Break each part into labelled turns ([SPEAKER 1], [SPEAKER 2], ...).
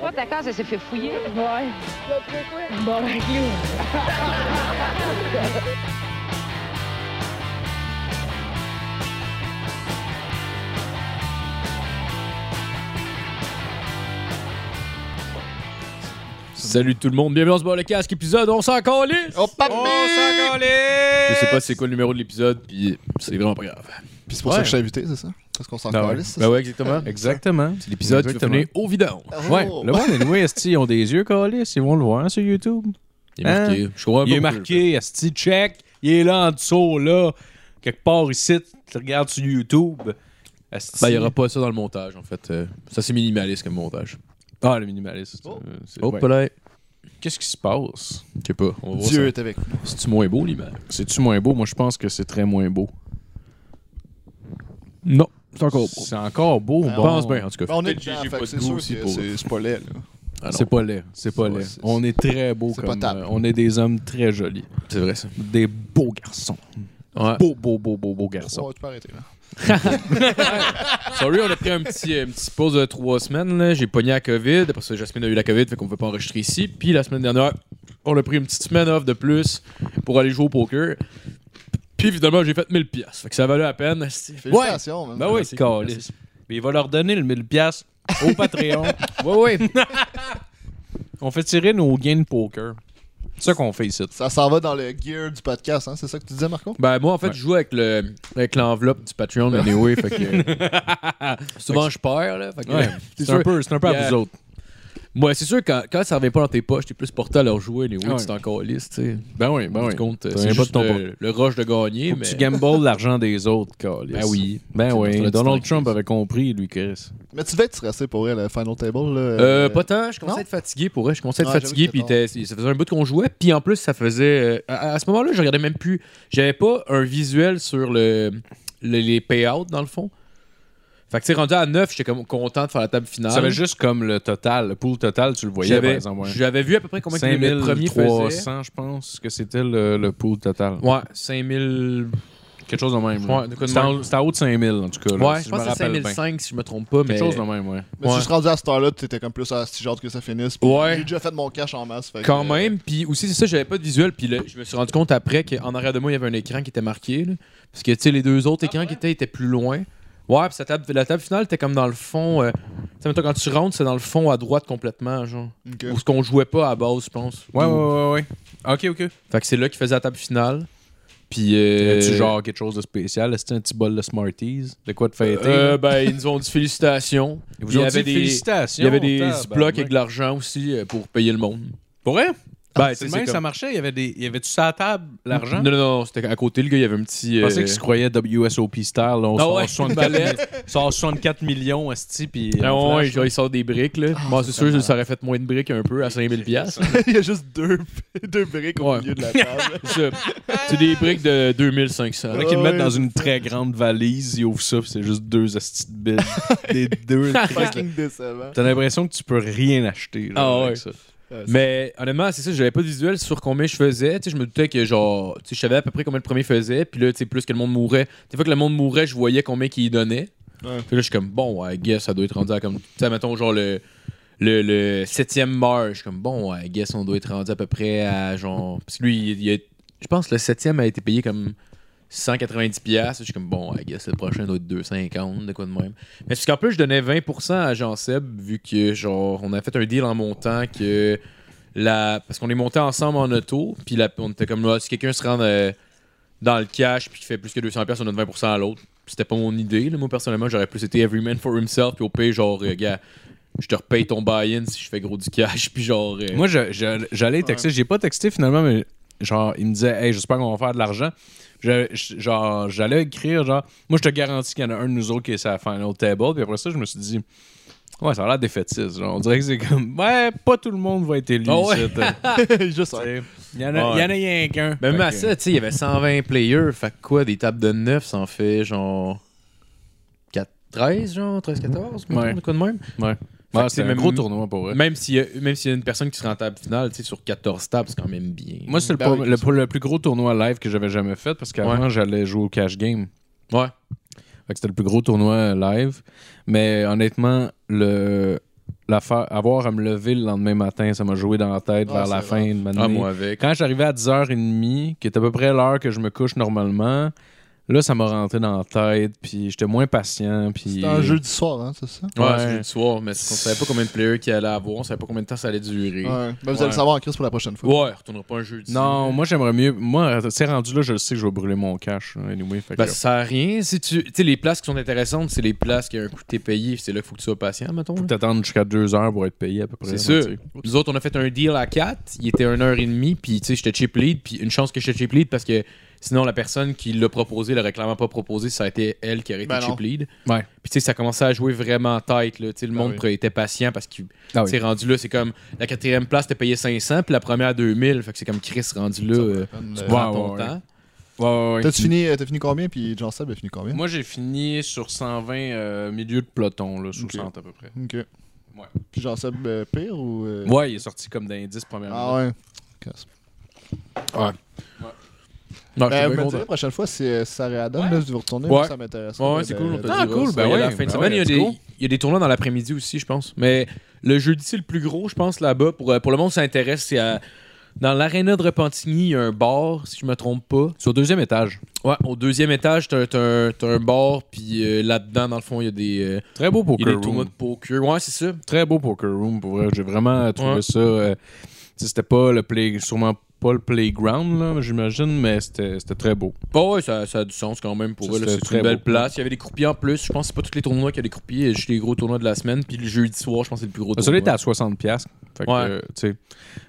[SPEAKER 1] Toi, ta case, elle s'est fait fouiller.
[SPEAKER 2] Ouais. Bon, avec lui.
[SPEAKER 3] Salut tout le monde, bienvenue dans ce bar le casque épisode, on s'en calisse!
[SPEAKER 4] Oh, papi!
[SPEAKER 3] Je sais pas c'est quoi le numéro de l'épisode, puis c'est vraiment pas grave.
[SPEAKER 4] Puis c'est pour ça que je t'ai invité, c'est ça? Parce qu'on s'en
[SPEAKER 3] Ah ouais.
[SPEAKER 4] calisse, c'est
[SPEAKER 3] Ben
[SPEAKER 4] ça?
[SPEAKER 3] ouais, exactement.
[SPEAKER 5] Exactement.
[SPEAKER 3] C'est l'épisode qui va
[SPEAKER 5] Exactement.
[SPEAKER 3] finir au vidange.
[SPEAKER 5] Ouais,
[SPEAKER 4] Oh!
[SPEAKER 3] Ben
[SPEAKER 5] le monde est noué, Esti, ils ont des yeux collés, ils vont le voir sur YouTube.
[SPEAKER 3] Hein? Il est marqué. Je comprends
[SPEAKER 5] Il
[SPEAKER 3] pas
[SPEAKER 5] est
[SPEAKER 3] pourquoi.
[SPEAKER 5] marqué, Esti, check, il est là en dessous, là, quelque part ici, tu regardes sur YouTube. Esti.
[SPEAKER 3] Ben, il y aura pas ça dans le montage, en fait. Euh, Ça, c'est minimaliste comme montage.
[SPEAKER 5] Ah, le minimaliste. euh, c'est-
[SPEAKER 3] Oh,
[SPEAKER 5] ouais.
[SPEAKER 3] palais.
[SPEAKER 5] Qu'est-ce qui se passe?
[SPEAKER 3] Je sais pas, on va voir
[SPEAKER 4] Dieu
[SPEAKER 3] ça.
[SPEAKER 4] est avec nous.
[SPEAKER 3] C'est-tu moins beau, l'image?
[SPEAKER 5] C'est-tu moins beau? Moi, je pense que c'est très moins beau.
[SPEAKER 3] Non, c'est encore beau.
[SPEAKER 5] C'est encore beau,
[SPEAKER 3] Je
[SPEAKER 5] bon.
[SPEAKER 3] Ben, pense bien, en tout cas.
[SPEAKER 4] Ben, on est
[SPEAKER 3] Peut-être
[SPEAKER 4] dedans,
[SPEAKER 3] j'ai- j'ai
[SPEAKER 4] fait
[SPEAKER 3] pas
[SPEAKER 4] que
[SPEAKER 3] de
[SPEAKER 4] c'est
[SPEAKER 3] goût
[SPEAKER 4] sûr
[SPEAKER 3] aussi
[SPEAKER 4] que
[SPEAKER 3] pour-
[SPEAKER 4] c'est c'est pas laid, là.
[SPEAKER 3] Ah non,
[SPEAKER 5] C'est pas laid, c'est pas
[SPEAKER 4] Ouais,
[SPEAKER 5] laid.
[SPEAKER 4] c'est-
[SPEAKER 5] On est très beau
[SPEAKER 4] c'est
[SPEAKER 5] comme...
[SPEAKER 4] potable.
[SPEAKER 5] euh, on est des hommes très jolis.
[SPEAKER 3] C'est vrai, ça.
[SPEAKER 5] Des beaux garçons.
[SPEAKER 3] Ouais.
[SPEAKER 5] Beaux, beaux, beaux, beaux, beaux garçons.
[SPEAKER 4] Ouais, tu peux arrêter, là.
[SPEAKER 3] Sorry, on a pris un petit, une petite pause de trois semaines. là. J'ai pogné la COVID. Après ça, Jasmine a eu la COVID, fait qu'on ne peut pas enregistrer ici. Puis la semaine dernière, on a pris une petite semaine off de plus pour aller jouer au poker. Puis évidemment, j'ai fait 1000 pièces. Fait que ça valait la peine. Ouais,
[SPEAKER 4] Félicitations, man.
[SPEAKER 5] Ben oui,
[SPEAKER 3] Merci.
[SPEAKER 5] calice. Mais il va leur donner le 1000 piastres au Patreon.
[SPEAKER 3] ouais, ouais.
[SPEAKER 5] On fait tirer nos gains de poker. C'est ça qu'on fait ici.
[SPEAKER 4] Ça s'en va dans le gear du podcast, hein? C'est ça que tu disais, Marco?
[SPEAKER 3] Ben moi, en fait,
[SPEAKER 5] Ouais.
[SPEAKER 3] je joue avec le avec l'enveloppe du Patreon de Néo. fait que souvent je perds là. Fait que,
[SPEAKER 5] Ouais,
[SPEAKER 3] c'est
[SPEAKER 5] c'est
[SPEAKER 3] sûr.
[SPEAKER 5] un peu, c'est un peu
[SPEAKER 3] Yeah.
[SPEAKER 5] à vous autres.
[SPEAKER 3] Moi, c'est sûr quand quand ça revient pas dans tes poches, t'es plus porté à leur jouer Néo.
[SPEAKER 5] Ah Ouais.
[SPEAKER 3] Tu t'es encore liste, tu sais.
[SPEAKER 5] Ben oui,
[SPEAKER 3] Tu te comptes, euh,
[SPEAKER 5] T'as
[SPEAKER 3] c'est
[SPEAKER 5] rien pas
[SPEAKER 3] juste
[SPEAKER 5] de ton
[SPEAKER 3] le, le rush de gagner,
[SPEAKER 5] Faut que
[SPEAKER 3] mais
[SPEAKER 5] tu gambles l'argent des autres, calice.
[SPEAKER 3] Ben oui.
[SPEAKER 5] Ben
[SPEAKER 3] C'est notre
[SPEAKER 5] oui.
[SPEAKER 3] petit
[SPEAKER 5] Donald
[SPEAKER 3] truc,
[SPEAKER 5] Trump
[SPEAKER 3] ça.
[SPEAKER 5] avait compris, lui, Chris.
[SPEAKER 4] Mais tu devais être stressé pour elle, le Final Table, là.
[SPEAKER 3] Euh, pas tant, je commençais
[SPEAKER 4] non?
[SPEAKER 3] à être fatigué pour vrai. Je commençais à être
[SPEAKER 4] Ouais, j'avoue
[SPEAKER 3] fatigué,
[SPEAKER 4] que
[SPEAKER 3] puis
[SPEAKER 4] c'est tard.
[SPEAKER 3] t'es- ça faisait un bout qu'on jouait. Puis en plus, ça faisait. euh, à, à ce moment-là, je regardais même plus. J'avais pas un visuel sur le, le- les payouts, dans le fond. Fait que tu sais, rendu à 9, j'étais comme content de faire la table finale.
[SPEAKER 5] Ça avait juste comme le total, le pool total, tu le voyais, par
[SPEAKER 3] J'avais
[SPEAKER 5] exemple. ouais.
[SPEAKER 3] j'avais vu à peu près combien que les premiers faisaient.
[SPEAKER 5] 5300, je pense, que c'était le, le pool total.
[SPEAKER 3] Ouais, 5000.
[SPEAKER 5] Quelque chose de même. là.
[SPEAKER 3] Ouais, de quoi de
[SPEAKER 5] C'était
[SPEAKER 3] même.
[SPEAKER 5] en, c'était en haut de 5000, en tout cas. là,
[SPEAKER 3] Ouais,
[SPEAKER 5] si
[SPEAKER 3] je pense
[SPEAKER 5] me
[SPEAKER 3] que c'est
[SPEAKER 5] rappelle bien.
[SPEAKER 3] 5005 si je me trompe pas. Mais...
[SPEAKER 5] Quelque chose de même, ouais.
[SPEAKER 4] Mais
[SPEAKER 3] ouais.
[SPEAKER 4] si je suis rendu à cette heure-là, tu étais comme plus à si j'ai hâte que ça finisse. Puis
[SPEAKER 3] Ouais.
[SPEAKER 4] J'ai déjà fait mon cash en masse. fait que- euh,
[SPEAKER 3] Quand même, puis aussi, c'est ça, j'avais pas de visuel, puis là, je me suis rendu compte après qu'en arrière de moi, il y avait un écran qui était marqué, là. parce que, tu sais, les deux autres écrans qui étaient, étaient plus loin. Ouais, puis sa table- la table finale était comme dans le fond, euh, tu sais, mettons, quand tu rentres, c'est dans le fond à droite complètement, genre,
[SPEAKER 4] euh, Ok.
[SPEAKER 3] ou ce qu'on jouait pas à la base, je pense.
[SPEAKER 5] Ouais, ouais,
[SPEAKER 3] Ou-
[SPEAKER 5] ouais, ouais. Ok, ok.
[SPEAKER 3] Fait que c'est là qu'il faisait la table finale, puis... Euh,
[SPEAKER 5] tu genre quelque chose de spécial? Est-ce un petit bol de Smarties? De quoi de fêter?
[SPEAKER 3] euh, ben, ils nous ont dit félicitations.
[SPEAKER 5] Ils
[SPEAKER 3] il y avait des-
[SPEAKER 5] félicitations.
[SPEAKER 3] Il y avait des
[SPEAKER 5] tabarnak.
[SPEAKER 3] blocs et de l'argent aussi euh, pour payer le monde.
[SPEAKER 5] Pour vrai?
[SPEAKER 3] Ben,
[SPEAKER 5] Ah, c'est
[SPEAKER 3] tu sais,
[SPEAKER 5] même
[SPEAKER 3] c'est
[SPEAKER 5] ça marchait? Il y avait des... Il y avait-tu ça à table, l'argent?
[SPEAKER 3] Non, non, non, c'était à côté, le gars, il y avait un petit...
[SPEAKER 5] Je pensais
[SPEAKER 3] euh,
[SPEAKER 5] qu'ils se croyaient WSOP style. Là, on
[SPEAKER 3] Ah
[SPEAKER 5] sort,
[SPEAKER 3] ouais,
[SPEAKER 5] 64, sort 64 millions, esti, puis...
[SPEAKER 3] Ah
[SPEAKER 5] on
[SPEAKER 3] ouais,
[SPEAKER 5] flash,
[SPEAKER 3] genre, il sort des briques, là. Moi, c'est sûr, ça aurait fait moins de briques un peu à 5000 pièces.
[SPEAKER 4] Il y a juste deux, deux briques au
[SPEAKER 3] Ouais.
[SPEAKER 4] milieu de la table.
[SPEAKER 3] C'est des briques de 2500.
[SPEAKER 5] Faudrait qu'ils le
[SPEAKER 4] Ouais,
[SPEAKER 3] Ah
[SPEAKER 5] mettent dans une très grande valise, ils ouvrent ça, puis c'est juste deux esti de billes. des deux...
[SPEAKER 4] Fucking décevant.
[SPEAKER 5] T'as l'impression que tu peux rien acheter. là,
[SPEAKER 3] Ah
[SPEAKER 5] avec
[SPEAKER 3] ouais.
[SPEAKER 5] ça.
[SPEAKER 4] Euh,
[SPEAKER 3] Mais honnêtement, c'est ça, j'avais pas de visuel sur combien je faisais. Tu sais, je me doutais que genre, tu sais, je savais à peu près combien le premier faisait. Puis là, tu sais, plus que le monde mourait. Des fois que le monde mourait, je voyais combien qu'il y donnait.
[SPEAKER 4] Ouais.
[SPEAKER 3] Puis là, je suis comme, bon, I guess, ça doit être rendu à comme. Tu sais, mettons, genre le. Le, le septième meurt. Je suis comme, bon, I guess, on doit être rendu à peu près à genre. Parce que lui, il, il a- je pense que le septième a été payé comme 190$. piastres. Je suis comme, bon, I guess, le prochain doit être 250$, de quoi de même. Mais c'est qu'en plus, je donnais 20% à Jean-Seb, vu que, genre, on a fait un deal en montant que. La... Parce qu'on est monté ensemble en auto, puis la- on était comme, là, si quelqu'un se rend euh, dans le cash, puis qui fait plus que 200$, piastres, on donne 20% à l'autre. Puis C'était pas mon idée, là. moi, personnellement, j'aurais plus été every man for himself, puis au pays, genre, euh, gars, je te repaye ton buy-in si je fais gros du cash, puis genre. euh,
[SPEAKER 5] Moi, je- je- j'allais texter. J'ai pas texté finalement, mais genre, il me disait, hey, j'espère qu'on va faire de l'argent. Je- je- Genre, j'allais écrire, genre, moi, je te garantis qu'il y en a un de nous autres qui est sur la final table. Puis après ça, je me suis dit, ouais, ça a l'air défaitiste. Genre, on dirait que c'est comme, ouais, pas tout le monde va être élu.
[SPEAKER 3] Ah ouais.
[SPEAKER 5] ici, t'sais.
[SPEAKER 4] juste un.
[SPEAKER 5] T'sais, Il y en a,
[SPEAKER 3] Ouais.
[SPEAKER 5] il y en a rien qu'un.
[SPEAKER 3] Mais Ben, même
[SPEAKER 5] Fait
[SPEAKER 3] à
[SPEAKER 5] que-
[SPEAKER 3] ça, tu sais, il y avait 120 players, fait que quoi, des tables de 9, ça en fait genre. 4, 13, genre, 13, 14, mettons,
[SPEAKER 5] Ouais.
[SPEAKER 3] de quoi de même.
[SPEAKER 5] Ouais.
[SPEAKER 3] Fait
[SPEAKER 5] Ouais,
[SPEAKER 3] que
[SPEAKER 5] c'est
[SPEAKER 3] c'est
[SPEAKER 5] un
[SPEAKER 3] même-
[SPEAKER 5] gros tournoi pour vrai.
[SPEAKER 3] Même s'il y, a- même s'il y a une personne qui sera en table finale, tu sais, sur 14 tables, c'est quand même bien.
[SPEAKER 5] Moi, c'est le,
[SPEAKER 4] Ben oui,
[SPEAKER 5] pro- le, pro- le plus gros tournoi live que j'avais jamais fait parce qu'avant, j'allais jouer au cash game.
[SPEAKER 3] Ouais.
[SPEAKER 5] Fait que c'était le plus gros tournoi live. Mais honnêtement, le, la faire, avoir à me lever le lendemain matin, ça m'a joué dans la tête
[SPEAKER 4] Ah,
[SPEAKER 5] vers
[SPEAKER 4] c'est
[SPEAKER 5] la
[SPEAKER 4] rough.
[SPEAKER 5] fin de ma
[SPEAKER 3] Ah,
[SPEAKER 5] nuit.
[SPEAKER 3] moi avec.
[SPEAKER 5] Quand j'arrivais à 10h30, qui est à peu près l'heure que je me couche normalement, là, ça m'a rentré dans la tête, puis j'étais moins patient, puis...
[SPEAKER 4] C'est un jeu du soir, hein, c'est ça?
[SPEAKER 3] Ouais,
[SPEAKER 5] Ouais.
[SPEAKER 3] c'est le soir, mais on savait pas combien de players qu'il allait avoir, on savait pas combien de temps ça allait durer.
[SPEAKER 4] Ouais.
[SPEAKER 3] Ouais,
[SPEAKER 4] Ben, vous allez le savoir en crise pour la prochaine fois.
[SPEAKER 3] on retournera pas un jeudi.
[SPEAKER 5] Non, moi, j'aimerais mieux... Moi, c'est rendu là, je le sais que je vais brûler mon cash, hein, anyway, fait que-
[SPEAKER 3] Ben, ça sert à rien. Si tu tu sais, les places qui sont intéressantes, c'est les places qui ont un coût t'es payé, c'est là qu'il faut que tu sois patient, mettons.
[SPEAKER 5] faut
[SPEAKER 3] là.
[SPEAKER 5] t'attendre jusqu'à 2 heures pour être payé, à peu près.
[SPEAKER 3] C'est
[SPEAKER 5] là,
[SPEAKER 3] sûr.
[SPEAKER 5] tu sais.
[SPEAKER 3] Nous autres, on a fait un deal à 4. Il était 1h30, puis tu sais, j'étais cheap lead. Puis une chance que j'étais cheap lead parce que sinon, la personne qui l'a proposé, le réclamant pas proposé, ça a été elle qui aurait été
[SPEAKER 4] Ben non.
[SPEAKER 3] cheap lead.
[SPEAKER 5] Ouais.
[SPEAKER 3] Puis tu sais, ça commençait à jouer vraiment tight. Là. Tu sais, Le
[SPEAKER 4] Ben
[SPEAKER 3] monde
[SPEAKER 4] oui.
[SPEAKER 3] pre- était patient parce que
[SPEAKER 5] Ah
[SPEAKER 3] tu
[SPEAKER 5] oui.
[SPEAKER 3] sais, rendu là, c'est comme la quatrième place, t'as payé 500, puis la première 2000. Fait que c'est comme Chris rendu là.
[SPEAKER 4] Ça vaut
[SPEAKER 3] euh,
[SPEAKER 4] la peine,
[SPEAKER 3] tu
[SPEAKER 4] euh,
[SPEAKER 5] Ouais,
[SPEAKER 3] prends ton
[SPEAKER 5] ouais, ouais.
[SPEAKER 3] temps.
[SPEAKER 5] Ouais, ouais, ouais.
[SPEAKER 4] T'as-tu fini, euh, t'as fini combien? Puis Jean Seb a fini combien?
[SPEAKER 5] Moi, j'ai fini sur 120 euh, milieu de peloton, là, sous
[SPEAKER 4] Ok.
[SPEAKER 5] 100 à peu près.
[SPEAKER 4] Ok. Puis Jean Seb euh, pire ou. euh,
[SPEAKER 5] Ouais, il est sorti comme d'indice premièrement.
[SPEAKER 4] Ah ouais. Casse.
[SPEAKER 3] Non, j'étais
[SPEAKER 4] Ben, vous
[SPEAKER 3] Ah, bien
[SPEAKER 4] me
[SPEAKER 3] content.
[SPEAKER 4] direz la prochaine fois si euh, ça réadonne, là, si vous retournez,
[SPEAKER 3] Ouais.
[SPEAKER 4] moi, ça m'intéresse. Euh,
[SPEAKER 3] Ouais, ouais,
[SPEAKER 4] là,
[SPEAKER 3] c'est
[SPEAKER 4] de-
[SPEAKER 3] cool. On te
[SPEAKER 4] de-
[SPEAKER 5] Ah,
[SPEAKER 3] dira
[SPEAKER 5] cool,
[SPEAKER 3] ça.
[SPEAKER 5] ben
[SPEAKER 3] Et
[SPEAKER 5] ouais,
[SPEAKER 3] la fin
[SPEAKER 5] ben
[SPEAKER 3] de semaine,
[SPEAKER 5] ouais,
[SPEAKER 3] il, y a
[SPEAKER 5] let's
[SPEAKER 3] des,
[SPEAKER 5] go.
[SPEAKER 3] il y a des tournois dans l'après-midi aussi, je pense. Mais le jeudi, c'est le plus gros, je pense, là-bas. Pour, euh, pour le monde qui s'intéresse, c'est à- dans l'aréna de Repentigny, il y a un bar, si je me trompe pas.
[SPEAKER 5] Sur le deuxième étage.
[SPEAKER 3] Ouais, au deuxième étage, t'as t'as un, t'as un bar, puis euh, là-dedans, dans le fond, il y a des, euh,
[SPEAKER 5] Très beau
[SPEAKER 3] il y a
[SPEAKER 5] poker
[SPEAKER 3] des tournois
[SPEAKER 5] room.
[SPEAKER 3] de poker. Ouais, c'est ça.
[SPEAKER 5] Très beau poker room, pour vrai. J'ai vraiment trouvé
[SPEAKER 3] Ouais.
[SPEAKER 5] ça. euh, tu sais, c'était pas le play. Sûrement pas le playground, là, j'imagine, mais c'était c'était très beau.
[SPEAKER 3] Bah ouais, ça, ça a du sens quand même pour
[SPEAKER 5] Ça,
[SPEAKER 3] eux. là.
[SPEAKER 5] c'était
[SPEAKER 3] C'est
[SPEAKER 5] très
[SPEAKER 3] une belle
[SPEAKER 5] beau.
[SPEAKER 3] place. Il y avait des croupiers en plus. Je pense que c'est pas tous les tournois qu'il y a des croupiers, il y a juste les gros tournois de la semaine. Puis le jeudi soir, je pense que c'est le plus gros
[SPEAKER 5] Ça
[SPEAKER 3] tournoi.
[SPEAKER 5] était à 60$. piastres. Fait que,
[SPEAKER 3] Ouais.
[SPEAKER 5] euh, tu sais,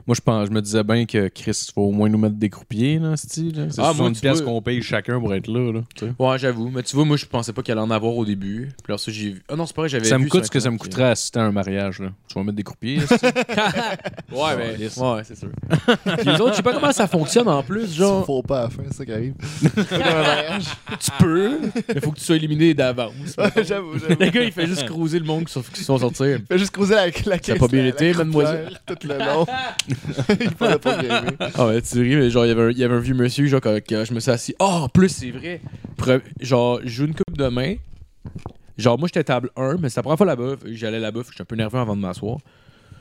[SPEAKER 5] moi, je pense, je me disais bien que Chris, faut au moins nous mettre des croupiers, là, c'ti, là. C'est
[SPEAKER 3] Ah, moi,
[SPEAKER 5] 60$
[SPEAKER 3] tu
[SPEAKER 5] piastres
[SPEAKER 3] vois-
[SPEAKER 5] qu'on paye chacun pour être là, là, tu sais.
[SPEAKER 3] Ouais, j'avoue. Mais tu vois, moi, je pensais pas qu'il allait en avoir au début. Puis alors, ça, j'ai vu. Ah non, c'est pas vrai, j'avais.
[SPEAKER 5] Ça me
[SPEAKER 3] vu
[SPEAKER 5] coûte
[SPEAKER 3] sur
[SPEAKER 5] ce que ça me
[SPEAKER 3] Internet,
[SPEAKER 5] coûterait à assister à un mariage, là. Tu vas mettre des croupiers, c'ti?
[SPEAKER 3] Ouais, mais. Ouais, c'est sûr. Puis les autres, je sais pas comment ça fonctionne en plus.
[SPEAKER 4] S'il
[SPEAKER 3] Genre,
[SPEAKER 4] faut pas à la fin, c'est ça qui arrive. C'est comme un mariage.
[SPEAKER 3] tu peux, mais faut que tu sois éliminé d'avance.
[SPEAKER 4] J'avoue, j'avoue.
[SPEAKER 3] le gars, il fait juste cruiser le monde qui sont, qui sont sortir.
[SPEAKER 4] Fais juste creuser la, la
[SPEAKER 3] Ça a
[SPEAKER 4] caisse,
[SPEAKER 3] pas bien
[SPEAKER 4] la-
[SPEAKER 3] été,
[SPEAKER 4] la
[SPEAKER 3] mademoiselle.
[SPEAKER 4] croupière, Tout le long. Il fallait pas bien aimer.
[SPEAKER 3] Ah ouais, tu ris, mais genre, il y avait un, il y avait un vieux monsieur, genre, quand, quand je me suis assis. Oh, en plus, c'est vrai. Pre- genre, je joue une coupe de main. Genre, moi, j'étais table 1, mais c'est la première fois là-bas. fait que J'allais là-bas, fait que j'étais un peu nerveux avant de m'asseoir.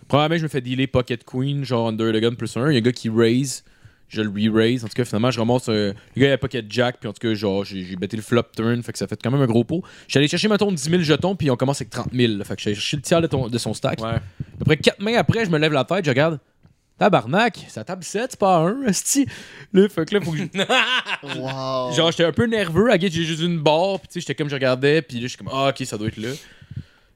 [SPEAKER 3] Première main, je me fais dealer pocket queen, genre under the gun plus 1. Il y a un gars qui raise. Je le re-raise. En tout cas, finalement, je remonte. euh, le gars, il a pocket jack. Puis en tout cas, genre, j'ai j'ai bêté le flop turn. Fait que ça fait quand même un gros pot. J'allais chercher, mettons, 10 000 jetons. Puis on commence avec 30 000. là, Fait que j'allais chercher le tiers de, ton- de son stack.
[SPEAKER 5] Ouais.
[SPEAKER 3] Après 4 mains après, je me lève la tête, je regarde. Tabarnak, ça table 7, c'est pas 1, esti. Là, fait que là, faut que je-
[SPEAKER 4] Wow.
[SPEAKER 3] Genre, j'étais un peu nerveux, à guide, j'ai juste une barre, pis tu sais, j'étais comme, je regardais, pis là, je suis comme, ah, ok, ça doit être là.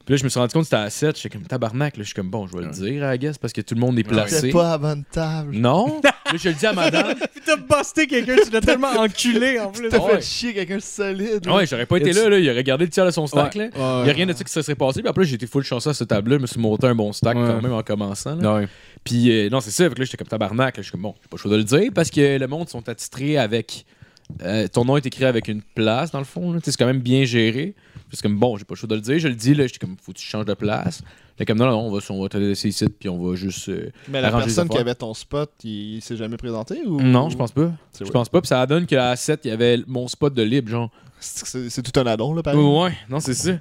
[SPEAKER 3] Puis là, je me suis rendu compte que c'était à 7, j'étais comme, tabarnak, là, je suis comme, bon, je vais le dire, à guess, parce que tout le monde est
[SPEAKER 4] T'es
[SPEAKER 3] placé.
[SPEAKER 4] pas à la bonne table.
[SPEAKER 3] Non? là, je le dis à madame.
[SPEAKER 5] T'as busté quelqu'un, tu l'as tellement enculé en plus.
[SPEAKER 4] T'as
[SPEAKER 3] Ah ouais.
[SPEAKER 4] fait chier quelqu'un de solide.
[SPEAKER 3] Ah ouais, j'aurais pas été
[SPEAKER 5] Y'a-tu-
[SPEAKER 3] là, là, il aurait gardé le tiers de son stack, là. Il y a rien de
[SPEAKER 4] tout.
[SPEAKER 3] ça qui se serait passé, puis après, j'ai été full chanceux à ce table-là, je me suis monté un bon stack
[SPEAKER 5] Ouais.
[SPEAKER 3] quand même en commençant. là.
[SPEAKER 5] Ouais.
[SPEAKER 3] Puis euh, non, c'est ça. Fait que là, j'étais comme tabarnak. là. Je suis comme, bon, j'ai pas le choix de le dire parce que le monde sont attitrés avec. euh, ton nom est écrit avec une place, dans le fond. là. Tu sais, C'est quand même bien géré. Puis C'est comme, bon, j'ai pas le choix de le dire. Je le dis, là, j'étais comme, faut que tu changes de place. Là, comme, non, non, on va, on va te laisser ici, puis on va juste. euh,
[SPEAKER 4] Mais la
[SPEAKER 3] Arranger les
[SPEAKER 4] personne qui
[SPEAKER 3] affaires.
[SPEAKER 4] avait ton spot, il, il s'est jamais présenté ou.
[SPEAKER 3] Non, je pense pas.
[SPEAKER 4] C'est
[SPEAKER 3] Je
[SPEAKER 4] vrai.
[SPEAKER 3] pense pas. Puis ça donne qu'à 7, il y avait mon spot de libre, genre.
[SPEAKER 4] C'est- C'est c'est tout un addon, là, pareil.
[SPEAKER 3] Ouais, non, c'est ça.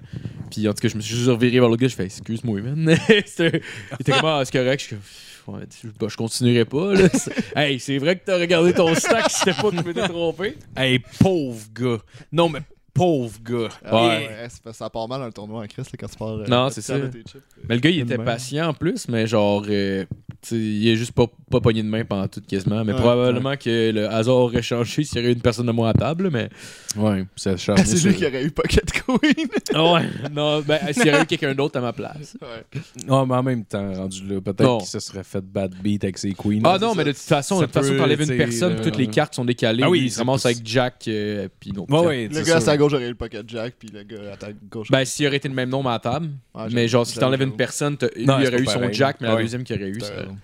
[SPEAKER 3] Puis en tout cas, je me suis juste reviré vers le gars, je fais excuse-moi, man. C'était- il était comme, ah, c'est correct. Je suis comme, Ouais, tu- bah, je continuerai pas. Là. C'est- hey, c'est vrai que t'as regardé ton stack, c'était pas que je m'étais trompé.
[SPEAKER 5] Hey, pauvre gars. Non, mais pauvre gars.
[SPEAKER 4] Ah
[SPEAKER 3] Ouais.
[SPEAKER 4] c'est parce que ça part mal un tournoi en Chris là, quand tu pars. euh,
[SPEAKER 3] Non,
[SPEAKER 4] quand
[SPEAKER 3] c'est
[SPEAKER 4] tu sors
[SPEAKER 3] ça.
[SPEAKER 4] de tes chips.
[SPEAKER 3] Mais le gars, il
[SPEAKER 4] Une
[SPEAKER 3] était
[SPEAKER 4] main.
[SPEAKER 3] patient en plus, mais genre, euh, tu sais, il est juste pas, pas pogné de main pendant tout quasiment. Mais
[SPEAKER 5] Ah,
[SPEAKER 4] Ouais,
[SPEAKER 3] probablement que le hasard aurait changé s'il y avait une personne de moi à table. Mais
[SPEAKER 5] Ouais, ça
[SPEAKER 4] Ah, c'est lui qui aurait eu Pocket Queen.
[SPEAKER 5] Ah
[SPEAKER 3] ouais, non, ben, s'il y aurait eu quelqu'un d'autre à ma place.
[SPEAKER 4] ouais.
[SPEAKER 5] Non, mais en même temps, rendu là,
[SPEAKER 3] Non.
[SPEAKER 5] peut-être qu'il se serait fait bad beat avec ses queens.
[SPEAKER 3] Ah non,
[SPEAKER 4] c'est
[SPEAKER 3] mais de toute façon,
[SPEAKER 5] Ça
[SPEAKER 3] de toute façon,
[SPEAKER 5] peut,
[SPEAKER 3] t'enlèves
[SPEAKER 5] tu
[SPEAKER 3] une
[SPEAKER 5] sais,
[SPEAKER 3] personnes,
[SPEAKER 5] euh,
[SPEAKER 3] toutes les cartes sont décalées.
[SPEAKER 5] Ah oui,
[SPEAKER 3] ils se
[SPEAKER 5] c'est
[SPEAKER 3] ramassent
[SPEAKER 5] possible.
[SPEAKER 3] avec Jack, euh, puis non.
[SPEAKER 5] Ouais, ouais,
[SPEAKER 4] Le
[SPEAKER 5] c'est
[SPEAKER 4] gars à
[SPEAKER 5] sûr.
[SPEAKER 4] sa gauche aurait eu le Pocket Jack, puis le gars à ta gauche.
[SPEAKER 3] Ben, s'il aurait été le même nombre à la table,
[SPEAKER 4] Ouais, j'avoue,
[SPEAKER 3] mais genre, si
[SPEAKER 4] j'avoue,
[SPEAKER 3] t'enlèves une
[SPEAKER 4] j'avoue.
[SPEAKER 3] personne, t'as- lui, il
[SPEAKER 5] Ah, Non, c'est
[SPEAKER 3] aurait
[SPEAKER 5] pas
[SPEAKER 3] eu son
[SPEAKER 5] pareil. Ah
[SPEAKER 3] Jack, mais la
[SPEAKER 5] Ouais.
[SPEAKER 3] deuxième qu'il aurait eu, ça.
[SPEAKER 4] T'as raison.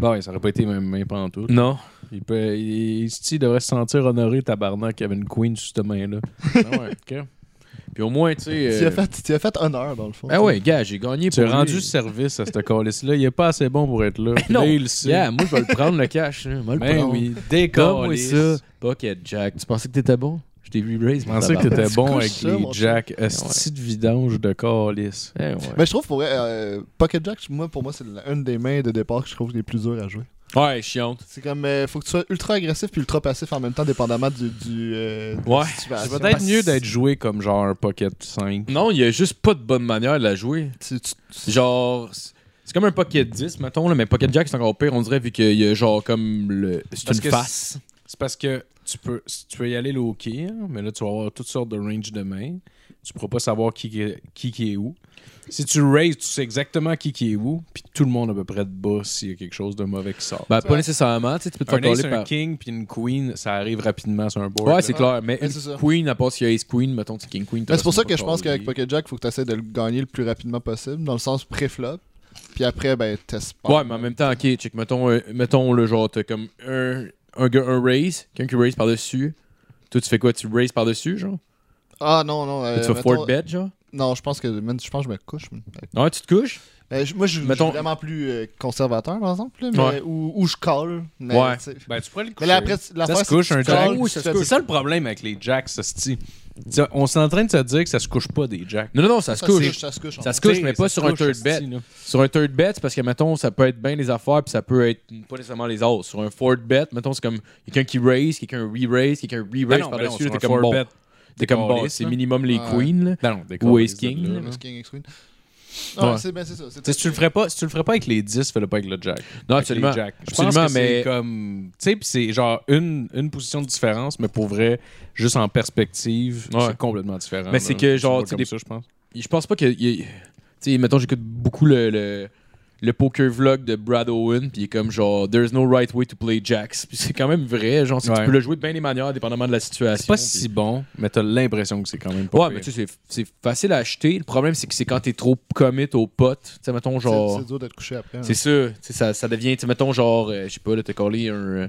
[SPEAKER 5] Bah ouais, ça aurait pas été même, même pas en tout.
[SPEAKER 3] Non.
[SPEAKER 5] Il, peut, il, il devrait se sentir honoré, tabarnak, qu'il y avait une queen sur cette main-là. ah ouais, ok.
[SPEAKER 3] Puis au moins, tu sais.
[SPEAKER 4] Tu as
[SPEAKER 3] euh,
[SPEAKER 4] fait, tu as fait honneur dans le fond.
[SPEAKER 3] Ah ouais, gars, j'ai gagné.
[SPEAKER 5] Tu as
[SPEAKER 3] pour lui.
[SPEAKER 5] rendu service à ce calice-là. Il est pas assez bon pour être là.
[SPEAKER 3] Non.
[SPEAKER 5] Là, il le sait.
[SPEAKER 3] Yeah, moi, je vais le prendre le cash. hein. Moi, le
[SPEAKER 5] Ben
[SPEAKER 3] prendre.
[SPEAKER 5] oui,
[SPEAKER 3] Donne-moi
[SPEAKER 5] décolle
[SPEAKER 3] ça. Bucket Jack, tu pensais que t'étais bon? Je t'ai vu raise.
[SPEAKER 5] Je pensais que t'étais
[SPEAKER 4] Tu
[SPEAKER 5] bon
[SPEAKER 4] couches
[SPEAKER 5] avec
[SPEAKER 4] ça,
[SPEAKER 5] les
[SPEAKER 4] mon chum.
[SPEAKER 5] jacks. Esti de vidange de calice.
[SPEAKER 3] Eh Ouais, ouais.
[SPEAKER 4] Mais je trouve pour vrai, euh, Pocket Jack, moi, pour moi, c'est une des mains de départ que je trouve les plus dures à jouer.
[SPEAKER 3] Ouais, chiante.
[SPEAKER 4] C'est comme, euh, faut que tu sois ultra agressif puis ultra passif en même temps, dépendamment du. du euh, de la
[SPEAKER 3] Ouais.
[SPEAKER 4] situation.
[SPEAKER 5] C'est
[SPEAKER 4] Parce-
[SPEAKER 5] peut-être mieux d'être joué comme genre un Pocket 5.
[SPEAKER 3] Non, il y a juste pas de bonne manière de la jouer.
[SPEAKER 4] Tu- tu- tu-
[SPEAKER 3] Genre, c'est c'est comme un Pocket 10, mettons, là, mais Pocket Jack, c'est encore pire, on dirait, vu qu'il y a genre comme le. C'est
[SPEAKER 5] Parce
[SPEAKER 3] une
[SPEAKER 5] que
[SPEAKER 3] face.
[SPEAKER 5] C'est parce que tu peux, si tu peux y aller low key, hein, mais là tu vas avoir toutes sortes de range de main. Tu pourras pas savoir qui qui est, qui qui est où. Si tu raises, tu sais exactement qui qui est où, puis tout le monde à peu près de bas s'il y a quelque chose de mauvais qui sort.
[SPEAKER 3] Ben, pas nécessairement, tu sais, tu peux te faire
[SPEAKER 5] un ace,
[SPEAKER 3] coller
[SPEAKER 5] un
[SPEAKER 3] par.
[SPEAKER 5] king puis une queen, ça arrive rapidement sur un board.
[SPEAKER 3] Ouais,
[SPEAKER 5] là.
[SPEAKER 3] c'est clair, mais
[SPEAKER 4] Ouais,
[SPEAKER 3] une
[SPEAKER 4] c'est ça.
[SPEAKER 3] Queen, à part s'il y a Ace Queen, mettons, tu King Queen.
[SPEAKER 4] Mais c'est pour ça que je pense qu'avec Pocket Jack, faut que tu essaies de le gagner le plus rapidement possible, dans le sens pré-flop. Puis après, ben, test
[SPEAKER 3] Ouais, mais en même temps, ok, check, mettons, euh, mettons le genre, t'as comme un, un gars, un raise, quelqu'un qui raise par-dessus. Toi, tu fais quoi Tu raise par-dessus, genre
[SPEAKER 4] Ah non, non. euh,
[SPEAKER 3] Tu vas
[SPEAKER 4] mettons-
[SPEAKER 3] forward bet, genre
[SPEAKER 4] Non, je pense que man, je pense que je me couche. man.
[SPEAKER 3] Ouais, tu te couches
[SPEAKER 4] Euh, je- moi, je je suis
[SPEAKER 3] Mettons-
[SPEAKER 4] vraiment plus euh, conservateur, par exemple, là, mais,
[SPEAKER 3] Ouais.
[SPEAKER 4] ou, ou je colle. Mais,
[SPEAKER 3] Ouais.
[SPEAKER 4] tu sais.
[SPEAKER 5] Ben, tu pourrais le
[SPEAKER 4] mais là,
[SPEAKER 5] coucher.
[SPEAKER 4] après, l'affaire,
[SPEAKER 5] Ça
[SPEAKER 4] c'est
[SPEAKER 5] se couche
[SPEAKER 4] que tu
[SPEAKER 5] un jack.
[SPEAKER 4] colles,
[SPEAKER 3] Oui,
[SPEAKER 4] tu
[SPEAKER 3] ça
[SPEAKER 4] te
[SPEAKER 3] se
[SPEAKER 4] fais-
[SPEAKER 5] C'est ça le problème avec les jacks, ça se dit. On s'est en train de se dire que ça se couche pas des jacks.
[SPEAKER 3] Non, non, non, ça se
[SPEAKER 4] ça
[SPEAKER 3] couche.
[SPEAKER 4] Ça se couche.
[SPEAKER 3] Ça
[SPEAKER 4] en
[SPEAKER 3] se
[SPEAKER 4] fait.
[SPEAKER 3] couche, mais pas sur un third bet. Sur un third bet, c'est parce que, mettons, ça peut être bien les affaires, puis ça peut être pas nécessairement les autres. Sur un fourth bet, mettons, c'est comme quelqu'un qui raise, quelqu'un re-raise, quelqu'un
[SPEAKER 5] Ben
[SPEAKER 3] re-raise
[SPEAKER 5] non, ben non,
[SPEAKER 3] par-dessus.
[SPEAKER 5] sur
[SPEAKER 3] T'es
[SPEAKER 5] un
[SPEAKER 3] comme bon.
[SPEAKER 5] four bet.
[SPEAKER 3] T'es comme bon,
[SPEAKER 5] décaliste,
[SPEAKER 3] c'est
[SPEAKER 5] là.
[SPEAKER 3] minimum les
[SPEAKER 4] Ouais.
[SPEAKER 3] queens, là.
[SPEAKER 5] Ben non, des
[SPEAKER 3] Ou
[SPEAKER 5] calices
[SPEAKER 3] ace king,
[SPEAKER 5] de là,
[SPEAKER 3] là.
[SPEAKER 5] là.
[SPEAKER 4] Miss King, X-Queen. Non,
[SPEAKER 3] Ouais.
[SPEAKER 4] c'est ben, c'est ça. c'est-
[SPEAKER 5] Tu sais, Si tu le ferais pas, si tu le ferais pas avec les 10, fais-le pas avec le jack.
[SPEAKER 3] Non,
[SPEAKER 5] Avec les
[SPEAKER 3] absolument.
[SPEAKER 5] jacks. Je
[SPEAKER 3] Absolument,
[SPEAKER 5] pense que
[SPEAKER 3] mais-
[SPEAKER 5] c'est comme tu sais puis c'est genre une, une position de différence mais pour vrai juste en perspective,
[SPEAKER 3] Ouais.
[SPEAKER 5] c'est complètement différent.
[SPEAKER 3] Mais
[SPEAKER 5] là.
[SPEAKER 3] c'est que, genre,
[SPEAKER 5] pas
[SPEAKER 3] tu sais,
[SPEAKER 5] comme
[SPEAKER 3] des-
[SPEAKER 5] ça je pense.
[SPEAKER 3] Je pense pas que. y- Tu sais, mettons, j'écoute beaucoup le, le, le poker vlog de Brad Owen, puis il est comme genre, There's no right way to play jacks. Puis c'est quand même vrai, genre, c'est que tu
[SPEAKER 5] Ouais.
[SPEAKER 3] peux le jouer de bien des manières, dépendamment de la situation.
[SPEAKER 5] C'est pas
[SPEAKER 3] puis-
[SPEAKER 5] si bon, mais t'as l'impression que c'est quand même pas
[SPEAKER 3] Ouais,
[SPEAKER 5] pire.
[SPEAKER 3] mais tu sais, c'est- c'est facile à acheter. Le problème, c'est que c'est quand t'es trop commit aux potes. Tu sais, mettons,
[SPEAKER 4] c'est-
[SPEAKER 3] genre.
[SPEAKER 4] C'est dur d'être couché après. hein.
[SPEAKER 3] C'est sûr. Tu sais, ça, ça devient, tu sais, mettons, genre, euh, je sais pas, là, t'as collé un, euh,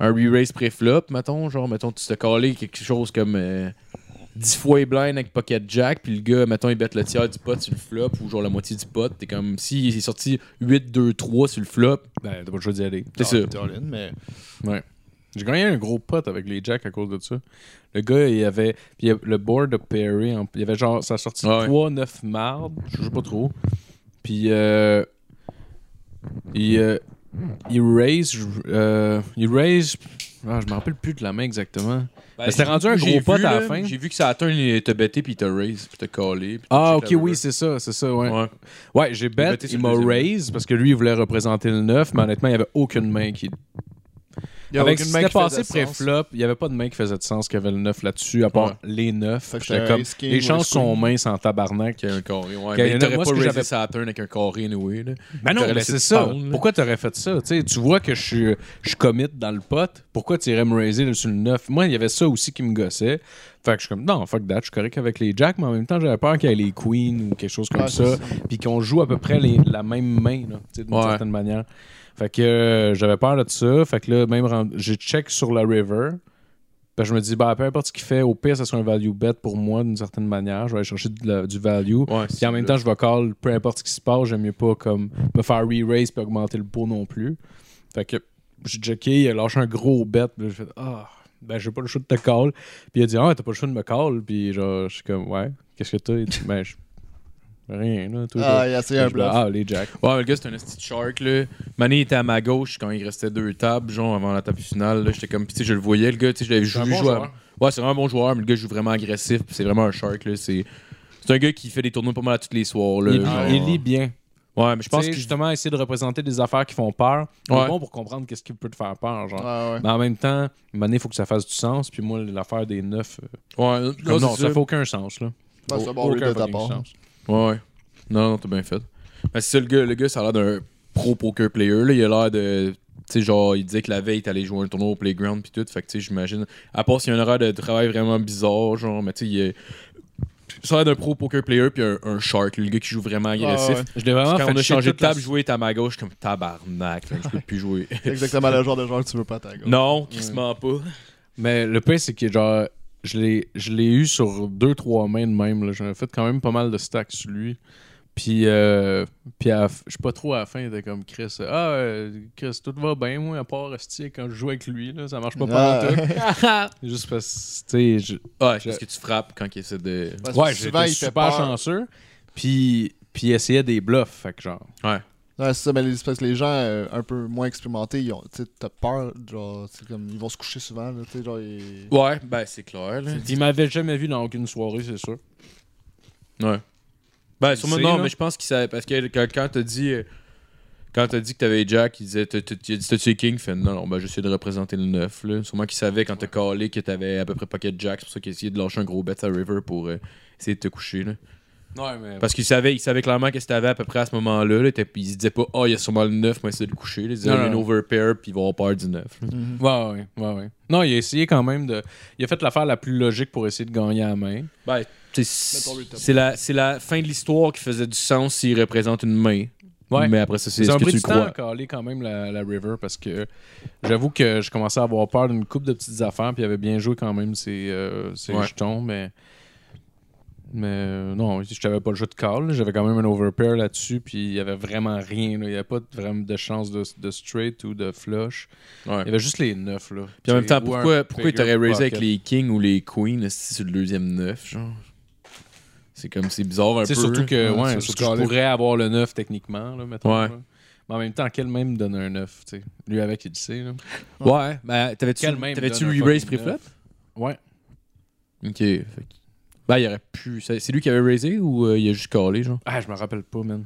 [SPEAKER 3] un re-raise pré-flop, mettons, genre, mettons, tu t'as collé quelque chose comme euh, 10 fois et blind avec pocket jack, puis le gars, mettons, il bête le tiers du pot sur le flop, ou genre la moitié du pot, t'es comme, si il est sorti 8-2-3 sur le flop,
[SPEAKER 5] Ben, t'as pas le choix d'y aller.
[SPEAKER 3] t'es
[SPEAKER 4] Ah,
[SPEAKER 3] sûr.
[SPEAKER 4] t'es all in, mais
[SPEAKER 5] Ouais. J'ai gagné un gros pot avec les jacks à cause de ça. Le gars, il avait. Puis il y a- le board de Perry, en- il y avait genre. Ça a sorti
[SPEAKER 3] Ouais.
[SPEAKER 5] 3-9 mardes. Je sais pas trop. Puis. Euh, il. euh, il raise. je- euh, il raise. Ah, je me rappelle plus de la main exactement. Ben, c'était rendu un
[SPEAKER 3] j'ai
[SPEAKER 5] gros pot
[SPEAKER 3] vu,
[SPEAKER 5] à la
[SPEAKER 3] là,
[SPEAKER 5] fin.
[SPEAKER 3] J'ai vu que ça atteint, il t'a bêté, puis il t'a raise, puis t'a collé. puis t'as
[SPEAKER 5] Ah, ok,
[SPEAKER 3] checké la river.
[SPEAKER 5] oui, c'est ça, c'est ça, ouais.
[SPEAKER 3] Ouais.
[SPEAKER 5] Ouais, j'ai
[SPEAKER 3] a
[SPEAKER 5] bet,
[SPEAKER 3] betté sur
[SPEAKER 5] il
[SPEAKER 3] le
[SPEAKER 5] m'a
[SPEAKER 3] deuxième.
[SPEAKER 5] raise parce que lui, il voulait représenter le 9, mais honnêtement, il n'y avait aucune main qui
[SPEAKER 4] il y a
[SPEAKER 5] Avec
[SPEAKER 4] aucune
[SPEAKER 5] ce qui
[SPEAKER 4] main
[SPEAKER 5] s'était
[SPEAKER 4] qui
[SPEAKER 5] passé
[SPEAKER 4] faisait sens.
[SPEAKER 5] pré-flop, il n'y avait pas de main qui faisait de sens qu'il y avait le 9 là-dessus, à part
[SPEAKER 3] Ouais.
[SPEAKER 5] les 9.
[SPEAKER 4] Fait que
[SPEAKER 5] J'étais
[SPEAKER 4] t'as
[SPEAKER 5] comme,
[SPEAKER 4] ace, king,
[SPEAKER 5] les
[SPEAKER 4] ace,
[SPEAKER 5] chances sont
[SPEAKER 4] queen.
[SPEAKER 5] minces en tabarnak.
[SPEAKER 3] Qu'il
[SPEAKER 5] euh,
[SPEAKER 3] y a un carré, ouais.
[SPEAKER 5] Qu'il y
[SPEAKER 3] Mais
[SPEAKER 5] en a-
[SPEAKER 3] t'aurais pas
[SPEAKER 5] moi, ce que
[SPEAKER 3] raisé
[SPEAKER 5] j'avais-
[SPEAKER 3] ça à turn avec un carré, anyway, là.
[SPEAKER 5] Ben non,
[SPEAKER 3] T'aurais
[SPEAKER 5] mais
[SPEAKER 3] laissé
[SPEAKER 5] c'est
[SPEAKER 3] de
[SPEAKER 5] ça.
[SPEAKER 3] pound, là.
[SPEAKER 5] Pourquoi tu aurais fait ça? Tu sais, tu vois que je suis, je commit dans le pot. Pourquoi tu irais me raiser sur le 9? Moi, il y avait ça aussi qui me gossait. Fait que je suis comme, non, fuck that, je suis correct avec les jacks, mais en même temps, j'avais peur qu'il y ait les queens ou quelque chose comme
[SPEAKER 4] Ouais,
[SPEAKER 5] ça.
[SPEAKER 4] c'est ça.
[SPEAKER 5] Puis qu'on joue à peu près les- la même main, là, tu sais, d'une
[SPEAKER 3] Ouais.
[SPEAKER 5] certaine manière. Fait que euh, j'avais peur de ça. Fait que là, même, rend- j'ai check sur la river. Fait que je me dis, bah, peu importe ce qu'il fait, au pire, ça sera un value bet pour moi d'une certaine manière. Je vais aller chercher de la- du value.
[SPEAKER 3] Ouais,
[SPEAKER 5] Puis en même temps, je vais call peu importe ce qui se passe. J'aime mieux pas comme me faire re-raise puis augmenter le pot non plus. Fait que j'ai checké, il a lâché un gros bet. puis J'ai fait Ah, ben j'ai pas le choix de te call. Puis il a dit Ah, t'as pas le choix de me call. Puis genre, je suis comme Ouais, qu'est-ce que t'as Il dit, Ben, je- rien, là. Tout
[SPEAKER 4] Ah, il a essayé un
[SPEAKER 5] Je dis,
[SPEAKER 4] bluff.
[SPEAKER 5] Ah, les jacks.
[SPEAKER 3] Ouais, mais le gars, c'est un esti de shark, là. Mané était à ma gauche quand il restait deux tables, genre, avant la table finale, là. J'étais comme, pis tu sais, je le voyais, le gars, tu sais, je l'avais
[SPEAKER 5] un
[SPEAKER 3] joué.
[SPEAKER 5] bon
[SPEAKER 3] jouer à-
[SPEAKER 5] joueur.
[SPEAKER 3] Ouais, c'est vraiment un bon joueur, mais le gars joue vraiment agressif, pis c'est vraiment un shark, là. C'est. C'est un gars qui fait des tournois pas mal à tous les soirs. Là,
[SPEAKER 5] il,
[SPEAKER 3] genre.
[SPEAKER 5] il lit bien.
[SPEAKER 3] Ouais, mais je
[SPEAKER 5] Je pense
[SPEAKER 3] pense que.
[SPEAKER 5] justement, essayer de représenter des affaires qui font peur, c'est
[SPEAKER 3] Ouais.
[SPEAKER 5] bon pour comprendre qu'est-ce qui peut te faire peur. Genre.
[SPEAKER 4] Ouais, Ah, ouais.
[SPEAKER 5] Mais en même temps, à un moment donné, il faut que ça fasse du sens. Puis moi, l'affaire des neuf, euh,
[SPEAKER 3] Ouais,
[SPEAKER 5] comme non,
[SPEAKER 3] c'est
[SPEAKER 5] ça fait aucun sens. Là.
[SPEAKER 4] Ouais, c'est
[SPEAKER 5] Au-
[SPEAKER 4] un bon read
[SPEAKER 5] aucun
[SPEAKER 4] de ta
[SPEAKER 5] fucking
[SPEAKER 4] part.
[SPEAKER 5] sens.
[SPEAKER 3] Ouais, ouais. Non, non, t'as bien fait. Mais c'est ça, le gars, le gars, ça a l'air d'un pro poker player. Là. Il a l'air de. Tu sais, genre, il disait que la veille, t'allais jouer un tournoi au playground, puis tout. Fait que, tu sais, j'imagine. À part s'il y a un horaire de travail vraiment bizarre, genre, mais tu sais, il est. Ça a l'air d'un pro poker player, puis un, un shark, le gars qui joue vraiment agressif.
[SPEAKER 4] Ouais, ouais.
[SPEAKER 5] Je l'ai vraiment
[SPEAKER 3] Puis Quand
[SPEAKER 5] Ah, fait
[SPEAKER 3] on a
[SPEAKER 5] chier
[SPEAKER 3] changé de
[SPEAKER 5] toute la-
[SPEAKER 3] table, jouer était à ma gauche, comme tabarnak, là, je peux plus jouer.
[SPEAKER 4] C'est Exactement le genre de joueur que tu veux pas attaquer.
[SPEAKER 3] non, qui se ment pas.
[SPEAKER 5] Mais le pire, c'est que genre, je l'ai, je l'ai eu sur deux, trois mains de même. là. J'en ai fait quand même pas mal de stacks sur lui. Puis, euh, puis à la f- je suis pas trop à la fin, il était comme Chris. euh, Ah, euh, Chris, tout va bien, moi, à part Asti, quand je joue avec lui, là, ça marche pas
[SPEAKER 4] Ah.
[SPEAKER 5] pendant tout. Juste parce que, tu sais, je-
[SPEAKER 3] Ah, parce que tu frappes quand il essaie de.
[SPEAKER 4] Parce que
[SPEAKER 5] ouais,
[SPEAKER 4] souvent,
[SPEAKER 5] j'étais
[SPEAKER 4] il fait
[SPEAKER 5] super
[SPEAKER 4] peur.
[SPEAKER 5] chanceux. Puis, puis il essayait des bluffs, fait que genre.
[SPEAKER 4] Ouais, c'est ça, mais les, parce que les gens euh, un peu moins expérimentés, ils ont, tu sais, t'as peur, genre, c'est comme, ils vont se coucher souvent, là, tu sais, genre, ils...
[SPEAKER 3] Ouais, ben c'est clair. Là.
[SPEAKER 5] Il m'avait jamais vu dans aucune soirée, c'est sûr.
[SPEAKER 3] Ouais. Ben,
[SPEAKER 5] Il
[SPEAKER 3] sûrement,
[SPEAKER 5] sait,
[SPEAKER 3] non,
[SPEAKER 5] là.
[SPEAKER 3] mais je pense qu'il savait. Parce que quand, quand t'as dit. euh, Quand t'as dit que t'avais Jack, il disait. t'as- t'as- Il a dit T'as-tu les King Il fait Non, non, ben j'essaie de représenter le 9. Là. Sûrement qu'il savait quand t'as callé que t'avais à peu près pocket Jack. C'est pour ça qu'il essayait de lâcher un gros bet à River pour euh, essayer de te coucher. Là.
[SPEAKER 5] Ouais, mais.
[SPEAKER 3] Parce qu'il savait, il savait clairement qu'est-ce que t'avais à peu près à ce moment-là. là. Il était- il se disait pas Oh, il y a sûrement le 9, moi essayer de le coucher. là. Il disait
[SPEAKER 5] Non,
[SPEAKER 3] un
[SPEAKER 5] non.
[SPEAKER 3] overpair, puis il va avoir peur du 9. là.
[SPEAKER 4] Mhm.
[SPEAKER 5] Ouais, ouais, ouais, ouais. Non, il a essayé quand même de. Il a fait l'affaire la plus logique pour essayer de gagner à la main.
[SPEAKER 3] Ben, t'sais,
[SPEAKER 4] Mettons le top.
[SPEAKER 3] c'est la, c'est la fin de l'histoire qui faisait du sens s'il représente une main.
[SPEAKER 5] Ouais.
[SPEAKER 3] Mais après ça, c'est
[SPEAKER 5] Ils
[SPEAKER 3] ce
[SPEAKER 5] ont
[SPEAKER 3] que
[SPEAKER 5] pris
[SPEAKER 3] tu
[SPEAKER 5] du temps à
[SPEAKER 3] crois.
[SPEAKER 5] caler quand même la, la River parce que j'avoue que je commençais à avoir peur d'une coupe de petites affaires. Puis il avait bien joué quand même ses, euh, ses
[SPEAKER 3] Ouais.
[SPEAKER 5] jetons, mais. Mais euh, non, je n'avais pas le jeu de call. là. J'avais quand même un overpair là-dessus, puis il n'y avait vraiment rien. là. Il n'y avait pas de- vraiment de chance de, de straight ou de flush.
[SPEAKER 3] Ouais.
[SPEAKER 5] Il y avait juste les neufs. Là.
[SPEAKER 3] Puis en même temps,
[SPEAKER 5] Ou un
[SPEAKER 3] pourquoi, pourquoi il t'aurait
[SPEAKER 5] bigger
[SPEAKER 3] raisé avec
[SPEAKER 5] pocket.
[SPEAKER 3] les kings ou les queens esti, sur le deuxième neuf, genre? C'est comme, c'est bizarre un peu. hein.
[SPEAKER 5] C'est surtout que
[SPEAKER 4] Ouais,
[SPEAKER 5] ouais,
[SPEAKER 4] tu
[SPEAKER 5] surtout
[SPEAKER 4] peux
[SPEAKER 5] que je
[SPEAKER 4] scaler.
[SPEAKER 5] pourrais avoir le 9 techniquement, là, mettons.
[SPEAKER 3] Ouais.
[SPEAKER 5] là. Mais en même temps, quel même me donne un 9, tu sais. Lui avec, il le sait. Là.
[SPEAKER 3] Ouais, ben, t'avais-tu
[SPEAKER 5] Quel même
[SPEAKER 3] t'avais-tu
[SPEAKER 5] donne un
[SPEAKER 3] re-raise
[SPEAKER 5] fucking
[SPEAKER 3] pré-flop?
[SPEAKER 5] Ouais.
[SPEAKER 3] Ok. fait que- Ben, il aurait pu. C'est c'est lui qui avait raisé ou euh, il a juste callé, genre?
[SPEAKER 5] Ah, je me rappelle pas, man.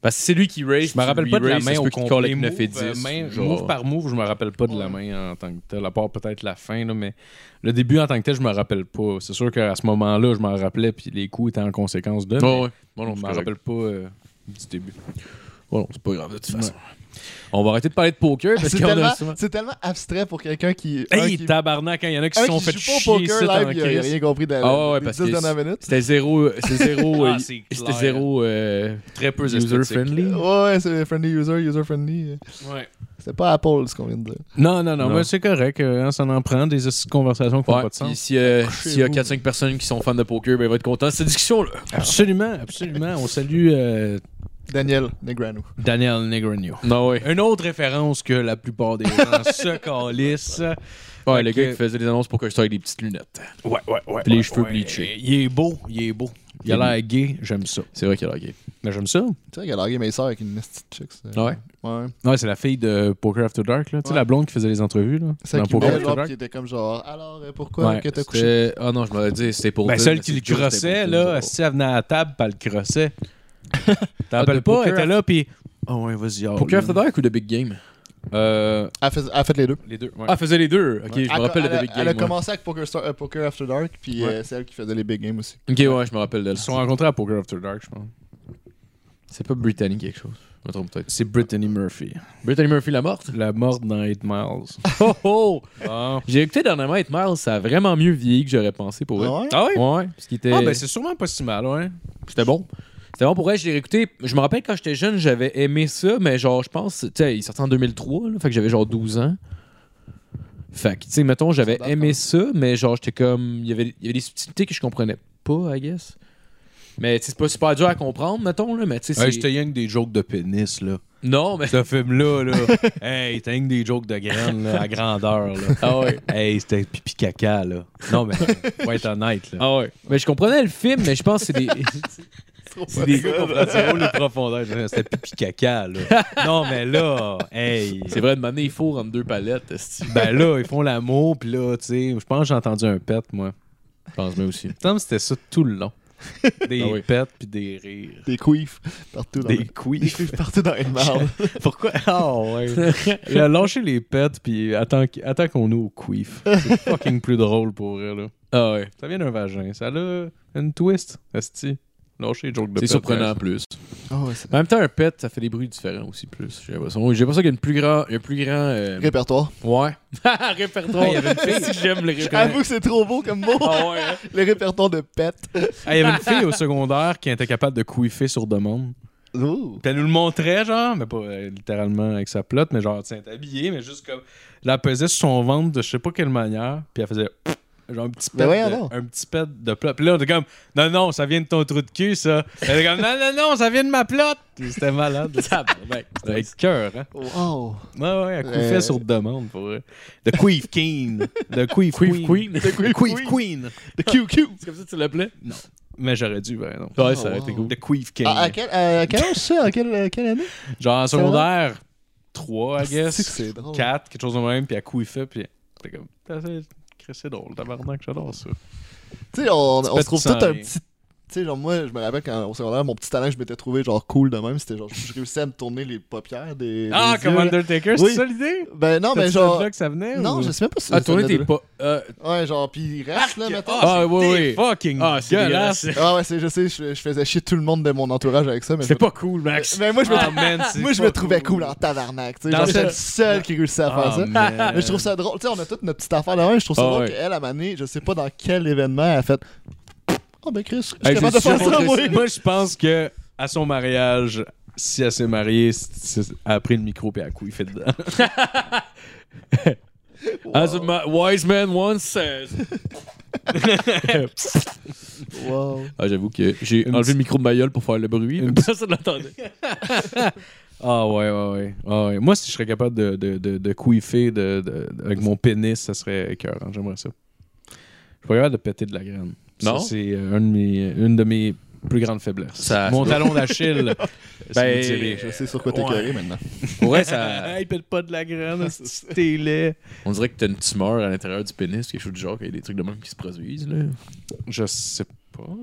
[SPEAKER 3] Parce que c'est lui qui raise.
[SPEAKER 5] Je me rappelle pas de la main au complet. Move,
[SPEAKER 3] 9 et 10.
[SPEAKER 5] euh, main-
[SPEAKER 3] genre.
[SPEAKER 5] move par move, je me rappelle pas de la main en tant que telle, à part peut-être la fin, là, mais le début en tant que tel, je me rappelle pas. C'est sûr qu'à ce moment-là, je m'en rappelais, puis les coups étaient en conséquence de.
[SPEAKER 3] Ouais,
[SPEAKER 5] mais
[SPEAKER 3] ouais. Bon, non,
[SPEAKER 5] je
[SPEAKER 3] c'est
[SPEAKER 5] m'en
[SPEAKER 3] correct.
[SPEAKER 5] rappelle pas euh, du début.
[SPEAKER 3] Bon, non, c'est pas grave de toute façon. On va arrêter de parler de poker parce
[SPEAKER 4] Ah, C'est
[SPEAKER 3] qu'on a
[SPEAKER 4] tellement,
[SPEAKER 3] souvent-
[SPEAKER 4] c'est tellement abstrait pour quelqu'un qui... un
[SPEAKER 5] Hey,
[SPEAKER 4] qui,
[SPEAKER 5] tabarnak, il y en a qui
[SPEAKER 4] un
[SPEAKER 5] se
[SPEAKER 4] qui
[SPEAKER 5] sont fait
[SPEAKER 4] joue pas au
[SPEAKER 5] chier ici,
[SPEAKER 4] poker
[SPEAKER 5] en
[SPEAKER 4] live, il a- il a
[SPEAKER 5] crise.
[SPEAKER 4] rien compris de la
[SPEAKER 3] Ah ouais,
[SPEAKER 4] des
[SPEAKER 3] parce
[SPEAKER 4] 10
[SPEAKER 3] que
[SPEAKER 4] dernières minutes.
[SPEAKER 3] C'était zéro. C'est zéro.
[SPEAKER 5] Ah,
[SPEAKER 3] euh,
[SPEAKER 5] c'est
[SPEAKER 3] C'était
[SPEAKER 5] clair.
[SPEAKER 3] zéro. euh,
[SPEAKER 5] Très peu
[SPEAKER 3] User
[SPEAKER 5] esthétique.
[SPEAKER 3] friendly.
[SPEAKER 4] Ouais, ouais, c'est friendly user, user friendly.
[SPEAKER 5] Ouais.
[SPEAKER 4] C'était euh, pas Apple, ce qu'on vient de dire.
[SPEAKER 5] Non, non, non,
[SPEAKER 3] Non.
[SPEAKER 5] mais c'est correct. euh, hein, ça en prend des astuces de conversations qui n'ont
[SPEAKER 3] Ouais,
[SPEAKER 5] pas de sens.
[SPEAKER 3] puis s'il y a,
[SPEAKER 4] Couchez-vous.
[SPEAKER 3] s'il y a 4-5 personnes qui sont fans de poker, ben, ils vont être contents de cette discussion-là.
[SPEAKER 5] Absolument, absolument. On salue euh,
[SPEAKER 4] Daniel Negrano.
[SPEAKER 5] Daniel Negreanu.
[SPEAKER 3] Non, ouais.
[SPEAKER 5] Une autre référence que la plupart des gens se calissent.
[SPEAKER 3] Ouais, le
[SPEAKER 5] Ok.
[SPEAKER 3] gars qui faisait des annonces pour que je sois avec des petites lunettes.
[SPEAKER 5] Ouais, ouais, ouais.
[SPEAKER 3] Puis les cheveux bleachés.
[SPEAKER 5] Il est beau, il est beau. Il a
[SPEAKER 3] Il est
[SPEAKER 5] l'air gay, j'aime ça.
[SPEAKER 3] C'est vrai qu'il a lagué.
[SPEAKER 5] Mais j'aime ça.
[SPEAKER 4] Tu sais, il a largué mes soeurs avec une nasty chick. ça.
[SPEAKER 3] Ah ouais?
[SPEAKER 4] Ouais.
[SPEAKER 5] Ouais, c'est la fille de Poker After Dark, là. Tu sais,
[SPEAKER 4] Ouais.
[SPEAKER 5] la blonde qui faisait les entrevues, là.
[SPEAKER 4] Celle
[SPEAKER 5] dans
[SPEAKER 4] qui
[SPEAKER 5] Poker
[SPEAKER 4] met,
[SPEAKER 5] After
[SPEAKER 4] genre,
[SPEAKER 5] Dark.
[SPEAKER 4] qui était comme genre, alors, euh, pourquoi
[SPEAKER 5] Ouais,
[SPEAKER 4] que t'as couché?
[SPEAKER 3] C'était- Ah non, je m'avais dit, c'était pour.
[SPEAKER 5] Ben,
[SPEAKER 3] Dylan,
[SPEAKER 5] celle
[SPEAKER 3] mais
[SPEAKER 5] qui
[SPEAKER 3] c'est
[SPEAKER 5] le
[SPEAKER 3] sûr, c'était
[SPEAKER 5] crossait,
[SPEAKER 3] pour Dylan,
[SPEAKER 5] là,
[SPEAKER 3] c'est
[SPEAKER 5] si elle venait à la table, pas le crossait. T'en
[SPEAKER 3] de
[SPEAKER 5] rappelles pas? Elle
[SPEAKER 3] Poker
[SPEAKER 5] était là, puis. Oh, ouais, vas-y.
[SPEAKER 3] pas.
[SPEAKER 5] all
[SPEAKER 3] Poker
[SPEAKER 5] in.
[SPEAKER 3] After Dark ou The Big Game
[SPEAKER 5] Euh,
[SPEAKER 4] Elle fait, elle a fait les deux.
[SPEAKER 5] les deux, ouais.
[SPEAKER 3] Ah, faisait les deux. Ok, je
[SPEAKER 4] Elle-
[SPEAKER 3] me rappelle de
[SPEAKER 4] elle, a-
[SPEAKER 3] The Big Game.
[SPEAKER 4] Elle a
[SPEAKER 3] ouais.
[SPEAKER 4] commencé avec Poker, Star- euh, Poker After Dark, puis
[SPEAKER 5] Ouais.
[SPEAKER 4] euh, c'est elle qui faisait les big games aussi.
[SPEAKER 3] Ok, ouais, je me rappelle de
[SPEAKER 5] Ils se sont
[SPEAKER 3] ça.
[SPEAKER 5] rencontrés à Poker After Dark, je pense.
[SPEAKER 3] C'est pas Brittany quelque chose. Je me trompe peut-être.
[SPEAKER 5] C'est Brittany Murphy.
[SPEAKER 3] Brittany Murphy la morte
[SPEAKER 5] La morte dans 8 Miles.
[SPEAKER 3] Oh oh
[SPEAKER 5] Ah,
[SPEAKER 3] J'ai écouté dernièrement Eight Miles, ça a vraiment mieux vieilli que j'aurais pensé pour elle.
[SPEAKER 4] Ah ouais?
[SPEAKER 5] oui?
[SPEAKER 3] Ouais, parce qu'il était.
[SPEAKER 5] Ah, ben c'est sûrement pas si mal, ouais.
[SPEAKER 3] C'était bon. C'était bon pour elle, je l'ai réécouté. Je me rappelle quand j'étais jeune, j'avais aimé ça, mais genre, je pense, tu sais, il sortait en 2003, là, fait que j'avais genre 12 ans. Fait que, tu sais, mettons, j'avais
[SPEAKER 4] Ça date,
[SPEAKER 3] aimé
[SPEAKER 4] hein.
[SPEAKER 3] ça, mais genre, j'étais comme. Il y avait il y avait des subtilités que je comprenais pas, I guess. Mais, tu sais, c'est pas super dur à comprendre, mettons, là, mais tu sais,
[SPEAKER 5] Hey,
[SPEAKER 3] c'est.
[SPEAKER 5] J'étais young des jokes de pénis, là.
[SPEAKER 3] non, mais.
[SPEAKER 5] Ce film-là, là. hey, t'as young des jokes de graines, là, à grandeur, là.
[SPEAKER 3] Ah ouais.
[SPEAKER 5] Hey, c'était pipi caca, là. Non, mais faut être honnête, là.
[SPEAKER 3] Ah ouais. Mais je comprenais le film, mais je pense que c'est des.
[SPEAKER 5] C'est des gars qu'on prend zéro les profondeurs. C'était pipi caca, là. Non, mais là, hey.
[SPEAKER 3] c'est vrai, de m'amener il fourre entre deux palettes, esti.
[SPEAKER 5] Ben là, ils font l'amour, puis là, tu sais, je pense que j'ai entendu un pet, moi.
[SPEAKER 3] Je pense, mais aussi.
[SPEAKER 5] Il me semble que c'était ça tout le long. Des
[SPEAKER 3] Ah oui.
[SPEAKER 5] pets puis des rires.
[SPEAKER 4] Des queefs partout dans
[SPEAKER 5] Des
[SPEAKER 4] le-
[SPEAKER 5] couilles.
[SPEAKER 4] queefs partout dans les mardes.
[SPEAKER 5] Pourquoi? Ah ouais. Il a lâché les pets puis attends, qu- attends qu'on nous au queef. C'est fucking plus drôle pour elle. Là.
[SPEAKER 3] Ah ouais.
[SPEAKER 5] Ça vient d'un vagin. Ça a une twist. Asti. Lâcher les jokes de
[SPEAKER 3] C'est
[SPEAKER 5] pets,
[SPEAKER 3] surprenant en
[SPEAKER 5] guys.
[SPEAKER 3] plus.
[SPEAKER 4] Ah ouais, c'est
[SPEAKER 3] En même temps, un pet, ça fait des bruits différents aussi plus. J'ai l'impression Oui, j'ai l'impression qu'il y a une plus grand, un plus grand. euh,
[SPEAKER 4] Répertoire.
[SPEAKER 3] Ouais. répertoire. Ah, Il y avait une fille. J'aime le
[SPEAKER 4] J'avoue que c'est trop beau comme mot.
[SPEAKER 3] Ah ouais. hein?
[SPEAKER 4] le répertoire de pet.
[SPEAKER 5] Ah, Il y avait une fille au secondaire qui était capable de queefer sur demande.
[SPEAKER 4] Ouh.
[SPEAKER 5] Puis Elle nous le montrait, genre, mais pas euh, littéralement avec sa plotte, mais genre, tiens, t'es habillée, mais juste comme. Elle la pesait sur son ventre de je sais pas quelle manière, puis elle faisait. genre un petit
[SPEAKER 4] Ben
[SPEAKER 5] pet,
[SPEAKER 4] voyons donc.
[SPEAKER 5] de, un petit pet de plot. Puis là, on était comme, non, non, ça vient de ton trou de cul, ça. Elle était comme, non, non, non, ça vient de ma plotte. Puis C'était malade.
[SPEAKER 3] Tabarnak.
[SPEAKER 5] C'était Avec cœur, hein.
[SPEAKER 4] Wow!
[SPEAKER 5] Ouais, ouais, elle
[SPEAKER 4] Euh,
[SPEAKER 5] couffait sur demande pour eux. The Queef King. The Queef Queen.
[SPEAKER 3] Queen.
[SPEAKER 5] The Queef Queen.
[SPEAKER 3] The QQ. C'est comme ça que tu l'appelais?
[SPEAKER 5] Mais j'aurais dû, par exemple.
[SPEAKER 3] Ouais, ça aurait
[SPEAKER 4] wow.
[SPEAKER 3] été cool.
[SPEAKER 5] The Queef King.
[SPEAKER 4] Ah, À, à quel, à quel âge ça? À quelle, à quelle année?
[SPEAKER 5] Genre en
[SPEAKER 4] ah, C'est vrai?
[SPEAKER 5] secondaire 3, I
[SPEAKER 4] C'est que
[SPEAKER 5] guess.
[SPEAKER 4] c'est drôle.
[SPEAKER 5] 4, quelque chose de même, puis elle couiffait, puis t'es comme. T'as- c'est- Chris, C'est drôle, tabarnak, j'adore ça.
[SPEAKER 4] Tu sais, on, on
[SPEAKER 5] pètes
[SPEAKER 4] se trouve tout
[SPEAKER 5] sans
[SPEAKER 4] un
[SPEAKER 5] rien.
[SPEAKER 4] petit. Tu sais, genre, moi, je me rappelle quand au secondaire, mon petit talent, que je m'étais trouvé genre cool de même. C'était genre, je réussissais à me tourner les paupières des. des yeux,
[SPEAKER 5] Ah, comme
[SPEAKER 4] là.
[SPEAKER 5] Undertaker,
[SPEAKER 4] Oui.
[SPEAKER 5] c'est ça l'idée?
[SPEAKER 4] Ben non, mais
[SPEAKER 5] T'as-tu
[SPEAKER 4] genre.
[SPEAKER 5] le là que ça venait?
[SPEAKER 4] Non,
[SPEAKER 5] ou-
[SPEAKER 4] je sais même pas si
[SPEAKER 3] Ah,
[SPEAKER 4] ça
[SPEAKER 3] tourner
[SPEAKER 4] venait
[SPEAKER 3] tes
[SPEAKER 4] de
[SPEAKER 3] pas. euh,
[SPEAKER 4] là. Ouais, genre, pis il reste là, mettons.
[SPEAKER 3] Ah, oui, oui.
[SPEAKER 5] T'es fucking
[SPEAKER 3] Ah, c'est
[SPEAKER 5] dégueulasse.
[SPEAKER 3] dégueulasse.
[SPEAKER 4] Ah ouais, c'est, je sais, je, je faisais chier tout le monde de mon entourage avec ça, mais.
[SPEAKER 3] C'était
[SPEAKER 4] je-
[SPEAKER 3] pas cool, Max.
[SPEAKER 4] Mais moi, je me,
[SPEAKER 5] Ah, man, c'est
[SPEAKER 4] moi, je
[SPEAKER 5] pas
[SPEAKER 4] me trouvais cool en tabarnak. tu sais.
[SPEAKER 5] Dans
[SPEAKER 4] Genre, j'étais
[SPEAKER 5] ce-
[SPEAKER 4] le seul qui réussissait à faire
[SPEAKER 5] Ah,
[SPEAKER 4] ça.
[SPEAKER 5] man.
[SPEAKER 4] Mais je trouve ça drôle. Tu sais, on a toute notre petite affaire là-même. Je trouve ça
[SPEAKER 3] Ah,
[SPEAKER 4] drôle
[SPEAKER 3] ouais.
[SPEAKER 4] qu'elle, à Mané, je sais pas dans quel événement, elle a fait. Oh, ben Chris, je suis
[SPEAKER 5] Hey,
[SPEAKER 4] capable de
[SPEAKER 5] c'est
[SPEAKER 4] faire
[SPEAKER 5] sûr
[SPEAKER 4] ça,
[SPEAKER 5] que
[SPEAKER 4] moi.
[SPEAKER 5] c'est- Moi, je pense que à son mariage, si elle s'est mariée, c'est- c'est- elle a pris le micro puis elle a couiffé dedans.
[SPEAKER 3] As a ma- wise man once says.
[SPEAKER 4] Wow.
[SPEAKER 3] Ah, j'avoue que j'ai
[SPEAKER 5] Une
[SPEAKER 3] enlevé le micro de ma gueule pour faire le bruit.
[SPEAKER 5] Une
[SPEAKER 3] Personne l'entendait.
[SPEAKER 5] Ah ouais, ouais, ouais, Ah ouais. Moi, si je serais capable de, de, de, de couiffer de, de- avec mon pénis, ça serait écœurant. J'aimerais ça. Je suis pas capable de péter de la graine.
[SPEAKER 3] Non?
[SPEAKER 5] Ça, c'est euh, un de mes- une de mes plus grandes faiblesses.
[SPEAKER 3] Ça-
[SPEAKER 5] mon talon d'Achille. c'est
[SPEAKER 3] Ben,
[SPEAKER 5] mutilé. Ah,
[SPEAKER 4] Je sais sur quoi t'es
[SPEAKER 3] Ouais.
[SPEAKER 4] carré maintenant.
[SPEAKER 3] Ouais, ça.
[SPEAKER 5] il pète pas de la graine, c'est- t'es laid.
[SPEAKER 3] On dirait que t'as une tumeur à l'intérieur du pénis, quelque chose du genre, qu'il y a des trucs de même qui se produisent, là.
[SPEAKER 5] Je sais pas.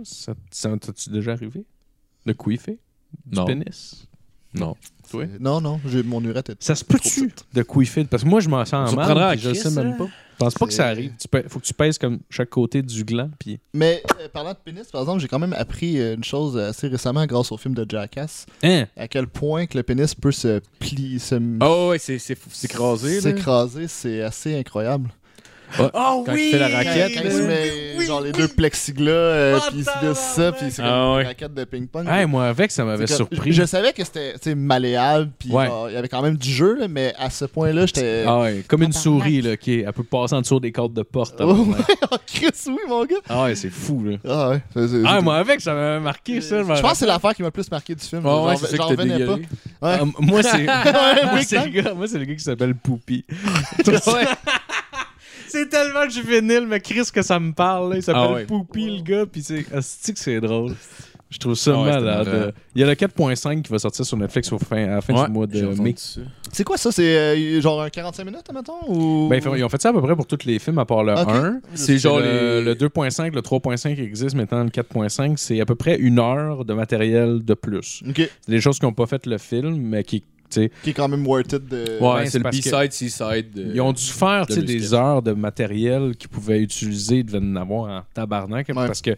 [SPEAKER 5] Ça, ça t'as-tu déjà arrivé? De couiffer? Du
[SPEAKER 3] Non.
[SPEAKER 5] pénis?
[SPEAKER 3] Non. Toi?
[SPEAKER 4] C'est- Non, non, j'ai mon urette. est-
[SPEAKER 5] Ça se peut-tu de couiffer? Parce que moi, je m'en sens
[SPEAKER 3] Tu reprendras
[SPEAKER 5] mal,
[SPEAKER 3] à
[SPEAKER 5] puis je le
[SPEAKER 3] Chris,
[SPEAKER 5] sais même
[SPEAKER 3] hein?
[SPEAKER 5] pas. Je pense pas que ça
[SPEAKER 4] C'est-
[SPEAKER 5] arrive. Tu pè- Faut que tu pèses comme chaque côté du gland, puis...
[SPEAKER 4] Mais euh, parlant de pénis, par exemple, j'ai quand même appris euh, une chose assez récemment grâce au film de Jackass.
[SPEAKER 5] Hein?
[SPEAKER 4] À quel point que le pénis peut se plier, se
[SPEAKER 3] Oh, ouais, c'est, c'est, c'est crasé, là.
[SPEAKER 4] s'écraser, c'est assez incroyable.
[SPEAKER 5] Oh
[SPEAKER 3] Quand il fait la
[SPEAKER 4] Quand,
[SPEAKER 3] raquette,
[SPEAKER 4] quand
[SPEAKER 3] là.
[SPEAKER 4] il se met genre les deux plexiglas, euh, puis il se laisse ça, puis c'est comme
[SPEAKER 3] Ah ouais.
[SPEAKER 4] une raquette de ping-pong.
[SPEAKER 5] Hey, moi, avec, ça
[SPEAKER 4] C'est
[SPEAKER 5] m'avait
[SPEAKER 4] comme-
[SPEAKER 5] surpris.
[SPEAKER 4] Je, je savais que c'était tu sais, malléable, puis
[SPEAKER 5] Ouais.
[SPEAKER 4] genre, il y avait quand même du jeu, là, mais à ce point-là, j'étais.
[SPEAKER 5] Ah ouais, comme une
[SPEAKER 2] Tabarnak.
[SPEAKER 5] souris, là, qui est- elle peut passer en dessous des cordes de porte.
[SPEAKER 4] Oh,
[SPEAKER 5] tabarnak.
[SPEAKER 4] ouais, oh, Chris, oui, mon gars!
[SPEAKER 5] Ah ouais, c'est fou, là.
[SPEAKER 4] Ah ouais. c'est- c'est-
[SPEAKER 5] Ah, moi, avec, ça m'avait marqué, ça.
[SPEAKER 4] je pense que c'est l'affaire qui m'a le plus marqué du film.
[SPEAKER 3] Ah ouais,
[SPEAKER 4] J'en-
[SPEAKER 3] c'est ça
[SPEAKER 4] J'en
[SPEAKER 3] que t'as
[SPEAKER 4] revenais pas.
[SPEAKER 3] dégueulé.
[SPEAKER 5] Ah, m- moi, c'est. moi,
[SPEAKER 4] oui,
[SPEAKER 5] c'est
[SPEAKER 4] quand-
[SPEAKER 5] le gars, moi, c'est le gars qui s'appelle Poupy. c'est tellement juvénile, mais Chris, que ça me parle. là. Il s'appelle
[SPEAKER 3] Ah ouais.
[SPEAKER 5] Poupy, le gars, puis c'est. Asti que c'est drôle. Je trouve ça
[SPEAKER 3] Ah ouais,
[SPEAKER 5] malade.
[SPEAKER 3] c'était marrant.
[SPEAKER 5] Euh, Il y a le 4.5 qui va sortir sur Netflix au fin, à la fin
[SPEAKER 3] Ouais,
[SPEAKER 5] du mois
[SPEAKER 3] j'ai
[SPEAKER 5] de
[SPEAKER 3] entendu
[SPEAKER 5] mai.
[SPEAKER 3] ça.
[SPEAKER 4] C'est quoi ça? C'est euh, genre un 45 minutes, mettons? Ou...
[SPEAKER 5] Ben, ils font- ils ont fait ça à peu près pour tous les films, à part le
[SPEAKER 4] Ok.
[SPEAKER 5] 1.
[SPEAKER 3] C'est genre
[SPEAKER 5] Genre le,
[SPEAKER 3] les...
[SPEAKER 5] le 2.5, le 3.5 existe maintenant, le 4.5, c'est à peu près une heure de matériel de plus.
[SPEAKER 4] Ok.
[SPEAKER 5] C'est des choses qui n'ont pas fait le film, mais qui, tu sais,
[SPEAKER 4] Qui est quand même worth it de.
[SPEAKER 3] Ouais,
[SPEAKER 5] Ouais,
[SPEAKER 3] c'est
[SPEAKER 5] c'est
[SPEAKER 3] le
[SPEAKER 5] parce que-
[SPEAKER 3] B-side, C-side. euh,
[SPEAKER 5] ils ont dû faire,
[SPEAKER 3] de
[SPEAKER 5] tu sais,
[SPEAKER 3] musique.
[SPEAKER 5] des heures de matériel qu'ils pouvaient utiliser, ils devaient en avoir en tabarnak,
[SPEAKER 4] Ouais.
[SPEAKER 5] parce que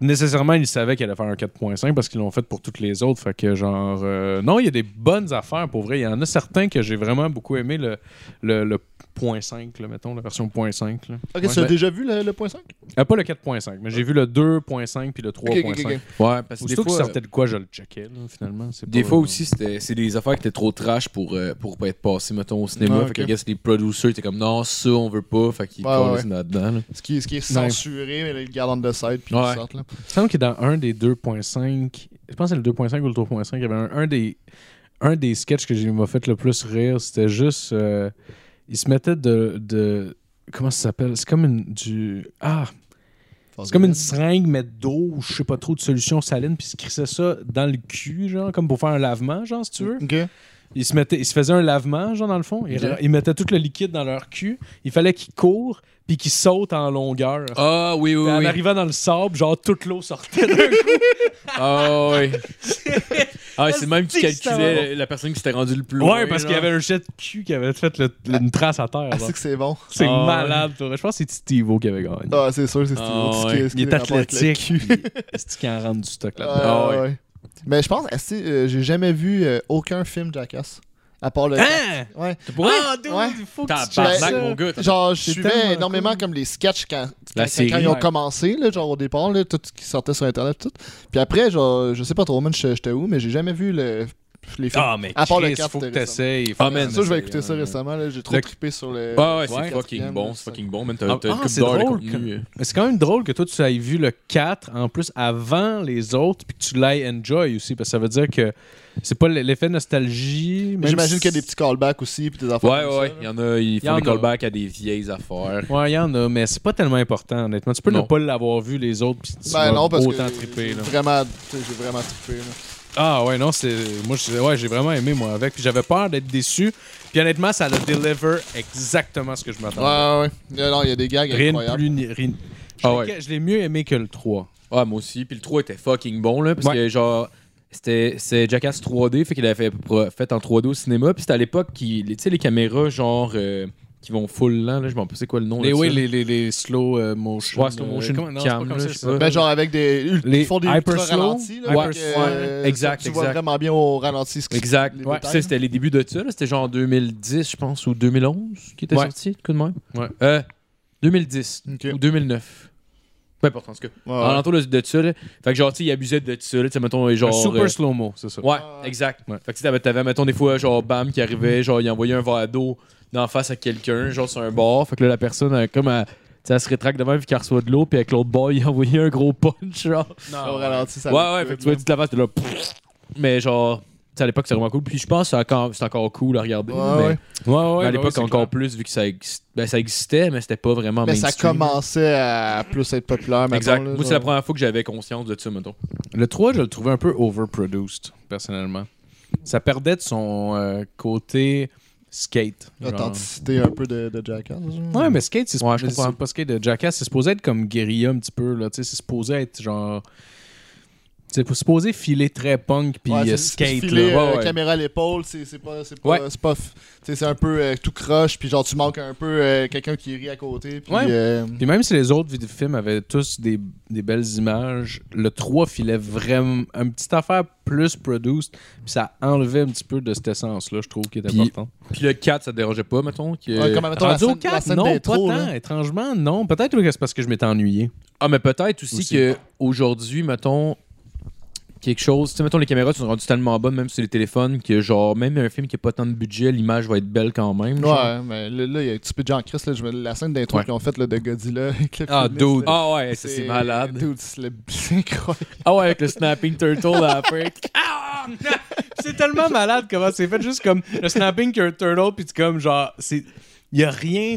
[SPEAKER 5] nécessairement, ils savaient qu'ils allaient faire un 4.5 parce qu'ils l'ont fait pour toutes les autres, fait que genre, euh, non, il y a des bonnes affaires, pour vrai, il y en a certains que j'ai vraiment beaucoup aimé, le, le, le point 5, là, mettons, la version point 5, là.
[SPEAKER 4] Ok,
[SPEAKER 5] Ouais.
[SPEAKER 4] tu as
[SPEAKER 5] Ben-
[SPEAKER 4] déjà vu le, le point 5?
[SPEAKER 5] Ah, pas le 4.5, mais j'ai vu le 2.5 puis le 3.5.
[SPEAKER 3] Ouais, parce que des
[SPEAKER 5] Aussitôt qu'il
[SPEAKER 3] fois... euh,
[SPEAKER 5] sortait de quoi, je le checkais, là, finalement. C'est
[SPEAKER 3] Des
[SPEAKER 5] pas-
[SPEAKER 3] fois aussi, c'était- c'est des affaires qui étaient trop trash pour, euh, pour pas être passées, mettons, au cinéma.
[SPEAKER 4] Ah,
[SPEAKER 3] Fait
[SPEAKER 4] ok.
[SPEAKER 3] que, I guess, les producers étaient comme, non, ça, on veut pas. Fait qu'ils
[SPEAKER 4] Ouais,
[SPEAKER 3] collent
[SPEAKER 4] ouais.
[SPEAKER 3] là-dedans. là.
[SPEAKER 4] Ce qui, ce qui est censuré, mais là, ils le gardent on the side, puis
[SPEAKER 3] Ouais.
[SPEAKER 4] ils sortent là.
[SPEAKER 5] Il me semble que dans un des 2.5, je pense que c'est le 2.5 ou le 3.5, il y avait un, un des, un des sketchs que j'ai m'a fait le plus rire. C'était juste. euh, il se mettait de. de comment ça s'appelle C'est comme une. Du, ah C'est comme une seringue, mais d'eau, je sais pas trop, de solution saline, puis il se crissait ça dans le cul, genre, comme pour faire un lavement, genre, si tu veux.
[SPEAKER 4] Ok.
[SPEAKER 5] Ils se, mettaient, ils se faisaient un lavement, genre, dans le fond. Ils,
[SPEAKER 3] Ok.
[SPEAKER 5] ils mettaient tout le liquide dans leur cul. Il fallait qu'ils courent, puis qu'ils sautent en longueur.
[SPEAKER 3] Ah oui,
[SPEAKER 5] Puis
[SPEAKER 3] oui,
[SPEAKER 5] en
[SPEAKER 3] oui.
[SPEAKER 5] arrivant dans le sable, genre, toute l'eau sortait d'un coup.
[SPEAKER 3] Ah oui. Ah, c'est le même qui
[SPEAKER 5] Asti que c'était
[SPEAKER 3] calculait la personne qui s'était rendue le plus loin.
[SPEAKER 5] Ouais, parce qu'il y avait un jet de cul qui avait fait le- le- une trace à terre.
[SPEAKER 4] Ah,
[SPEAKER 5] genre.
[SPEAKER 4] c'est que c'est bon.
[SPEAKER 5] C'est
[SPEAKER 3] Ah,
[SPEAKER 5] malade, pour vrai. Je pense que c'est Steve-O qui avait gagné.
[SPEAKER 4] Ah, c'est sûr, c'est Steve.
[SPEAKER 3] Ah,
[SPEAKER 4] Tout ce qui-
[SPEAKER 3] ouais.
[SPEAKER 4] ce qui
[SPEAKER 5] Il est
[SPEAKER 4] est rapport avec le
[SPEAKER 5] athlétique.
[SPEAKER 4] cul.
[SPEAKER 5] puis C'est-tu qui en rentre du stock là-dedans?
[SPEAKER 3] Ah ouais.
[SPEAKER 4] Ah, ouais. Mais je pense, est-ce que, euh, j'ai jamais vu euh, aucun film Jackass. À part le.
[SPEAKER 5] Hein?
[SPEAKER 4] Ouais.
[SPEAKER 5] Ah, dude,
[SPEAKER 4] Ouais.
[SPEAKER 5] il faut que tu checkes
[SPEAKER 3] Tabarnak,
[SPEAKER 5] ça.
[SPEAKER 3] mon gars. t'as-
[SPEAKER 4] Genre, je
[SPEAKER 5] C'est
[SPEAKER 4] suivais
[SPEAKER 5] tellement
[SPEAKER 4] énormément
[SPEAKER 5] cool.
[SPEAKER 4] comme les sketchs quand,
[SPEAKER 3] La
[SPEAKER 4] quand-
[SPEAKER 3] série,
[SPEAKER 4] quand ils ont
[SPEAKER 5] ouais.
[SPEAKER 4] commencé, là, genre au départ, là, tout ce qui sortait sur Internet, tout. Puis après, genre, je sais pas trop, man, je- j'étais où, mais j'ai jamais vu le les films.
[SPEAKER 5] Ah, mais
[SPEAKER 4] À part le
[SPEAKER 5] Chris,
[SPEAKER 4] quatre,
[SPEAKER 5] faut que
[SPEAKER 4] t'es
[SPEAKER 5] t'essayes.
[SPEAKER 3] Ah, man,
[SPEAKER 5] mais
[SPEAKER 4] ça, je vais écouter ça récemment. là, J'ai trop
[SPEAKER 5] Le-
[SPEAKER 4] trippé sur le.
[SPEAKER 3] Ah ouais,
[SPEAKER 5] Ouais.
[SPEAKER 3] c'est fucking
[SPEAKER 4] Quatrième,
[SPEAKER 3] bon,
[SPEAKER 4] là,
[SPEAKER 3] c'est
[SPEAKER 4] ça-
[SPEAKER 3] fucking bon, man. T'as
[SPEAKER 5] Ah,
[SPEAKER 3] t'as une
[SPEAKER 5] ah,
[SPEAKER 3] coupe
[SPEAKER 5] c'est
[SPEAKER 3] d'heure de
[SPEAKER 5] drôle
[SPEAKER 3] contenu. euh.
[SPEAKER 5] Mais c'est quand même drôle que toi, tu aies vu le 4 en plus avant les autres, puis que tu l'ailles enjoy aussi, parce que ça veut dire que c'est pas l'effet nostalgie.
[SPEAKER 4] Mais
[SPEAKER 5] même
[SPEAKER 4] J'imagine
[SPEAKER 5] si-
[SPEAKER 4] qu'il y a des petits callbacks aussi, puis des affaires.
[SPEAKER 3] Ouais,
[SPEAKER 4] comme
[SPEAKER 3] ouais,
[SPEAKER 4] ça,
[SPEAKER 3] il y
[SPEAKER 4] là.
[SPEAKER 3] en a, ils
[SPEAKER 5] Y en
[SPEAKER 3] font des
[SPEAKER 5] a.
[SPEAKER 3] callbacks à des vieilles affaires.
[SPEAKER 5] Ouais, il y en a, mais c'est pas tellement important, honnêtement. Tu peux
[SPEAKER 3] Non.
[SPEAKER 5] ne pas l'avoir vu les autres, puis tu vas
[SPEAKER 4] Ben non, parce
[SPEAKER 5] autant
[SPEAKER 4] que.
[SPEAKER 5] triper.
[SPEAKER 4] j'ai
[SPEAKER 5] là.
[SPEAKER 4] Vraiment, tu sais, j'ai vraiment trippé. là.
[SPEAKER 5] Ah ouais, non, c'est. Moi, je- ouais, j'ai vraiment aimé, moi, avec. Puis j'avais peur d'être déçu. Puis honnêtement, ça le deliver exactement ce que je m'attendais.
[SPEAKER 4] Ouais, ouais. Non, il y a des gags
[SPEAKER 5] Rien de
[SPEAKER 4] incroyables.
[SPEAKER 5] plus. ni- rien- Je
[SPEAKER 3] Ah ouais.
[SPEAKER 5] l'ai- je l'ai mieux aimé que le 3.
[SPEAKER 3] Ah, moi aussi. Puis le 3 était fucking bon, là. Parce
[SPEAKER 5] Ouais.
[SPEAKER 3] que, genre, c'était c'est Jackass 3D, fait qu'il avait fait, pro- fait en 3D au cinéma. Puis c'était à l'époque, qui, les- tu sais, les caméras, genre, euh, qui vont full lent, là. Je m'en sais quoi le nom.
[SPEAKER 5] Les,
[SPEAKER 3] là,
[SPEAKER 5] oui,
[SPEAKER 3] ça.
[SPEAKER 5] les, les, les slow euh, motion.
[SPEAKER 3] Ouais, slow motion
[SPEAKER 5] comment- non, c'est
[SPEAKER 3] cam,
[SPEAKER 5] pas comme
[SPEAKER 3] là,
[SPEAKER 5] ça,
[SPEAKER 3] je sais
[SPEAKER 5] c'est
[SPEAKER 3] pas.
[SPEAKER 5] ça.
[SPEAKER 4] Ben, genre avec des.
[SPEAKER 5] Les
[SPEAKER 4] Ils font des
[SPEAKER 5] hyper
[SPEAKER 4] ultra
[SPEAKER 5] slow,
[SPEAKER 4] ralentis. là,
[SPEAKER 5] hyper
[SPEAKER 4] fait que,
[SPEAKER 5] slow.
[SPEAKER 4] euh,
[SPEAKER 3] Exact,
[SPEAKER 4] Tu vois
[SPEAKER 3] exact.
[SPEAKER 4] vraiment bien au ralenti ce qui
[SPEAKER 3] Exact.
[SPEAKER 4] les
[SPEAKER 3] Ouais. Puis
[SPEAKER 4] détails,
[SPEAKER 3] ça, c'était les débuts de ça, là. C'était genre 2010, je pense, ou 2011 qui était
[SPEAKER 5] Ouais.
[SPEAKER 3] sorti, coup de main.
[SPEAKER 4] Ben,
[SPEAKER 5] Ouais.
[SPEAKER 3] Euh, 2010
[SPEAKER 4] Ok.
[SPEAKER 3] ou 2009. Peu importe, en tout cas.
[SPEAKER 4] Ouais,
[SPEAKER 3] En
[SPEAKER 4] ouais.
[SPEAKER 3] Ah, l'entour de, de ça, là. Fait que, genre, tu sais, il abusait de ça, là. Tu sais, mettons, genre.
[SPEAKER 5] Un super
[SPEAKER 3] euh,
[SPEAKER 5] slow-mo, c'est ça.
[SPEAKER 3] Ouais,
[SPEAKER 4] Ouais.
[SPEAKER 3] exact.
[SPEAKER 5] Ouais.
[SPEAKER 3] Fait que tu sais, t'avais- t'avais, mettons, des fois, genre, Bam qui arrivait, genre, il envoyait un verre d'eau d'en face à quelqu'un, genre, sur un bord. Fait que là, la personne, elle, comme, elle, tu sais, elle se rétracte devant, puis qu'elle reçoit de l'eau, puis avec l'autre bord, il envoyait un gros punch, genre.
[SPEAKER 4] Au ralenti, ça
[SPEAKER 3] ouais,
[SPEAKER 4] va
[SPEAKER 3] ouais,
[SPEAKER 4] plus,
[SPEAKER 3] fait que tu vois
[SPEAKER 4] là.
[SPEAKER 3] toute la face, t'es là, pfff. Mais genre, tu sais, à l'époque, c'est vraiment cool. Puis je pense que c'est encore, c'est encore cool à regarder. mais
[SPEAKER 4] Ouais, ouais.
[SPEAKER 5] Ouais, ouais,
[SPEAKER 3] mais à
[SPEAKER 5] bah
[SPEAKER 3] l'époque,
[SPEAKER 5] oui, c'est
[SPEAKER 3] encore
[SPEAKER 5] clair.
[SPEAKER 3] plus, vu que ça, exi- ben, ça existait, mais c'était pas vraiment
[SPEAKER 4] Mais ça
[SPEAKER 3] mainstream.
[SPEAKER 4] commençait à plus être populaire. mettons,
[SPEAKER 3] Exact.
[SPEAKER 4] là,
[SPEAKER 3] Moi,
[SPEAKER 4] genre.
[SPEAKER 3] c'est la première fois que j'avais conscience de ça, mettons.
[SPEAKER 5] Le 3, je le trouvais un peu overproduced, personnellement. Ça perdait de son euh, côté skate. genre.
[SPEAKER 4] L'authenticité un peu de, de Jackass. genre.
[SPEAKER 5] Ouais, mais skate, c'est
[SPEAKER 3] Ouais, je
[SPEAKER 5] supposé,
[SPEAKER 3] comprends.
[SPEAKER 5] c'est pas skate de Jackass, c'est supposé être comme guérilla un petit peu, là, tu sais, c'est supposé être genre... C'est pas- supposé filer très punk puis
[SPEAKER 4] Ouais,
[SPEAKER 5] euh,
[SPEAKER 4] c'est- c'est
[SPEAKER 5] skate,
[SPEAKER 4] filé,
[SPEAKER 5] là. Ouais,
[SPEAKER 4] euh,
[SPEAKER 5] ouais.
[SPEAKER 4] caméra à l'épaule, c'est c'est pas c'est pas
[SPEAKER 5] Ouais.
[SPEAKER 4] c'est pas f- tu sais, c'est un peu euh, tout croche puis genre tu manques un peu euh, quelqu'un qui rit à côté puis
[SPEAKER 5] Ouais.
[SPEAKER 4] euh,
[SPEAKER 5] Puis même si les autres vid- films avaient tous des, des belles images, le 3 filait vraiment un petite affaire plus produced, puis ça enlevait un petit peu de cette essence-là, je trouve, qui est
[SPEAKER 3] Puis-
[SPEAKER 5] importante.
[SPEAKER 3] Puis le 4, ça te dérangeait pas, mettons. que-
[SPEAKER 4] ouais, comme mettons, la
[SPEAKER 5] Rendu au
[SPEAKER 4] scène, la
[SPEAKER 5] 4,
[SPEAKER 4] scène
[SPEAKER 5] non, pas
[SPEAKER 4] d'intro,
[SPEAKER 5] tant,
[SPEAKER 4] là.
[SPEAKER 5] étrangement, non. Peut-être que c'est parce que je m'étais ennuyé.
[SPEAKER 3] Ah, mais peut-être aussi,
[SPEAKER 5] Aussi.
[SPEAKER 3] que aujourd'hui, mettons, quelque chose. Tu sais, mettons, les caméras sont rendues tellement bonnes, même sur les téléphones, que genre, même un film qui n'a pas tant de budget, l'image va être belle quand même. genre.
[SPEAKER 4] Ouais, mais là, là, il y a un petit peu de Jean Christ, là, je me- la scène d'intro
[SPEAKER 3] Ouais.
[SPEAKER 4] qu'ils ont faite là, de Godzilla. avec le
[SPEAKER 5] Ah,
[SPEAKER 4] pénis,
[SPEAKER 5] dude.
[SPEAKER 4] là,
[SPEAKER 3] Ah ouais, ça, c'est malade.
[SPEAKER 4] dude, c'est le- c'est incroyable.
[SPEAKER 3] Ah ouais, avec le Snapping Turtle à la fin.
[SPEAKER 5] c'est tellement malade comment c'est fait. Juste comme le snapping qu'un turtle, puis tu comme genre. c'est Il n'y a rien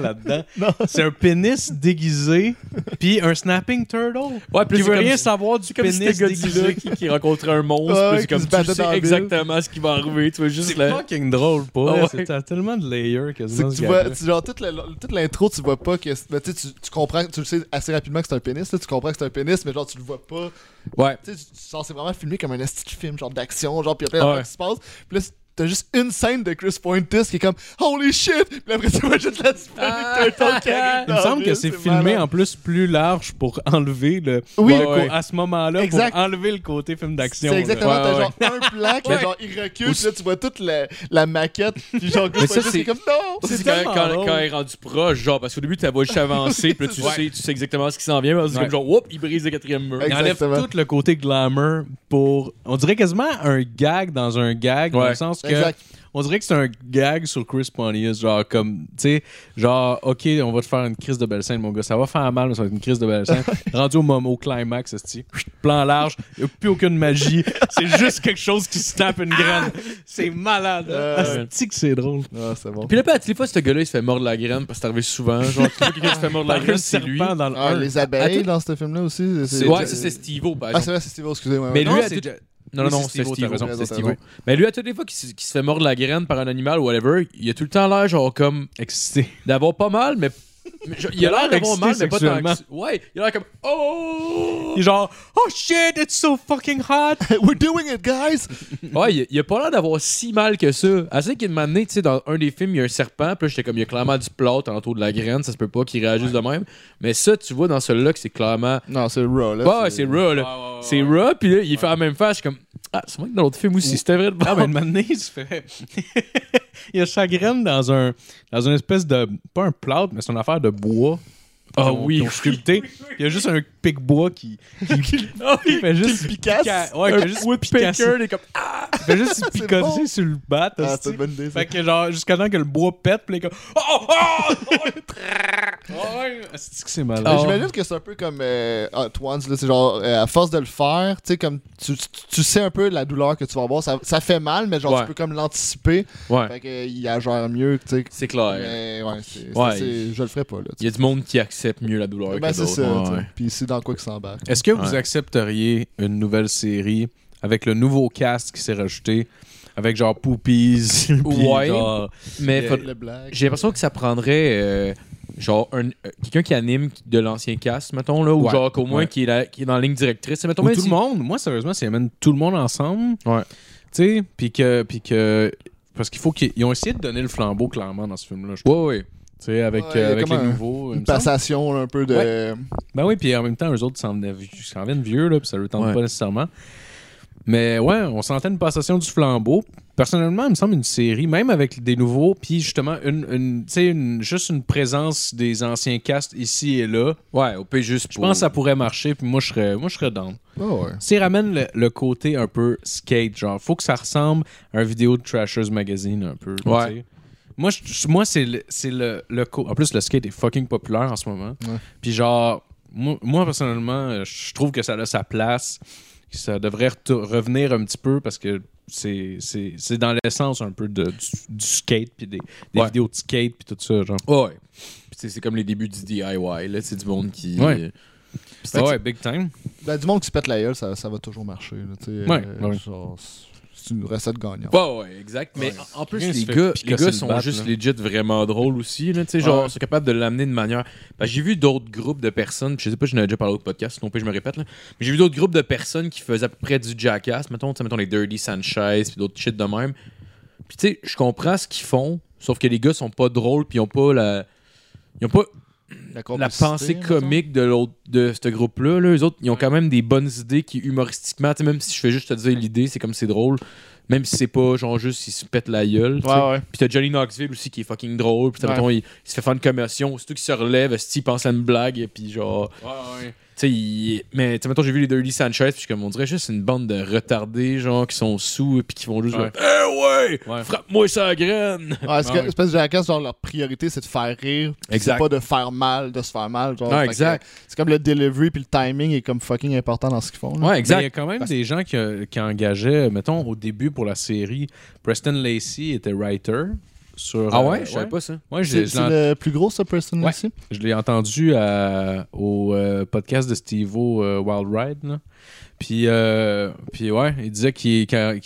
[SPEAKER 5] là-dedans. C'est un pénis déguisé, puis un snapping turtle.
[SPEAKER 3] Ouais, puis
[SPEAKER 5] Qui
[SPEAKER 3] c'est
[SPEAKER 5] veut
[SPEAKER 3] comme
[SPEAKER 5] rien
[SPEAKER 3] si-
[SPEAKER 5] savoir du
[SPEAKER 3] Comme si
[SPEAKER 5] pénis
[SPEAKER 3] c'était Godzilla
[SPEAKER 5] déguisé.
[SPEAKER 3] qui, qui rencontrait un monstre, puis
[SPEAKER 4] Ouais, qui
[SPEAKER 3] c'est comme
[SPEAKER 4] se battait
[SPEAKER 3] tu
[SPEAKER 4] dans la
[SPEAKER 3] sais
[SPEAKER 4] ville.
[SPEAKER 3] exactement ce qui va arriver, tu vois juste
[SPEAKER 5] C'est
[SPEAKER 3] le...
[SPEAKER 5] fucking drôle, pas?
[SPEAKER 3] Ah ouais.
[SPEAKER 5] C'est- T'as tellement de layers
[SPEAKER 4] C'est
[SPEAKER 5] quasiment.
[SPEAKER 4] que
[SPEAKER 5] ce
[SPEAKER 4] tu vois,
[SPEAKER 5] gars-là.
[SPEAKER 4] tu- genre, toute la- toute l'intro, tu vois pas que. c'est- ben, tu, sais, tu- tu comprends, tu le sais assez rapidement que c'est un pénis, là, tu comprends que c'est un pénis, mais genre, tu le vois pas.
[SPEAKER 3] Ouais.
[SPEAKER 4] Tu sais, tu- tu- genre, c'est vraiment filmé comme un esti de film, genre d'action, genre, pis après,
[SPEAKER 3] Ouais.
[SPEAKER 4] qui se passe. Puis là, t'as juste une scène de Chris Pointis qui est comme Holy shit! Puis après, tu vois juste la Titanic Turtle qui arrive
[SPEAKER 5] Ah. Il me
[SPEAKER 4] dans
[SPEAKER 5] semble
[SPEAKER 4] la
[SPEAKER 5] que
[SPEAKER 4] ville,
[SPEAKER 5] c'est filmé
[SPEAKER 4] malade.
[SPEAKER 5] en plus plus large pour enlever le.
[SPEAKER 4] Oui.
[SPEAKER 5] le co-
[SPEAKER 3] Ouais.
[SPEAKER 5] à ce moment-là, pour
[SPEAKER 4] Exact.
[SPEAKER 5] enlever le côté film d'action.
[SPEAKER 4] C'est
[SPEAKER 5] là.
[SPEAKER 4] exactement,
[SPEAKER 3] Ouais,
[SPEAKER 4] t'as
[SPEAKER 3] ouais.
[SPEAKER 4] genre un plan, que genre il recule, puis là tu vois toute la, la maquette, puis genre Chris
[SPEAKER 3] Mais ça,
[SPEAKER 4] Pointis qui
[SPEAKER 3] c'est-
[SPEAKER 4] est comme non!
[SPEAKER 3] Ça, C'est
[SPEAKER 5] C'est
[SPEAKER 3] quand,
[SPEAKER 5] tellement
[SPEAKER 3] quand-
[SPEAKER 5] drôle.
[SPEAKER 3] quand elle est rendue proche, genre, parce qu'au début, tu la vois juste avancer, puis là, tu,
[SPEAKER 4] Ouais.
[SPEAKER 3] sais, tu sais exactement ce qui s'en vient, mais c'est
[SPEAKER 5] Ouais.
[SPEAKER 3] comme genre, whoop, il brise le quatrième mur.
[SPEAKER 5] Il enlève
[SPEAKER 4] Exactement.
[SPEAKER 5] tout le côté glamour pour. On dirait quasiment un gag dans un gag, dans
[SPEAKER 3] Ouais.
[SPEAKER 5] le sens que.
[SPEAKER 4] Exact.
[SPEAKER 5] On dirait que c'est un gag sur Chris Pontius, genre comme, tu sais, genre, ok, on va te faire une crise de belle scène, mon gars, ça va faire mal, mais ça va être une crise de belle scène. Rendu au, moment- au climax, esti, plan large, y a plus aucune magie, c'est juste quelque chose qui se tape une graine. C'est malade.
[SPEAKER 4] Euh.
[SPEAKER 5] Esti que c'est drôle.
[SPEAKER 4] Ah, c'est bon.
[SPEAKER 3] Puis là, à toutes les fois, ce gars-là, il se fait mordre la graine parce que c'est arrivé souvent. Genre, tu vois quelqu'un qui se fait mordre la
[SPEAKER 5] Par un
[SPEAKER 3] graine, c'est lui.
[SPEAKER 5] serpent dans le
[SPEAKER 4] Ah,
[SPEAKER 5] un.
[SPEAKER 4] les abeilles
[SPEAKER 3] Attends.
[SPEAKER 4] dans ce film-là aussi.
[SPEAKER 3] C'est- Ouais, ça, c'est Steve-O, par
[SPEAKER 4] Ah, c'est
[SPEAKER 3] exemple.
[SPEAKER 4] vrai, c'est Steve, excusez-moi.
[SPEAKER 3] Mais
[SPEAKER 5] Non,
[SPEAKER 3] lui, à
[SPEAKER 5] c'est
[SPEAKER 3] toutes-
[SPEAKER 5] Ja-
[SPEAKER 3] Non,
[SPEAKER 5] oui,
[SPEAKER 3] non, non, c'est
[SPEAKER 5] c'est Steve-O,
[SPEAKER 3] Steve-O.
[SPEAKER 5] t'as raison,
[SPEAKER 3] c'est
[SPEAKER 4] t'as
[SPEAKER 3] Steve-O.
[SPEAKER 4] raison.
[SPEAKER 3] Mais lui, à toutes les fois qu'il se, qu'il se fait mordre la graine par un animal ou whatever, il a tout le temps l'air, genre, comme,
[SPEAKER 5] Excité.
[SPEAKER 3] d'avoir pas mal, mais. mais genre, il a l'air d'avoir
[SPEAKER 5] excité
[SPEAKER 3] mal, mais pas tant que
[SPEAKER 5] sexuellement.
[SPEAKER 3] ça. Ouais, il a l'air comme, oh!
[SPEAKER 5] Il est genre, oh shit, it's so fucking hot.
[SPEAKER 4] We're doing it, guys!
[SPEAKER 3] Ouais, il, il a pas l'air d'avoir si mal que ça. À ça qu'il m'a amené, tu sais, dans un des films, il y a un serpent, puis là, j'étais comme, il y a clairement du plâtre autour de la graine, ça se peut pas qu'il réagisse de même. Mais ça, tu vois, dans celui-là, que c'est clairement.
[SPEAKER 4] Non, c'est raw, là.
[SPEAKER 3] Ouais, ouais, c'est raw, là.
[SPEAKER 5] ouais, ouais,
[SPEAKER 3] c'est raw, puis là, il fait la même face, je suis comme, ah, c'est vrai que dans l'autre film aussi, c'était vrai de
[SPEAKER 5] Ah,
[SPEAKER 3] bon.
[SPEAKER 5] mais le matin, il se fait. il a sa graine dans un. Dans une espèce de. Pas un plâtre, mais c'est une affaire de bois Ah
[SPEAKER 3] ont-
[SPEAKER 5] oui,
[SPEAKER 3] qui ont
[SPEAKER 5] sculpté. Il y a juste un pic bois qui. qui il fait juste.
[SPEAKER 4] picasse.
[SPEAKER 5] pica- Ouais, qui a juste picassé.
[SPEAKER 3] Woodpecker, il est comme.
[SPEAKER 5] Il ah! fait juste picasser
[SPEAKER 4] bon.
[SPEAKER 5] sur le bat.
[SPEAKER 4] Ah,
[SPEAKER 5] hostie.
[SPEAKER 4] c'est une bonne idée. ça.
[SPEAKER 5] Fait que genre, jusqu'à temps que le bois pète, pis les gars. Oh, oh, oh, oh, ouais, c'est que c'est malade.
[SPEAKER 3] Oh.
[SPEAKER 4] Mais J'imagine que c'est un peu comme euh, Hot Ones, là, c'est genre euh, à force de le faire, tu sais comme tu, tu- tu sais un peu la douleur que tu vas avoir, ça, ça fait mal mais genre
[SPEAKER 3] Ouais.
[SPEAKER 4] tu peux comme l'anticiper,
[SPEAKER 3] Ouais,
[SPEAKER 4] fait que euh, il agère mieux, tu sais.
[SPEAKER 3] c'est clair.
[SPEAKER 4] Mais ouais, c'est- c'est-
[SPEAKER 3] Ouais.
[SPEAKER 4] c'est- je le ferais pas là. tu
[SPEAKER 3] Il y a du monde qui accepte mieux la douleur
[SPEAKER 4] sais.
[SPEAKER 3] que
[SPEAKER 4] Ben c'est
[SPEAKER 3] d'autres.
[SPEAKER 4] ça, tu
[SPEAKER 3] Ouais,
[SPEAKER 4] sais.
[SPEAKER 3] ouais.
[SPEAKER 4] puis c'est dans quoi qu'il s'embarque.
[SPEAKER 5] Est-ce que vous
[SPEAKER 3] Ouais.
[SPEAKER 5] accepteriez une nouvelle série avec le nouveau cast qui s'est rajouté, avec genre Poopies, pis
[SPEAKER 3] Ouais.
[SPEAKER 5] genre-
[SPEAKER 3] Mais
[SPEAKER 5] Le-
[SPEAKER 3] faut-
[SPEAKER 4] Le blague.
[SPEAKER 3] j'ai l'impression que ça prendrait euh, genre un- euh, quelqu'un qui anime de l'ancien cast, mettons là, ou
[SPEAKER 5] Ouais.
[SPEAKER 3] genre qu'au moins
[SPEAKER 5] Ouais.
[SPEAKER 3] qui, est la- qui est dans la ligne directrice. Mettons
[SPEAKER 5] Ou
[SPEAKER 3] même
[SPEAKER 5] tout
[SPEAKER 3] si-
[SPEAKER 5] le monde. Moi, sérieusement, c'est amène tout le monde ensemble.
[SPEAKER 3] Ouais.
[SPEAKER 5] Tu sais, puis que, puis que. Parce qu'il faut qu'ils ils ont essayé de donner le flambeau clairement dans ce film-là. je trouve.
[SPEAKER 3] Ouais, ouais.
[SPEAKER 5] Tu sais, avec,
[SPEAKER 4] Ouais,
[SPEAKER 5] euh,
[SPEAKER 4] il y a
[SPEAKER 5] avec
[SPEAKER 4] comme
[SPEAKER 5] les
[SPEAKER 4] un-
[SPEAKER 5] nouveaux. il
[SPEAKER 4] une
[SPEAKER 5] me semble.
[SPEAKER 4] passation là, un peu de
[SPEAKER 5] Ben oui, puis en même temps, eux autres s'en venaient- ils s'en viennent vieux, là, puis ça ne tente
[SPEAKER 3] Ouais.
[SPEAKER 5] pas nécessairement. Mais ouais, on sentait une passation du flambeau. Personnellement, il me semble une série, même avec des nouveaux, puis justement, une, une, tu sais, une- juste une présence des anciens castes ici et là.
[SPEAKER 3] Ouais, au pays juste
[SPEAKER 5] Je pense que ça pourrait marcher, puis moi, je serais, moi, je serais down.
[SPEAKER 4] Oh, ouais.
[SPEAKER 5] S'ils ramènent le, le côté un peu skate, genre, faut que ça ressemble à une vidéo de Trashers Magazine un peu. tu
[SPEAKER 3] Ouais.
[SPEAKER 5] sais. Moi, je- moi c'est le, c'est le, le co- En plus, le skate est fucking populaire en ce moment.
[SPEAKER 4] Ouais.
[SPEAKER 5] Puis genre, moi, moi, personnellement, euh, je trouve que ça a sa place. que Ça devrait retou- revenir un petit peu parce que c'est c'est- c'est dans l'essence un peu de, du, du skate, puis des, des
[SPEAKER 3] Ouais.
[SPEAKER 5] vidéos de skate, puis tout ça, genre.
[SPEAKER 3] Ouais. ouais. Puis C'est c'est comme les débuts du DIY, là, c'est du monde qui.
[SPEAKER 5] Ouais.
[SPEAKER 3] Puis c'est-
[SPEAKER 5] Ah ouais, big time.
[SPEAKER 4] Ben, du monde qui se pète la gueule, ça, ça va toujours marcher. Là, tu sais,
[SPEAKER 5] Ouais,
[SPEAKER 4] euh,
[SPEAKER 5] ouais.
[SPEAKER 4] genre, c'est- c'est une recette gagnante.
[SPEAKER 3] Ouais, ouais, exact. Mais
[SPEAKER 5] Ouais.
[SPEAKER 3] en- en plus,
[SPEAKER 5] Quelqu'un
[SPEAKER 3] les
[SPEAKER 5] se fait
[SPEAKER 3] gars, les
[SPEAKER 5] picasser
[SPEAKER 3] gars
[SPEAKER 5] le
[SPEAKER 3] sont
[SPEAKER 5] bat,
[SPEAKER 3] juste
[SPEAKER 5] là.
[SPEAKER 3] legit vraiment drôles aussi. Là, tu sais,
[SPEAKER 4] Ouais.
[SPEAKER 3] genre, ils sont capables de l'amener de manière. Parce que j'ai vu d'autres groupes de personnes, puis je sais pas, je n'ai déjà parlé au podcast, sinon puis je me répète, là. mais j'ai vu d'autres groupes de personnes qui faisaient à peu près du jackass, mettons, tu sais, mettons les Dirty Sanchez, puis d'autres shit de même. Puis tu sais, je comprends ce qu'ils font, sauf que les gars sont pas drôles, puis ils ont pas la. Ils ont pas la
[SPEAKER 4] complicité,
[SPEAKER 3] pensée
[SPEAKER 4] mettons.
[SPEAKER 3] comique de l'autre de ce groupe-là. Là. Eux autres, ils ont quand même des bonnes idées qui, humoristiquement, tu sais, même si je fais juste te dire l'idée, c'est comme c'est drôle. Même si c'est pas genre juste, ils se pètent la gueule. tu sais.
[SPEAKER 1] Ouais, ouais.
[SPEAKER 3] Puis t'as Johnny Knoxville aussi qui est fucking drôle. Puis t'as,
[SPEAKER 1] Ouais.
[SPEAKER 3] mettons, il, il se fait faire une commotion. Surtout qu'il se relève, il pense à une blague. Et puis genre. Tu sais, il- mais tu sais, mettons, j'ai vu les Dirty Sanchez. Puis je suis comme on dirait juste une bande de retardés, genre, qui sont sous. Puis qui vont juste.
[SPEAKER 5] Ouais.
[SPEAKER 3] genre, Eh ouais,
[SPEAKER 5] Ouais.
[SPEAKER 3] Frappe-moi sa graine!
[SPEAKER 4] Ouais, parce
[SPEAKER 5] Ah
[SPEAKER 4] que,
[SPEAKER 5] oui.
[SPEAKER 4] c'est parce que Jackass, genre, leur priorité, c'est de faire rire. puis
[SPEAKER 3] Exact.
[SPEAKER 4] C'est pas de faire mal, de se faire mal. Genre,
[SPEAKER 3] Non,
[SPEAKER 4] Fait que,
[SPEAKER 3] Ah, exact.
[SPEAKER 4] euh, c'est comme le delivery puis le timing est comme fucking important dans ce qu'ils font. là.
[SPEAKER 3] Ouais,
[SPEAKER 5] Mais il y
[SPEAKER 3] Ah, exact.
[SPEAKER 5] a quand même des gens qui, euh, qui engageaient, mettons, au début pour la série, Preston Lacey était writer sur.
[SPEAKER 3] Ah ouais,
[SPEAKER 5] euh,
[SPEAKER 3] je savais pas ça.
[SPEAKER 5] Ouais, je,
[SPEAKER 4] C'est,
[SPEAKER 5] je
[SPEAKER 4] c'est
[SPEAKER 5] l'en-
[SPEAKER 4] le plus gros, ça, Preston
[SPEAKER 5] Ouais.
[SPEAKER 4] ici.
[SPEAKER 5] je l'ai entendu à- au euh, podcast de Steve-O euh, Wild Ride. là. Puis, euh, puis ouais, il disait qu'il qu'il-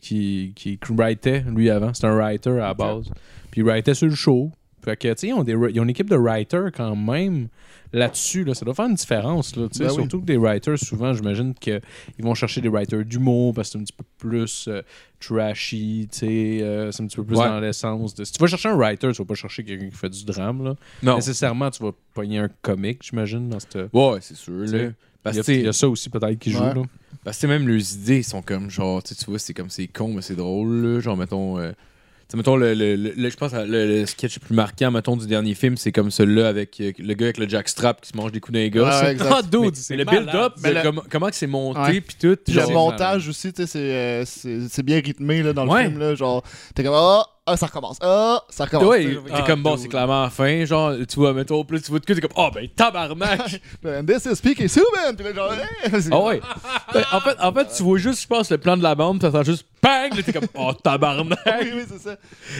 [SPEAKER 5] qu'il- qu'il- qu'il writait, lui, avant. C'était un writer à la base. Puis il writait sur le show. Fait que, tu sais, ils, ont des- ils ont une équipe de writers quand même là-dessus. Là. Ça doit faire une différence, là, tu sais.
[SPEAKER 4] Ben oui.
[SPEAKER 5] Surtout que des writers, souvent, j'imagine qu'ils vont chercher des writers d'humour parce que c'est un petit peu plus euh, trashy, tu sais. euh, c'est un petit peu plus
[SPEAKER 3] Ouais.
[SPEAKER 5] dans l'essence. de- Si tu vas chercher un writer, tu vas pas chercher quelqu'un qui fait du drame, là
[SPEAKER 3] Non.
[SPEAKER 5] nécessairement, tu vas pogner un comique, j'imagine, dans cette.
[SPEAKER 3] Ouais, c'est sûr.
[SPEAKER 5] Tu sais,
[SPEAKER 3] Là.
[SPEAKER 5] Il
[SPEAKER 3] Parce que
[SPEAKER 5] y, a,
[SPEAKER 3] tu sais,
[SPEAKER 5] il y a ça aussi peut-être qui joue.
[SPEAKER 4] Ouais.
[SPEAKER 5] Là.
[SPEAKER 3] Parce que même les idées sont comme genre, tu sais, tu vois, c'est comme c'est con, mais c'est drôle. là. Genre, mettons, euh, tu sais, mettons, le, le- le- le- je pense, à le, le sketch le plus marquant, mettons, du dernier film, c'est comme celui-là avec euh, le gars avec le jackstrap qui se mange des coups d'un
[SPEAKER 4] Ouais,
[SPEAKER 3] gosse.
[SPEAKER 4] ouais, exact.
[SPEAKER 5] dude,
[SPEAKER 3] c'est le build-up,
[SPEAKER 4] Mais
[SPEAKER 3] de
[SPEAKER 4] le-
[SPEAKER 3] comment- comment que c'est monté,
[SPEAKER 4] Ouais.
[SPEAKER 3] puis tout.
[SPEAKER 4] Puis
[SPEAKER 3] genre-
[SPEAKER 4] le montage aussi, tu sais, c'est, euh, c'est, c'est bien rythmé là, dans le
[SPEAKER 3] Ouais.
[SPEAKER 4] film. Là, genre, t'es comme, ah, ah, ça recommence. Ah, ça recommence.
[SPEAKER 3] Ouais,
[SPEAKER 4] Tu sais,
[SPEAKER 3] t'es
[SPEAKER 4] genre,
[SPEAKER 3] comme bon,
[SPEAKER 4] dude.
[SPEAKER 3] c'est clairement la fin. Genre, tu vois, mettons, plus tu vois de cul, t'es comme, oh ben tabarnak!
[SPEAKER 4] And this is PK Subban. Puis là, genre, eh, c'est-
[SPEAKER 3] Ah ouais! Ben, en, fait, en fait, tu vois juste, je pense, le plan de la bande, t'entends juste bang! là, T'es comme, oh tabarnak!
[SPEAKER 4] oui, oui, c'est ça.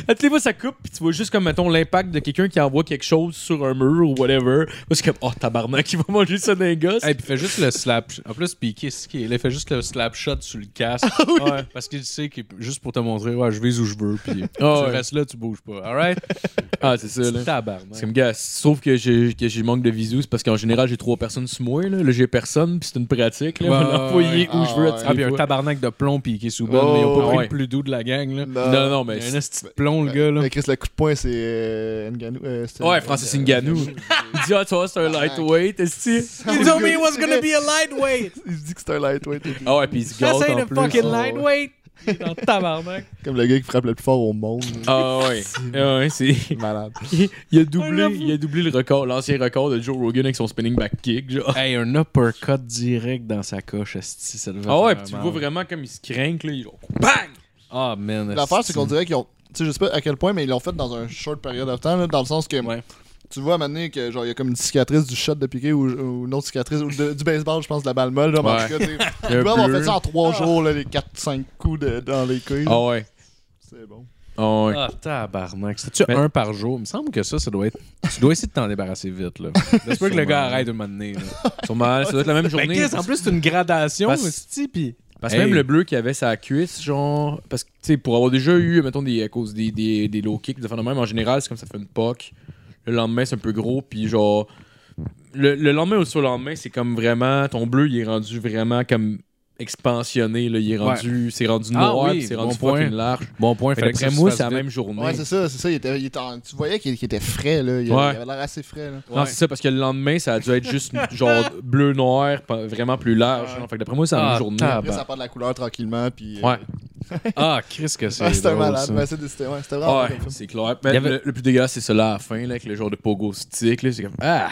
[SPEAKER 3] Ah, Tu les vois, ça coupe, puis tu vois juste comme, mettons, l'impact de quelqu'un qui envoie quelque chose sur un mur ou whatever. Moi, c'est comme, oh, tabarnak, il va manger ça d'un gosse.
[SPEAKER 5] Et puis fait juste le slap. En plus, Piqué, c'est qui est là, il fait juste le slap shot sur le casque. Ouais, Ah parce qu'il sait que juste pour te montrer, ouais, je vise où je veux. Puis
[SPEAKER 3] Ah,
[SPEAKER 5] tu
[SPEAKER 3] ouais.
[SPEAKER 5] restes là, tu bouges pas. Alright?
[SPEAKER 3] ah, c'est ça, là. C'est
[SPEAKER 5] Tabarnak.
[SPEAKER 3] comme, gars, sauf que j'ai que j'ai manque de visu, c'est parce qu'en général, j'ai trois personnes sous moi, là. Là, j'ai personne, puis c'est une pratique, là.
[SPEAKER 5] Ouais,
[SPEAKER 3] On va l'envoyer
[SPEAKER 4] ouais,
[SPEAKER 3] où
[SPEAKER 4] ouais.
[SPEAKER 3] je veux. à
[SPEAKER 4] Ah,
[SPEAKER 3] tous
[SPEAKER 5] Ah,
[SPEAKER 3] les
[SPEAKER 5] puis un
[SPEAKER 3] fois.
[SPEAKER 5] tabarnak de plomb, Piqué sous
[SPEAKER 4] Oh,
[SPEAKER 5] mais ils ont pas pris
[SPEAKER 3] ouais.
[SPEAKER 5] le plus doux de la gang. Là.
[SPEAKER 4] Non.
[SPEAKER 3] Non, non, mais.
[SPEAKER 5] Il y a un
[SPEAKER 3] c'est-
[SPEAKER 5] esti de plomb, le gars. Là.
[SPEAKER 4] Mais Chris, le coup de poing, c'est euh, Ngannou. euh, c'est-
[SPEAKER 3] Ouais, Francis
[SPEAKER 4] euh,
[SPEAKER 3] Ngannou. Il dit, ah, tu vois, c'est un lightweight, est
[SPEAKER 4] You told me it was gonna
[SPEAKER 5] be a lightweight.
[SPEAKER 4] Il se dit que c'est un lightweight. et puis- Oh,
[SPEAKER 3] Ah ouais, puis il se gâte en plus.
[SPEAKER 4] lightweight.
[SPEAKER 5] Il est en tabarnak.
[SPEAKER 4] Comme le gars qui frappe le plus fort au monde.
[SPEAKER 3] Ah ouais. Ah ouais, c'est.
[SPEAKER 4] Malade.
[SPEAKER 3] Il a doublé,
[SPEAKER 5] Ah, j'avoue.
[SPEAKER 3] il a doublé le record, l'ancien record de Joe Rogan avec son spinning back kick, genre.
[SPEAKER 5] hey, un uppercut direct dans sa coche, esti, ça devait
[SPEAKER 3] Ah ouais,
[SPEAKER 5] faire
[SPEAKER 3] puis tu
[SPEAKER 5] mal.
[SPEAKER 3] vois vraiment comme il se crinque, là, il genre, bang!
[SPEAKER 5] Ah, man.
[SPEAKER 4] L'affaire,
[SPEAKER 5] esti.
[SPEAKER 4] c'est qu'on dirait qu'ils ont. Tu sais, je sais pas à quel point, mais ils l'ont fait dans un short période de temps, là, dans le sens que.
[SPEAKER 5] Ouais.
[SPEAKER 4] Tu vois, à un moment donné, que, genre, il y a comme une cicatrice du shot de piqué ou, ou une autre cicatrice ou de- du baseball, je pense, de la balle molle. Là, mais en
[SPEAKER 3] Ouais.
[SPEAKER 4] tout cas, tu sais,
[SPEAKER 3] Il y a un
[SPEAKER 4] ils doivent avoir
[SPEAKER 3] bleu.
[SPEAKER 4] fait ça en trois jours, là, les 4-5 coups de- dans les couilles. là.
[SPEAKER 3] Ah ouais.
[SPEAKER 4] C'est bon.
[SPEAKER 3] Ah ouais.
[SPEAKER 5] Ah, tabarnak. C'est-tu
[SPEAKER 3] Mais-
[SPEAKER 5] un par jour? Il me semble que ça, ça doit être. Tu dois essayer de t'en débarrasser vite, là. Laisse pas que le gars arrête de m'amener, là.
[SPEAKER 3] Sûrement, ça doit être la même
[SPEAKER 5] Ben,
[SPEAKER 3] journée.
[SPEAKER 5] Chris, en plus, c'est une gradation,
[SPEAKER 3] Parce-
[SPEAKER 5] esti, pis.
[SPEAKER 3] Parce que
[SPEAKER 5] Hey.
[SPEAKER 3] même le bleu qui avait sa cuisse, genre. Parce que, tu sais, pour avoir déjà eu, mettons, des, à cause des, des, des low kicks, des affaires de même, en général, c'est comme ça fait une poque. Le lendemain, c'est un peu gros, puis genre. Le, le lendemain ou sur le lendemain, c'est comme vraiment. Ton bleu, il est rendu vraiment comme expansionné, là. Il est
[SPEAKER 5] Ouais.
[SPEAKER 3] rendu. C'est rendu
[SPEAKER 5] Ah
[SPEAKER 3] noir,
[SPEAKER 5] oui,
[SPEAKER 3] puis c'est
[SPEAKER 5] bon
[SPEAKER 3] rendu
[SPEAKER 5] point.
[SPEAKER 3] fucking large.
[SPEAKER 5] Bon point,
[SPEAKER 3] Fait que
[SPEAKER 5] que
[SPEAKER 3] d'après
[SPEAKER 5] ça se
[SPEAKER 3] moi,
[SPEAKER 5] fasse
[SPEAKER 3] c'est la
[SPEAKER 5] vite.
[SPEAKER 3] même journée.
[SPEAKER 4] Ouais, c'est ça, c'est ça. Il était, il était en- tu voyais qu'il qu'il était frais, là. Il,
[SPEAKER 3] Ouais.
[SPEAKER 4] avait- il avait l'air assez frais, là.
[SPEAKER 3] Non, c'est ça, parce que le lendemain, ça a dû être juste genre bleu-noir, pas- vraiment plus large.
[SPEAKER 4] Ouais.
[SPEAKER 3] genre. Fait que d'après moi, c'est la
[SPEAKER 5] Ah,
[SPEAKER 3] même journée.
[SPEAKER 5] tab-
[SPEAKER 4] Après,
[SPEAKER 5] ben.
[SPEAKER 4] ça part de la couleur tranquillement, puis. euh,
[SPEAKER 3] Ouais.
[SPEAKER 5] Ah, Chris, que c'est.
[SPEAKER 4] Ah, c'était un
[SPEAKER 5] drôle,
[SPEAKER 4] malade.
[SPEAKER 5] ça.
[SPEAKER 4] mais c'était c'était- ouais, c'était vraiment
[SPEAKER 3] Ouais,
[SPEAKER 4] bon Ah, comme film.
[SPEAKER 3] c'est clair. Mais
[SPEAKER 5] Il y avait-
[SPEAKER 3] le, le plus dégueulasse, c'est cela à la fin, là, avec le genre de pogo stick. là, C'est comme. Ah!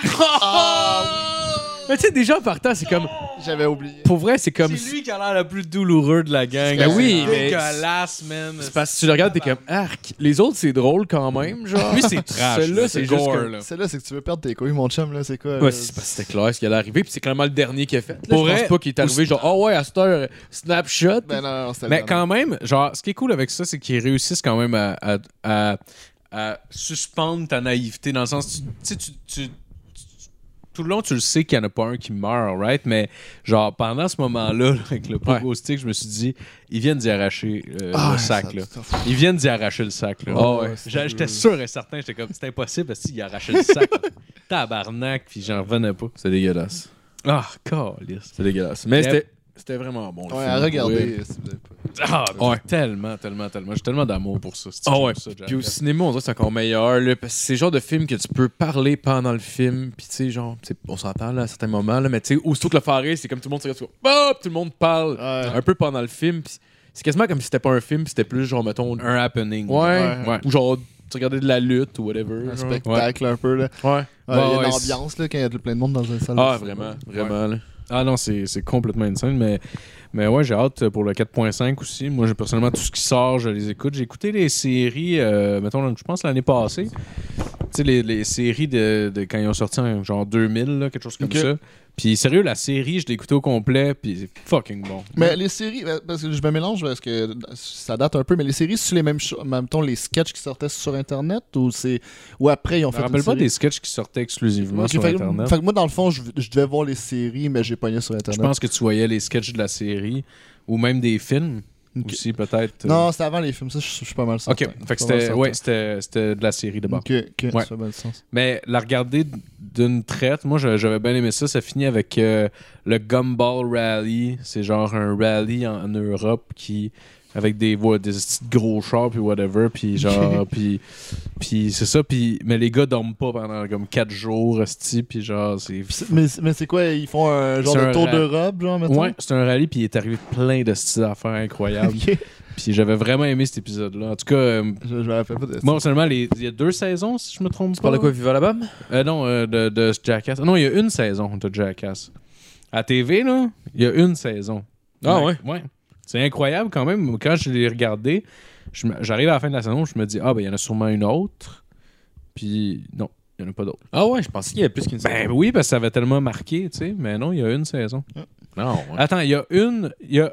[SPEAKER 3] Mais tu sais, déjà en partant, c'est comme.
[SPEAKER 4] J'avais oublié.
[SPEAKER 3] Pour vrai, c'est comme.
[SPEAKER 5] C'est lui qui a l'air le plus douloureux de la gang.
[SPEAKER 4] Ben
[SPEAKER 3] oui,
[SPEAKER 5] C'est
[SPEAKER 3] mais-
[SPEAKER 5] Dégueulasse, man.
[SPEAKER 3] c'est parce que tu le regardes, t'es comme. Arc! Les autres, c'est drôle quand même, genre.
[SPEAKER 5] Lui, c'est trash.
[SPEAKER 3] Celui-là, c'est juste.
[SPEAKER 5] gore,
[SPEAKER 3] comme-
[SPEAKER 5] là.
[SPEAKER 4] Celle-là, c'est que tu veux perdre tes couilles, mon chum, là. C'est quoi?
[SPEAKER 3] Ouais,
[SPEAKER 4] là?
[SPEAKER 3] c'est parce que c'était clair ce qui allait arriver, puis c'est clairement le dernier qu'il a fait. là.
[SPEAKER 5] Pour
[SPEAKER 3] je pense
[SPEAKER 5] vrai,
[SPEAKER 3] pas qu'il est
[SPEAKER 5] ou
[SPEAKER 3] arrivé genre, oh ouais, à cette heure, snapshot.
[SPEAKER 4] Ben non, non, c'était le
[SPEAKER 5] Mais
[SPEAKER 4] dernier.
[SPEAKER 5] quand même, genre, ce qui est cool avec ça, c'est qu'ils réussissent quand même à, à- à- à suspendre ta naïveté. Dans le sens, tu, tu sais, tu- tu- tu- tout le long, tu le sais qu'il n'y en a pas un qui meurt, right? Mais genre, pendant ce moment-là, là, avec le pogo stick, je me suis dit, ils viennent d'y arracher euh,
[SPEAKER 4] Ah,
[SPEAKER 5] le
[SPEAKER 4] ça-
[SPEAKER 5] sac, là.
[SPEAKER 4] ça-
[SPEAKER 5] Ils viennent d'y arracher le sac, là.
[SPEAKER 4] Ah ouais, c'est
[SPEAKER 5] J'a- J'étais
[SPEAKER 4] dur.
[SPEAKER 5] sûr et certain, j'étais comme, c'est impossible parce qu'il a arraché le sac. Tabarnak, puis j'en revenais pas.
[SPEAKER 3] C'est dégueulasse.
[SPEAKER 5] Ah, calice.
[SPEAKER 3] C'est dégueulasse. Mais
[SPEAKER 5] Yep.
[SPEAKER 3] c'était- c'était vraiment bon. le
[SPEAKER 4] Ouais,
[SPEAKER 3] film,
[SPEAKER 4] à
[SPEAKER 3] pour vrai.
[SPEAKER 4] regarder. euh, si vous avez pas-
[SPEAKER 5] Ah,
[SPEAKER 3] Ouais.
[SPEAKER 5] tellement, tellement, tellement. J'ai tellement d'amour pour ça.
[SPEAKER 3] Ah ouais.
[SPEAKER 5] Ça, Jack.
[SPEAKER 3] Puis au cinéma, on dirait que c'est encore meilleur, là, parce que c'est le genre de film que tu peux parler pendant le film, puis tu sais, genre, tu sais, on s'entend là, à certains moments, là, mais tu sais, aussitôt que le phare arrive, c'est comme tout le monde se regarde, tu vois, hop, tout le monde parle
[SPEAKER 4] Ouais.
[SPEAKER 3] un peu pendant le film, puis c'est quasiment comme si c'était pas un film, c'était plus genre, mettons,
[SPEAKER 5] un happening.
[SPEAKER 3] ouais,
[SPEAKER 4] Ouais.
[SPEAKER 3] ou genre, tu regardais de la lutte ou whatever.
[SPEAKER 4] Un
[SPEAKER 3] genre.
[SPEAKER 4] spectacle un peu, là.
[SPEAKER 3] Ouais.
[SPEAKER 4] Ouais, Il y a
[SPEAKER 5] ouais,
[SPEAKER 4] une ambiance, là, quand il y a plein de monde dans un salle.
[SPEAKER 3] Ah, vraiment, vraiment, là.
[SPEAKER 5] Ah non, c'est c'est complètement insane, mais, mais ouais, j'ai hâte pour le 4.5 aussi. Moi, j'ai personnellement, tout ce qui sort, je les écoute. J'ai écouté les séries, euh, mettons, je pense l'année passée. Tu sais, les, les séries de, de quand ils ont sorti en genre 2000, là, quelque chose comme
[SPEAKER 3] Ok.
[SPEAKER 5] ça. Puis sérieux, la série, je l'ai écoutée au complet, puis c'est fucking bon.
[SPEAKER 4] Mais les séries, euh, parce que je me mélange parce que ça date un peu, mais les séries, c'est les mêmes choses, mettons les sketchs qui sortaient sur Internet ou c'est ou après ils ont
[SPEAKER 5] je
[SPEAKER 4] fait
[SPEAKER 5] me
[SPEAKER 4] une
[SPEAKER 5] rappelle pas
[SPEAKER 4] série?
[SPEAKER 5] des sketchs qui sortaient exclusivement
[SPEAKER 4] Ok,
[SPEAKER 5] sur
[SPEAKER 4] fait, que-
[SPEAKER 5] Internet.
[SPEAKER 4] fait que moi dans le fond, je, je devais voir les séries, mais j'ai pogné sur Internet.
[SPEAKER 5] Je pense que tu voyais les sketchs de la série ou même des films
[SPEAKER 4] Ok.
[SPEAKER 5] aussi, peut-être. euh.
[SPEAKER 4] Non, c'était avant les films, ça je, je suis pas mal certain.
[SPEAKER 5] Ok, fait que
[SPEAKER 4] Je suis pas mal
[SPEAKER 5] c'était
[SPEAKER 4] certain.
[SPEAKER 5] ouais, c'était- c'était de la série de bord.
[SPEAKER 4] Ok, ok,
[SPEAKER 5] Ouais.
[SPEAKER 4] ça fait bien le sens.
[SPEAKER 5] Mais la regarder d'une traite, moi je- j'avais bien aimé ça. Ça finit avec euh, le Gumball Rally. C'est genre un rally en, en Europe qui avec des voix des petits gros chars puis whatever puis genre puis puis c'est ça puis mais les gars dorment pas pendant comme 4 jours esti puis genre c'est
[SPEAKER 4] C'est- Mais, mais c'est quoi, ils font un genre
[SPEAKER 5] C'est
[SPEAKER 4] de
[SPEAKER 5] un
[SPEAKER 4] tour
[SPEAKER 5] ra-
[SPEAKER 4] d'Europe, genre maintenant?
[SPEAKER 5] ouais c'est un rallye puis il est arrivé plein de styles d'affaires incroyables
[SPEAKER 4] Ok,
[SPEAKER 5] puis j'avais vraiment aimé cet épisode là en tout cas euh,
[SPEAKER 4] je, je me rappelle pas de ça.
[SPEAKER 5] moi seulement les il y a deux saisons si je me trompe
[SPEAKER 3] Tu
[SPEAKER 5] pas
[SPEAKER 3] parles de quoi, Viva la Bam?
[SPEAKER 5] Euh, non, euh, de, de Jackass. Non, il y a une saison de Jackass. À TV, là, il y a une saison.
[SPEAKER 3] Ah ouais?
[SPEAKER 5] Ouais. C'est incroyable quand même. Quand je l'ai regardé, je me- j'arrive à la fin de la saison, je me dis, ah ben, il y en a sûrement une autre. Puis, non, il n'y en a pas d'autre.
[SPEAKER 3] Ah ouais, je pensais qu'il y avait plus qu'une
[SPEAKER 5] Ben oui, parce que ça avait tellement marqué, tu sais. Mais non, il y a une saison.
[SPEAKER 3] Non, ouais.
[SPEAKER 5] Attends, il y a une. Il y a,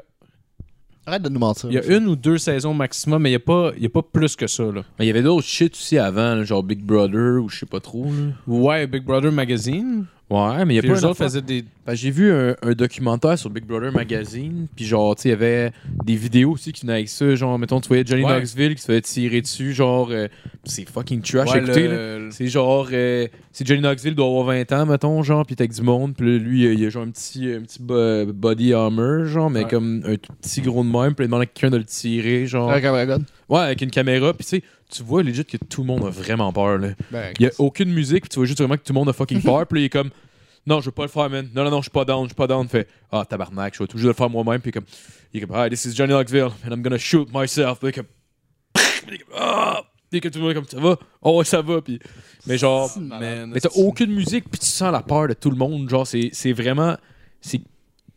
[SPEAKER 4] Arrête de nous mentir.
[SPEAKER 5] il y a une ou deux saisons maximum, mais il n'y a, pas- il y a pas plus que ça, là.
[SPEAKER 3] Mais il y avait d'autres shit aussi avant, là, genre Big Brother ou je sais pas trop, là.
[SPEAKER 5] Ouais, Big Brother Magazine.
[SPEAKER 3] Ouais, mais il y a
[SPEAKER 5] Puis
[SPEAKER 3] pas
[SPEAKER 5] eux
[SPEAKER 3] une
[SPEAKER 5] autres
[SPEAKER 3] affaire-
[SPEAKER 5] faisaient des.
[SPEAKER 3] Ben, j'ai vu un, un documentaire sur Big Brother Magazine, puis genre, tu sais, il y avait des vidéos aussi qui venaient avec ça, genre, mettons, tu voyais Johnny
[SPEAKER 5] Ouais.
[SPEAKER 3] Knoxville qui se faisait tirer dessus, genre, euh, c'est fucking trash,
[SPEAKER 5] Ouais,
[SPEAKER 3] écoutez, là.
[SPEAKER 5] le-
[SPEAKER 3] C'est genre, euh, c'est Johnny Knoxville doit avoir 20 ans, mettons, genre, puis t'es avec du monde, puis là, lui, euh, il a genre un petit, un petit bo- body armor, genre, mais
[SPEAKER 5] Ouais.
[SPEAKER 3] comme un tout petit gros de même, puis il demande à quelqu'un de le tirer, genre,
[SPEAKER 4] Avec un dragon.
[SPEAKER 3] ouais, avec une caméra, puis tu sais, tu vois legit que tout le monde a vraiment peur, là.
[SPEAKER 4] Ben,
[SPEAKER 3] Il y a aucune musique, puis tu vois juste vraiment que tout le monde a fucking peur, puis là, il est comme Non, je veux pas le faire, man. Non, non, non, je suis pas down, je suis pas down. Fait, ah, tabarnak, je vais toujours le faire moi-même. Puis comme, il est comme, ah, this is Johnny Knoxville, and I'm gonna shoot myself. Puis comme, Puis comme, ah! Puis comme tout le monde est comme, ça va? Oh, ouais, ça va. Puis, mais genre,
[SPEAKER 5] Man,
[SPEAKER 3] mais t'as aucune musique, puis tu sens la peur de tout le monde. Genre, c'est c'est vraiment, c'est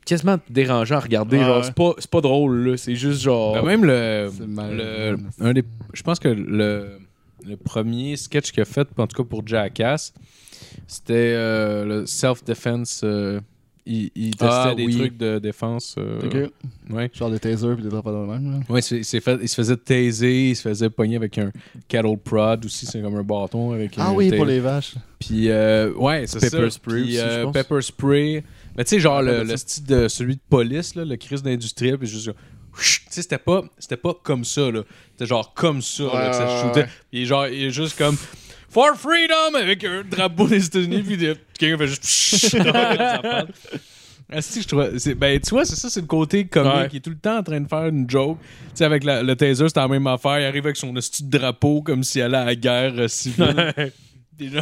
[SPEAKER 3] quasiment dérangeant à regarder.
[SPEAKER 4] Ouais,
[SPEAKER 3] genre,
[SPEAKER 4] ouais.
[SPEAKER 3] c'est pas, c'est pas drôle, là. C'est juste genre.
[SPEAKER 5] Ben, même le,
[SPEAKER 4] C'est mal-
[SPEAKER 5] le- un des, je pense que le, le premier sketch qu'il a fait, en tout cas pour Jackass, c'était euh, le self-defense. euh, il, il testait
[SPEAKER 3] Ah,
[SPEAKER 5] des
[SPEAKER 3] oui.
[SPEAKER 5] trucs de défense. euh,
[SPEAKER 4] Ok.
[SPEAKER 5] ouais.
[SPEAKER 4] Genre des tasers puis des drapeaux de même. là.
[SPEAKER 5] Ouais, c'est- c'est fait- il se faisait taiser, il se faisait pogner avec un cattle prod aussi, c'est comme un bâton avec
[SPEAKER 4] Ah
[SPEAKER 5] un
[SPEAKER 4] oui,
[SPEAKER 5] taser.
[SPEAKER 4] pour les vaches.
[SPEAKER 5] Puis, euh, ouais, c'est ça.
[SPEAKER 3] Pepper spray
[SPEAKER 5] Puis,
[SPEAKER 3] aussi,
[SPEAKER 5] euh,
[SPEAKER 3] je pense.
[SPEAKER 5] Pepper spray. Mais tu sais, genre le,
[SPEAKER 4] Ouais,
[SPEAKER 5] le
[SPEAKER 4] ça.
[SPEAKER 5] style de celui de police, là, le crise d'industrie, puis juste. genre, whoosh, Tu sais, c'était pas, c'était pas comme ça, là. C'était genre comme ça, là, que ça
[SPEAKER 4] Ouais,
[SPEAKER 5] se
[SPEAKER 4] ouais,
[SPEAKER 5] shootait.
[SPEAKER 4] ouais.
[SPEAKER 5] Puis genre, il est juste comme. For freedom! Avec un drapeau des États-Unis, puis de- quelqu'un fait juste. pshhh dans sa face. Asti, je trouvais- c'est- Ben, tu vois, c'est ça, c'est le côté comique.
[SPEAKER 3] Ouais.
[SPEAKER 5] Il est tout le temps en train de faire une joke. Tu sais, avec la- le taser, c'était la même affaire. Il arrive avec son esti de drapeau comme s'il allait à la guerre euh, civile. Des gens-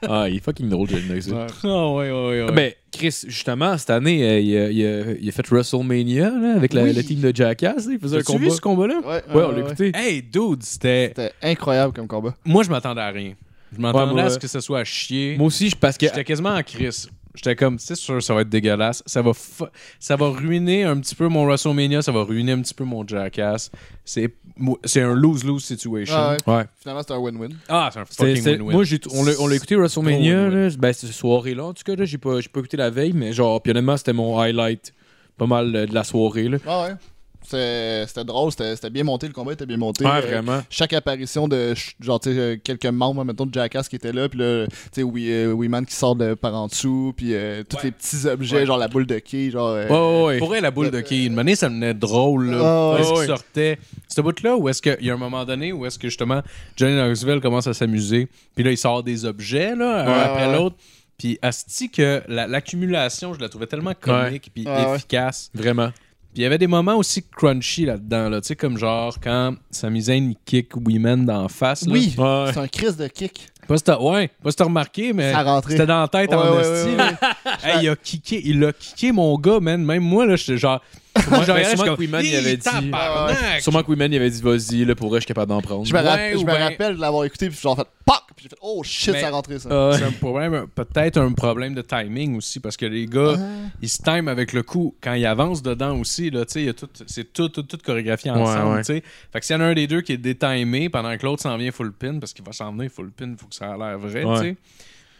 [SPEAKER 3] Ah, il est fucking drôle, Johnny Knoxville.
[SPEAKER 4] Ouais.
[SPEAKER 5] Ah ouais, ouais, ouais. ouais.
[SPEAKER 3] Ben, Chris, justement, cette année, euh, il, a, il a- il a fait WrestleMania là, avec la-
[SPEAKER 4] Oui.
[SPEAKER 3] le team de Jackass. là, Il faisait un
[SPEAKER 5] T'as-tu
[SPEAKER 3] combat.
[SPEAKER 5] vu ce Ah, combat-là?
[SPEAKER 4] Ouais,
[SPEAKER 3] Ouais, on
[SPEAKER 4] ouais,
[SPEAKER 3] l'a
[SPEAKER 4] ouais.
[SPEAKER 3] écouté.
[SPEAKER 5] Hey, dude, c'était.
[SPEAKER 4] C'était incroyable comme combat.
[SPEAKER 5] Moi, je m'attendais à rien. Je m'attendais
[SPEAKER 3] Ouais, moi,
[SPEAKER 5] à ce que ce soit à chier.
[SPEAKER 3] Moi aussi, je- parce que.
[SPEAKER 5] J'étais quasiment en crise. J'étais comme, c'est sûr, ça va être dégueulasse. Ça va, fa- ça va ruiner un petit peu mon WrestleMania. Ça va ruiner un petit peu mon Jackass. C'est moi- c'est un lose-lose situation.
[SPEAKER 4] Ah, ouais.
[SPEAKER 3] Ouais.
[SPEAKER 4] Finalement, c'était un win-win.
[SPEAKER 5] Ah, c'est un
[SPEAKER 3] C'était-
[SPEAKER 5] fucking
[SPEAKER 3] c'était-
[SPEAKER 5] win-win.
[SPEAKER 3] Moi, j'ai- on l'a on l'a écouté WrestleMania,
[SPEAKER 5] Trop win-win.
[SPEAKER 3] là, ben, cette soirée-là, en tout cas, là, j'ai pas, j'ai pas écouté la veille, mais genre, puis honnêtement, c'était mon highlight pas mal euh, de la soirée. Là.
[SPEAKER 4] Ah ouais. C'est- C'était drôle, c'était c'était bien monté, le combat était bien monté.
[SPEAKER 3] Ouais,
[SPEAKER 4] Euh,
[SPEAKER 3] vraiment.
[SPEAKER 4] Chaque apparition de ch- genre tu sais, euh, quelques membres mettons de Jackass qui étaient là puis là tu sais oui Man qui sort de par en dessous puis euh, tous les petits objets
[SPEAKER 5] Ouais.
[SPEAKER 4] genre la boule de quai genre euh,
[SPEAKER 3] Ouais, ouais, ouais.
[SPEAKER 5] Pour elle, la boule de qui, une manière, ça me venait drôle.
[SPEAKER 4] Ah,
[SPEAKER 5] Là,
[SPEAKER 4] ouais.
[SPEAKER 5] Parce qu'il
[SPEAKER 3] Ouais.
[SPEAKER 5] sortait. Ce bout-là, où est-ce qu'il y a un moment donné où est-ce que justement Johnny Knoxville commence à s'amuser, puis là, il sort des objets, là, un
[SPEAKER 4] Ouais,
[SPEAKER 5] après
[SPEAKER 4] ouais.
[SPEAKER 5] l'autre. Puis Asti, que la- l'accumulation, je la trouvais tellement comique puis
[SPEAKER 4] Ouais, ouais.
[SPEAKER 5] efficace.
[SPEAKER 3] Vraiment.
[SPEAKER 5] Puis il y avait des moments aussi crunchy là-dedans, là. Tu sais, comme genre quand Sami Zayn il kick Women dans la face. là.
[SPEAKER 4] oui
[SPEAKER 3] Ouais.
[SPEAKER 4] c'est un crise de kick
[SPEAKER 5] Pas si t'as ouais, pas si t'as remarqué, mais
[SPEAKER 4] Ça a rentré.
[SPEAKER 5] Euh, c'était dans la tête
[SPEAKER 4] Ouais,
[SPEAKER 5] en
[SPEAKER 4] ouais,
[SPEAKER 5] esti,
[SPEAKER 4] ouais,
[SPEAKER 5] là.
[SPEAKER 4] ouais.
[SPEAKER 5] Hey, il a kické, il a kické mon gars, man. Même moi, là, j'étais genre. Moi, j'aurais
[SPEAKER 3] sûrement que Weeman, il avait dit-
[SPEAKER 5] Ah,
[SPEAKER 3] Sûrement que Weeman, il avait dit, vas-y, là, pour vrai, je suis capable d'en prendre.
[SPEAKER 4] je me,
[SPEAKER 5] Ouais,
[SPEAKER 4] rapp-
[SPEAKER 5] ou
[SPEAKER 4] je me
[SPEAKER 5] ben-
[SPEAKER 4] rappelle de l'avoir écouté puis genre fait pac puis j'ai fait oh shit
[SPEAKER 5] Mais-
[SPEAKER 4] ça a rentré ça
[SPEAKER 3] Ah, ouais.
[SPEAKER 5] C'est un problème, peut-être un problème de timing aussi, parce que les gars,
[SPEAKER 4] Ah.
[SPEAKER 5] ils se timent avec le coup. Quand ils avancent dedans aussi, là, tu sais, il y a tout- c'est tout, tout, tout chorégraphié ensemble.
[SPEAKER 3] Ouais, ouais.
[SPEAKER 5] tu sais. Fait que s'il y en a un des deux qui est détimé pendant que l'autre s'en vient full pin, parce qu'il va s'en venir full pin, il faut que ça a l'air vrai,
[SPEAKER 3] Ouais.
[SPEAKER 5] tu sais.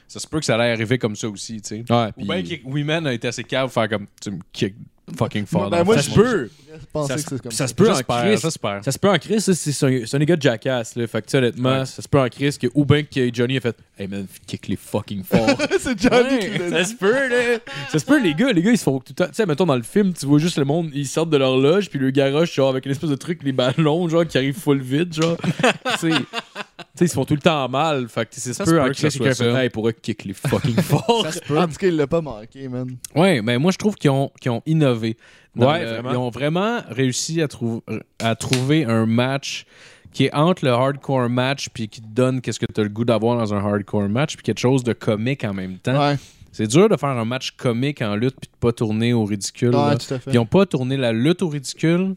[SPEAKER 5] Ça se peut que ça allait arriver comme ça aussi, tu sais.
[SPEAKER 3] Ouais,
[SPEAKER 5] Ou bien
[SPEAKER 3] puis-
[SPEAKER 5] que Weeman a été assez cave faire comme, tu me kick fucking fort.
[SPEAKER 4] Ben,
[SPEAKER 5] dans
[SPEAKER 4] moi,
[SPEAKER 5] la
[SPEAKER 3] Ça
[SPEAKER 5] face,
[SPEAKER 3] se
[SPEAKER 4] je-
[SPEAKER 5] mon gars.
[SPEAKER 3] peut.
[SPEAKER 4] je pensais
[SPEAKER 3] Ça
[SPEAKER 4] que
[SPEAKER 3] se-
[SPEAKER 4] c'est comme
[SPEAKER 3] Ça se peut en
[SPEAKER 5] J'espère,
[SPEAKER 3] crise.
[SPEAKER 5] j'espère.
[SPEAKER 3] Ça se peut en crise, ça, c'est c'est un, c'est un gars de jackass. Là. Fait que, tu sais, honnêtement,
[SPEAKER 5] Ouais.
[SPEAKER 3] ça se peut en crise que, ou bien que Johnny a fait Hey man, kick les fucking forts.
[SPEAKER 4] c'est
[SPEAKER 5] Johnny
[SPEAKER 4] Johnny
[SPEAKER 5] qui
[SPEAKER 3] ça se peut, là. Ça se peut, les gars. Les gars, ils se font tout le temps. Tu sais, mettons dans le film, tu vois juste le monde, ils sortent de l'horloge, puis le garoche, genre, avec une espèce de truc, les ballons, genre, qui arrivent full vite, genre. tu sais, tu sais, ils se font tout le temps mal. Fait que, tu sais, ça
[SPEAKER 5] Ça
[SPEAKER 3] se
[SPEAKER 5] se
[SPEAKER 3] peut
[SPEAKER 5] peut
[SPEAKER 3] en
[SPEAKER 5] que
[SPEAKER 3] crise,
[SPEAKER 5] ça
[SPEAKER 3] quelqu'un
[SPEAKER 5] soit ça.
[SPEAKER 3] fait Hey, pourrait kick les fucking forts.
[SPEAKER 4] en tout cas il l'a pas manqué man
[SPEAKER 5] Ouais, mais moi je trouve qu'ils ont, qu'ils ont innové.
[SPEAKER 3] Ouais, vraiment.
[SPEAKER 5] Ils ont vraiment réussi à, trou- à trouver un match qui est entre le hardcore match puis qui te donne qu'est-ce que tu as le goût d'avoir dans un hardcore match puis quelque chose de comique en même temps.
[SPEAKER 4] ouais
[SPEAKER 5] C'est dur de faire un match comique en lutte puis de pas tourner au ridicule. là.
[SPEAKER 4] ouais tout à fait
[SPEAKER 5] Ils ont pas tourné la lutte au ridicule.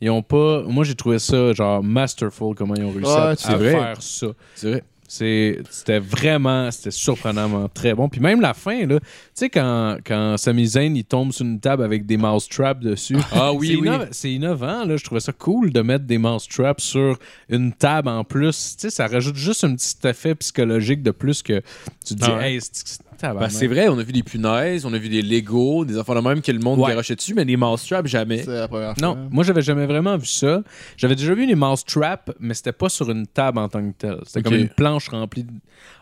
[SPEAKER 5] Ils ont pas moi j'ai trouvé ça genre masterful comment ils ont réussi à-
[SPEAKER 4] Ouais,
[SPEAKER 5] à,
[SPEAKER 4] c'est
[SPEAKER 3] vrai.
[SPEAKER 5] faire ça.
[SPEAKER 3] C'est vrai.
[SPEAKER 5] C'est- C'était vraiment, c'était surprenamment très bon. Puis même la fin, là, tu sais, quand, quand Sami Zayn, il tombe sur une table avec des mousetraps dessus.
[SPEAKER 3] Ah oui,
[SPEAKER 5] C'est
[SPEAKER 3] oui.
[SPEAKER 5] inno- C'est innovant, là. Je trouvais ça cool de mettre des mousetraps sur une table en plus. Tu sais, ça rajoute juste un petit effet psychologique de plus que tu te dis,
[SPEAKER 3] Ah ouais.
[SPEAKER 5] hey, c'est- c'est hein?
[SPEAKER 3] Ben,
[SPEAKER 5] tabarnak.
[SPEAKER 3] c'est vrai, on a vu des punaises, on a vu des Legos, des enfants de même que le monde
[SPEAKER 5] Ouais.
[SPEAKER 3] garochait dessus, mais des mousetraps, jamais.
[SPEAKER 4] c'est la première fois
[SPEAKER 5] Non, moi, j'avais jamais vraiment vu ça. J'avais déjà vu les mousetraps, mais c'était pas sur une table en tant que telle. C'était
[SPEAKER 3] Ok.
[SPEAKER 5] comme une planche remplie de.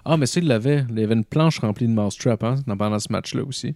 [SPEAKER 5] Ah, mais ça, il l'avait. Il y avait une planche remplie de mousetraps, hein, dans- pendant ce match-là aussi.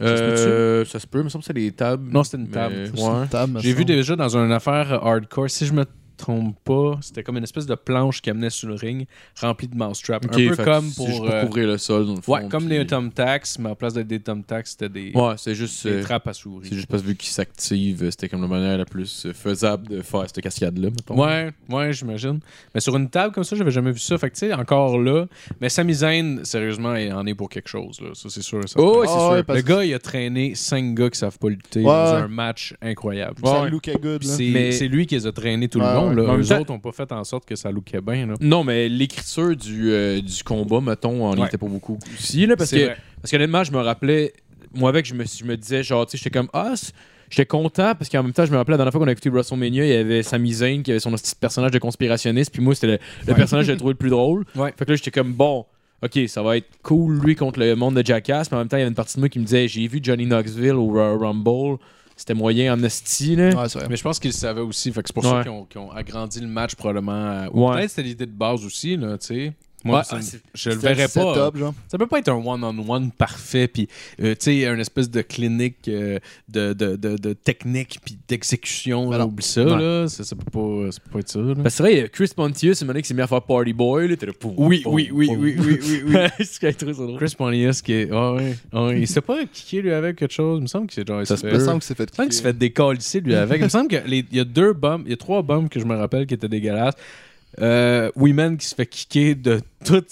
[SPEAKER 5] Ça se peut-tu?
[SPEAKER 3] Euh, ça se peut, il me semble que c'est des tables.
[SPEAKER 5] Non, c'était une table.
[SPEAKER 3] Mais-
[SPEAKER 5] C'est
[SPEAKER 3] ouais.
[SPEAKER 4] Table, me
[SPEAKER 5] J'ai vu
[SPEAKER 4] semble.
[SPEAKER 5] déjà dans une affaire euh, hardcore, si je me trompe pas, c'était comme une espèce de planche qui amenait sur le ring, remplie de mousetrap.
[SPEAKER 3] Ok,
[SPEAKER 5] un
[SPEAKER 3] fait
[SPEAKER 5] peu
[SPEAKER 3] que
[SPEAKER 5] comme
[SPEAKER 3] c'est juste
[SPEAKER 5] pour.
[SPEAKER 3] pour
[SPEAKER 5] euh,
[SPEAKER 3] couvrir le sol, dans le fond.
[SPEAKER 5] ouais, comme
[SPEAKER 3] puis-
[SPEAKER 5] les Tomtax, mais en place d'être des Tomtax, c'était des,
[SPEAKER 3] Ouais, c'est juste.
[SPEAKER 5] des
[SPEAKER 3] euh,
[SPEAKER 5] trappes à souris.
[SPEAKER 3] C'est juste parce que vu qu'il s'active, euh, c'était comme la manière la plus euh, faisable de faire cette cascade-là, mettons.
[SPEAKER 5] Ouais, ouais, j'imagine. Mais sur une table comme ça, j'avais jamais vu ça. Fait que, tu sais, encore là. Mais Sami Zayn, sérieusement, il en est pour quelque chose, là. Ça, c'est sûr. et certain.
[SPEAKER 3] Oh, ouais,
[SPEAKER 4] Ah, ouais,
[SPEAKER 3] c'est
[SPEAKER 4] parce
[SPEAKER 5] le
[SPEAKER 4] que-
[SPEAKER 5] gars, il a traîné cinq gars qui savent pas lutter
[SPEAKER 4] Ouais,
[SPEAKER 5] dans
[SPEAKER 4] ouais.
[SPEAKER 5] un match incroyable.
[SPEAKER 4] Ça
[SPEAKER 3] ouais.
[SPEAKER 4] lookait good,
[SPEAKER 5] Puis
[SPEAKER 4] là.
[SPEAKER 5] C'est
[SPEAKER 3] Mais-
[SPEAKER 5] c'est lui qui les a traînés tout le
[SPEAKER 4] Ouais,
[SPEAKER 5] long.
[SPEAKER 4] ouais.
[SPEAKER 5] Là.
[SPEAKER 3] En même
[SPEAKER 5] Eux
[SPEAKER 3] temps-
[SPEAKER 5] autres n'ont pas fait en sorte que ça lookait bien. Là.
[SPEAKER 3] sûr. Non, mais l'écriture du, euh, du combat, mettons, en
[SPEAKER 5] Ouais.
[SPEAKER 3] était pas beaucoup aussi, là, parce
[SPEAKER 5] C'est
[SPEAKER 3] que.
[SPEAKER 5] vrai.
[SPEAKER 3] Parce qu'honnêtement, je me rappelais, moi avec, je me, suis- je me disais, genre, tu sais, j'étais comme, ah, c- j'étais content parce qu'en même temps, je me rappelais la dernière fois qu'on a écouté WrestleMania, il y avait Sami Zayn qui avait son petit personnage de conspirationniste, puis moi, c'était le, le
[SPEAKER 5] Ouais.
[SPEAKER 3] personnage que j'ai trouvé le plus drôle.
[SPEAKER 5] Ouais.
[SPEAKER 3] Fait que là, j'étais comme, bon, ok, ça va être cool, lui contre le monde de Jackass, mais en même temps, il y avait une partie de moi qui me disait, j'ai vu Johnny Knoxville au Royal Rumble, c'était moyen en hostie, là.
[SPEAKER 4] Ouais, c'est vrai.
[SPEAKER 5] Mais je pense qu'ils le savaient aussi. Fait que c'est pour
[SPEAKER 3] Ouais.
[SPEAKER 5] ça qu'ils ont, qu'ils ont agrandi le match probablement. à- ou
[SPEAKER 3] Ouais.
[SPEAKER 5] Peut-être c'était l'idée de base aussi, là, tu sais. Moi,
[SPEAKER 3] Ouais,
[SPEAKER 5] ça me-
[SPEAKER 3] ah, c'est-
[SPEAKER 5] je le
[SPEAKER 4] C'était
[SPEAKER 5] verrais pas.
[SPEAKER 4] setup, genre.
[SPEAKER 5] Ça peut pas être un one-on-one parfait, puis euh, tu sais, une espèce de clinique euh, de, de, de, de technique puis d'exécution.
[SPEAKER 4] Ben non.
[SPEAKER 5] là, Oublie ça,
[SPEAKER 3] Ouais.
[SPEAKER 5] là. Ça, ça peut pas, ça peut pas être ça. là.
[SPEAKER 3] Parce que c'est vrai, il y a Chris Pontius, c'est un mec qui s'est mis à faire Party Boy, là, t'es là, poum, poum, poum.
[SPEAKER 5] oui,
[SPEAKER 3] c'est ce que j'ai trouvé ça drôle.
[SPEAKER 5] Chris Pontius qui est. Ah ouais, ah ouais. Il sait pas kicker lui avec quelque chose. Il me semble que c'est genre. il
[SPEAKER 3] Ça
[SPEAKER 5] se
[SPEAKER 3] se
[SPEAKER 5] fait-
[SPEAKER 4] Il me semble que c'est fait.
[SPEAKER 5] Il me semble qu'il se fait décalisser, lui, avec. Il me semble qu'il y a deux bombes, il y a trois bombes que je me rappelle qui étaient dégueulasses. Euh, Weeman qui se fait kicker de toutes,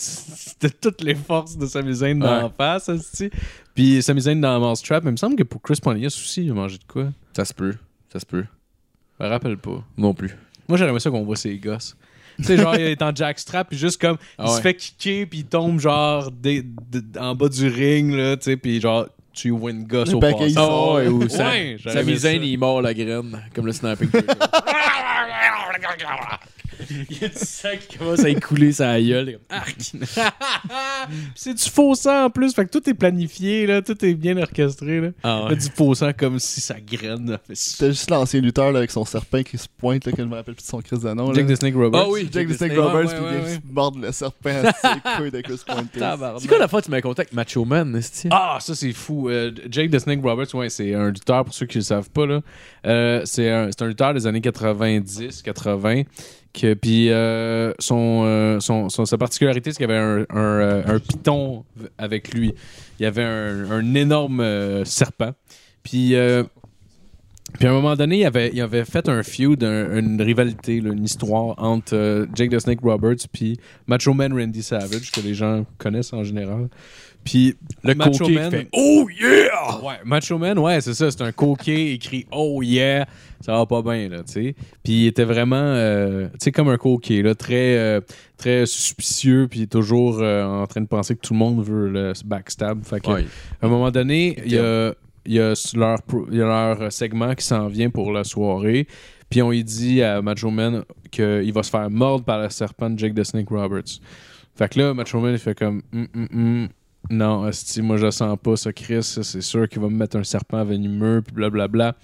[SPEAKER 5] de toutes les forces de Sami Zayn dans
[SPEAKER 3] Ouais.
[SPEAKER 5] la face, esti. Puis Sami Zayn dans Mousetrap. Mais il me semble que pour Chris Pontius aussi, il a mangé de quoi
[SPEAKER 3] Ça se peut, ça se peut.
[SPEAKER 5] Je me rappelle pas.
[SPEAKER 3] Non plus.
[SPEAKER 5] Moi, j'aimerais ça qu'on voit ses gosses. tu sais, genre, il est en jackstrap, puis juste comme,
[SPEAKER 3] Ah
[SPEAKER 5] il
[SPEAKER 3] ouais.
[SPEAKER 5] se fait kicker, puis il tombe, genre, des- de- en bas du ring, là, tu sais, puis genre, tu vois une gosse
[SPEAKER 4] Le
[SPEAKER 5] au
[SPEAKER 4] paquet,
[SPEAKER 5] passage.
[SPEAKER 4] il sort.
[SPEAKER 3] Ah ouais, ou ça.
[SPEAKER 5] Ouais, j'aurais
[SPEAKER 3] Sami
[SPEAKER 5] aimé ça.
[SPEAKER 3] Zayn, il mord la graine, comme le snapping. il y a du sang qui commence à écouler sa gueule.
[SPEAKER 5] Ah. Pis c'est du faux sang en plus, fait que tout est planifié, là, tout est bien orchestré. Là.
[SPEAKER 3] Ah
[SPEAKER 5] Fait Du faux sang comme si ça graine. là, fait ça.
[SPEAKER 4] C'était juste l'ancien lutteur là, avec son serpent qui se pointe, là, que je me rappelle plus de son Chris de nom. là.
[SPEAKER 5] Jack the Snake Roberts.
[SPEAKER 3] Ah oui,
[SPEAKER 4] Jack the Snake
[SPEAKER 5] Snake.
[SPEAKER 4] Roberts,
[SPEAKER 5] Ouais,
[SPEAKER 4] puis
[SPEAKER 5] ouais,
[SPEAKER 4] il
[SPEAKER 5] ouais,
[SPEAKER 4] vient mordre le serpent à ses couilles de Chris Pointis.
[SPEAKER 3] C'est quoi la fois que tu m'as contacté Macho Man, est
[SPEAKER 5] Ah, ça c'est fou. Euh, Jake the Snake Roberts, ouais, c'est un lutteur, pour ceux qui ne le savent pas, là. Euh, c'est un, c'est un lutteur des années 90, 80. Que, puis euh, son, euh, son- son- sa particularité, c'est qu'il y avait un, un, euh, un piton v- avec lui. Il y avait un, un énorme euh, serpent. Puis, euh, puis à un moment donné, il avait, il avait fait un feud, un- une rivalité, là, une histoire entre euh, Jake the Snake Roberts puis Macho Man Randy Savage, que les gens connaissent en général. Puis
[SPEAKER 3] Le
[SPEAKER 5] Macho
[SPEAKER 3] coquet qui
[SPEAKER 5] Man,
[SPEAKER 3] fait Oh yeah!
[SPEAKER 5] Ouais, Macho Man, ouais, c'est ça. C'est un coquet écrit Oh yeah, ça va pas bien, là, tu sais. Puis il était vraiment, euh, tu sais, comme un coquet, là, très, euh, très suspicieux, puis toujours euh, en train de penser que tout le monde veut le backstab. Fait que,
[SPEAKER 3] Ouais.
[SPEAKER 5] à un moment donné, il y a, il y a s- leur, pro- il y a leur euh, segment qui s'en vient pour la soirée. Puis on lui dit à Macho Man qu'il va se faire mordre par le serpent de Jake the Snake Roberts. Fait que là, Macho Man, il fait comme Hum, hum, hum. Non, esti, moi je le sens pas ça, Chris. ça, C'est sûr qu'il va me mettre un serpent venimeux, puis blablabla.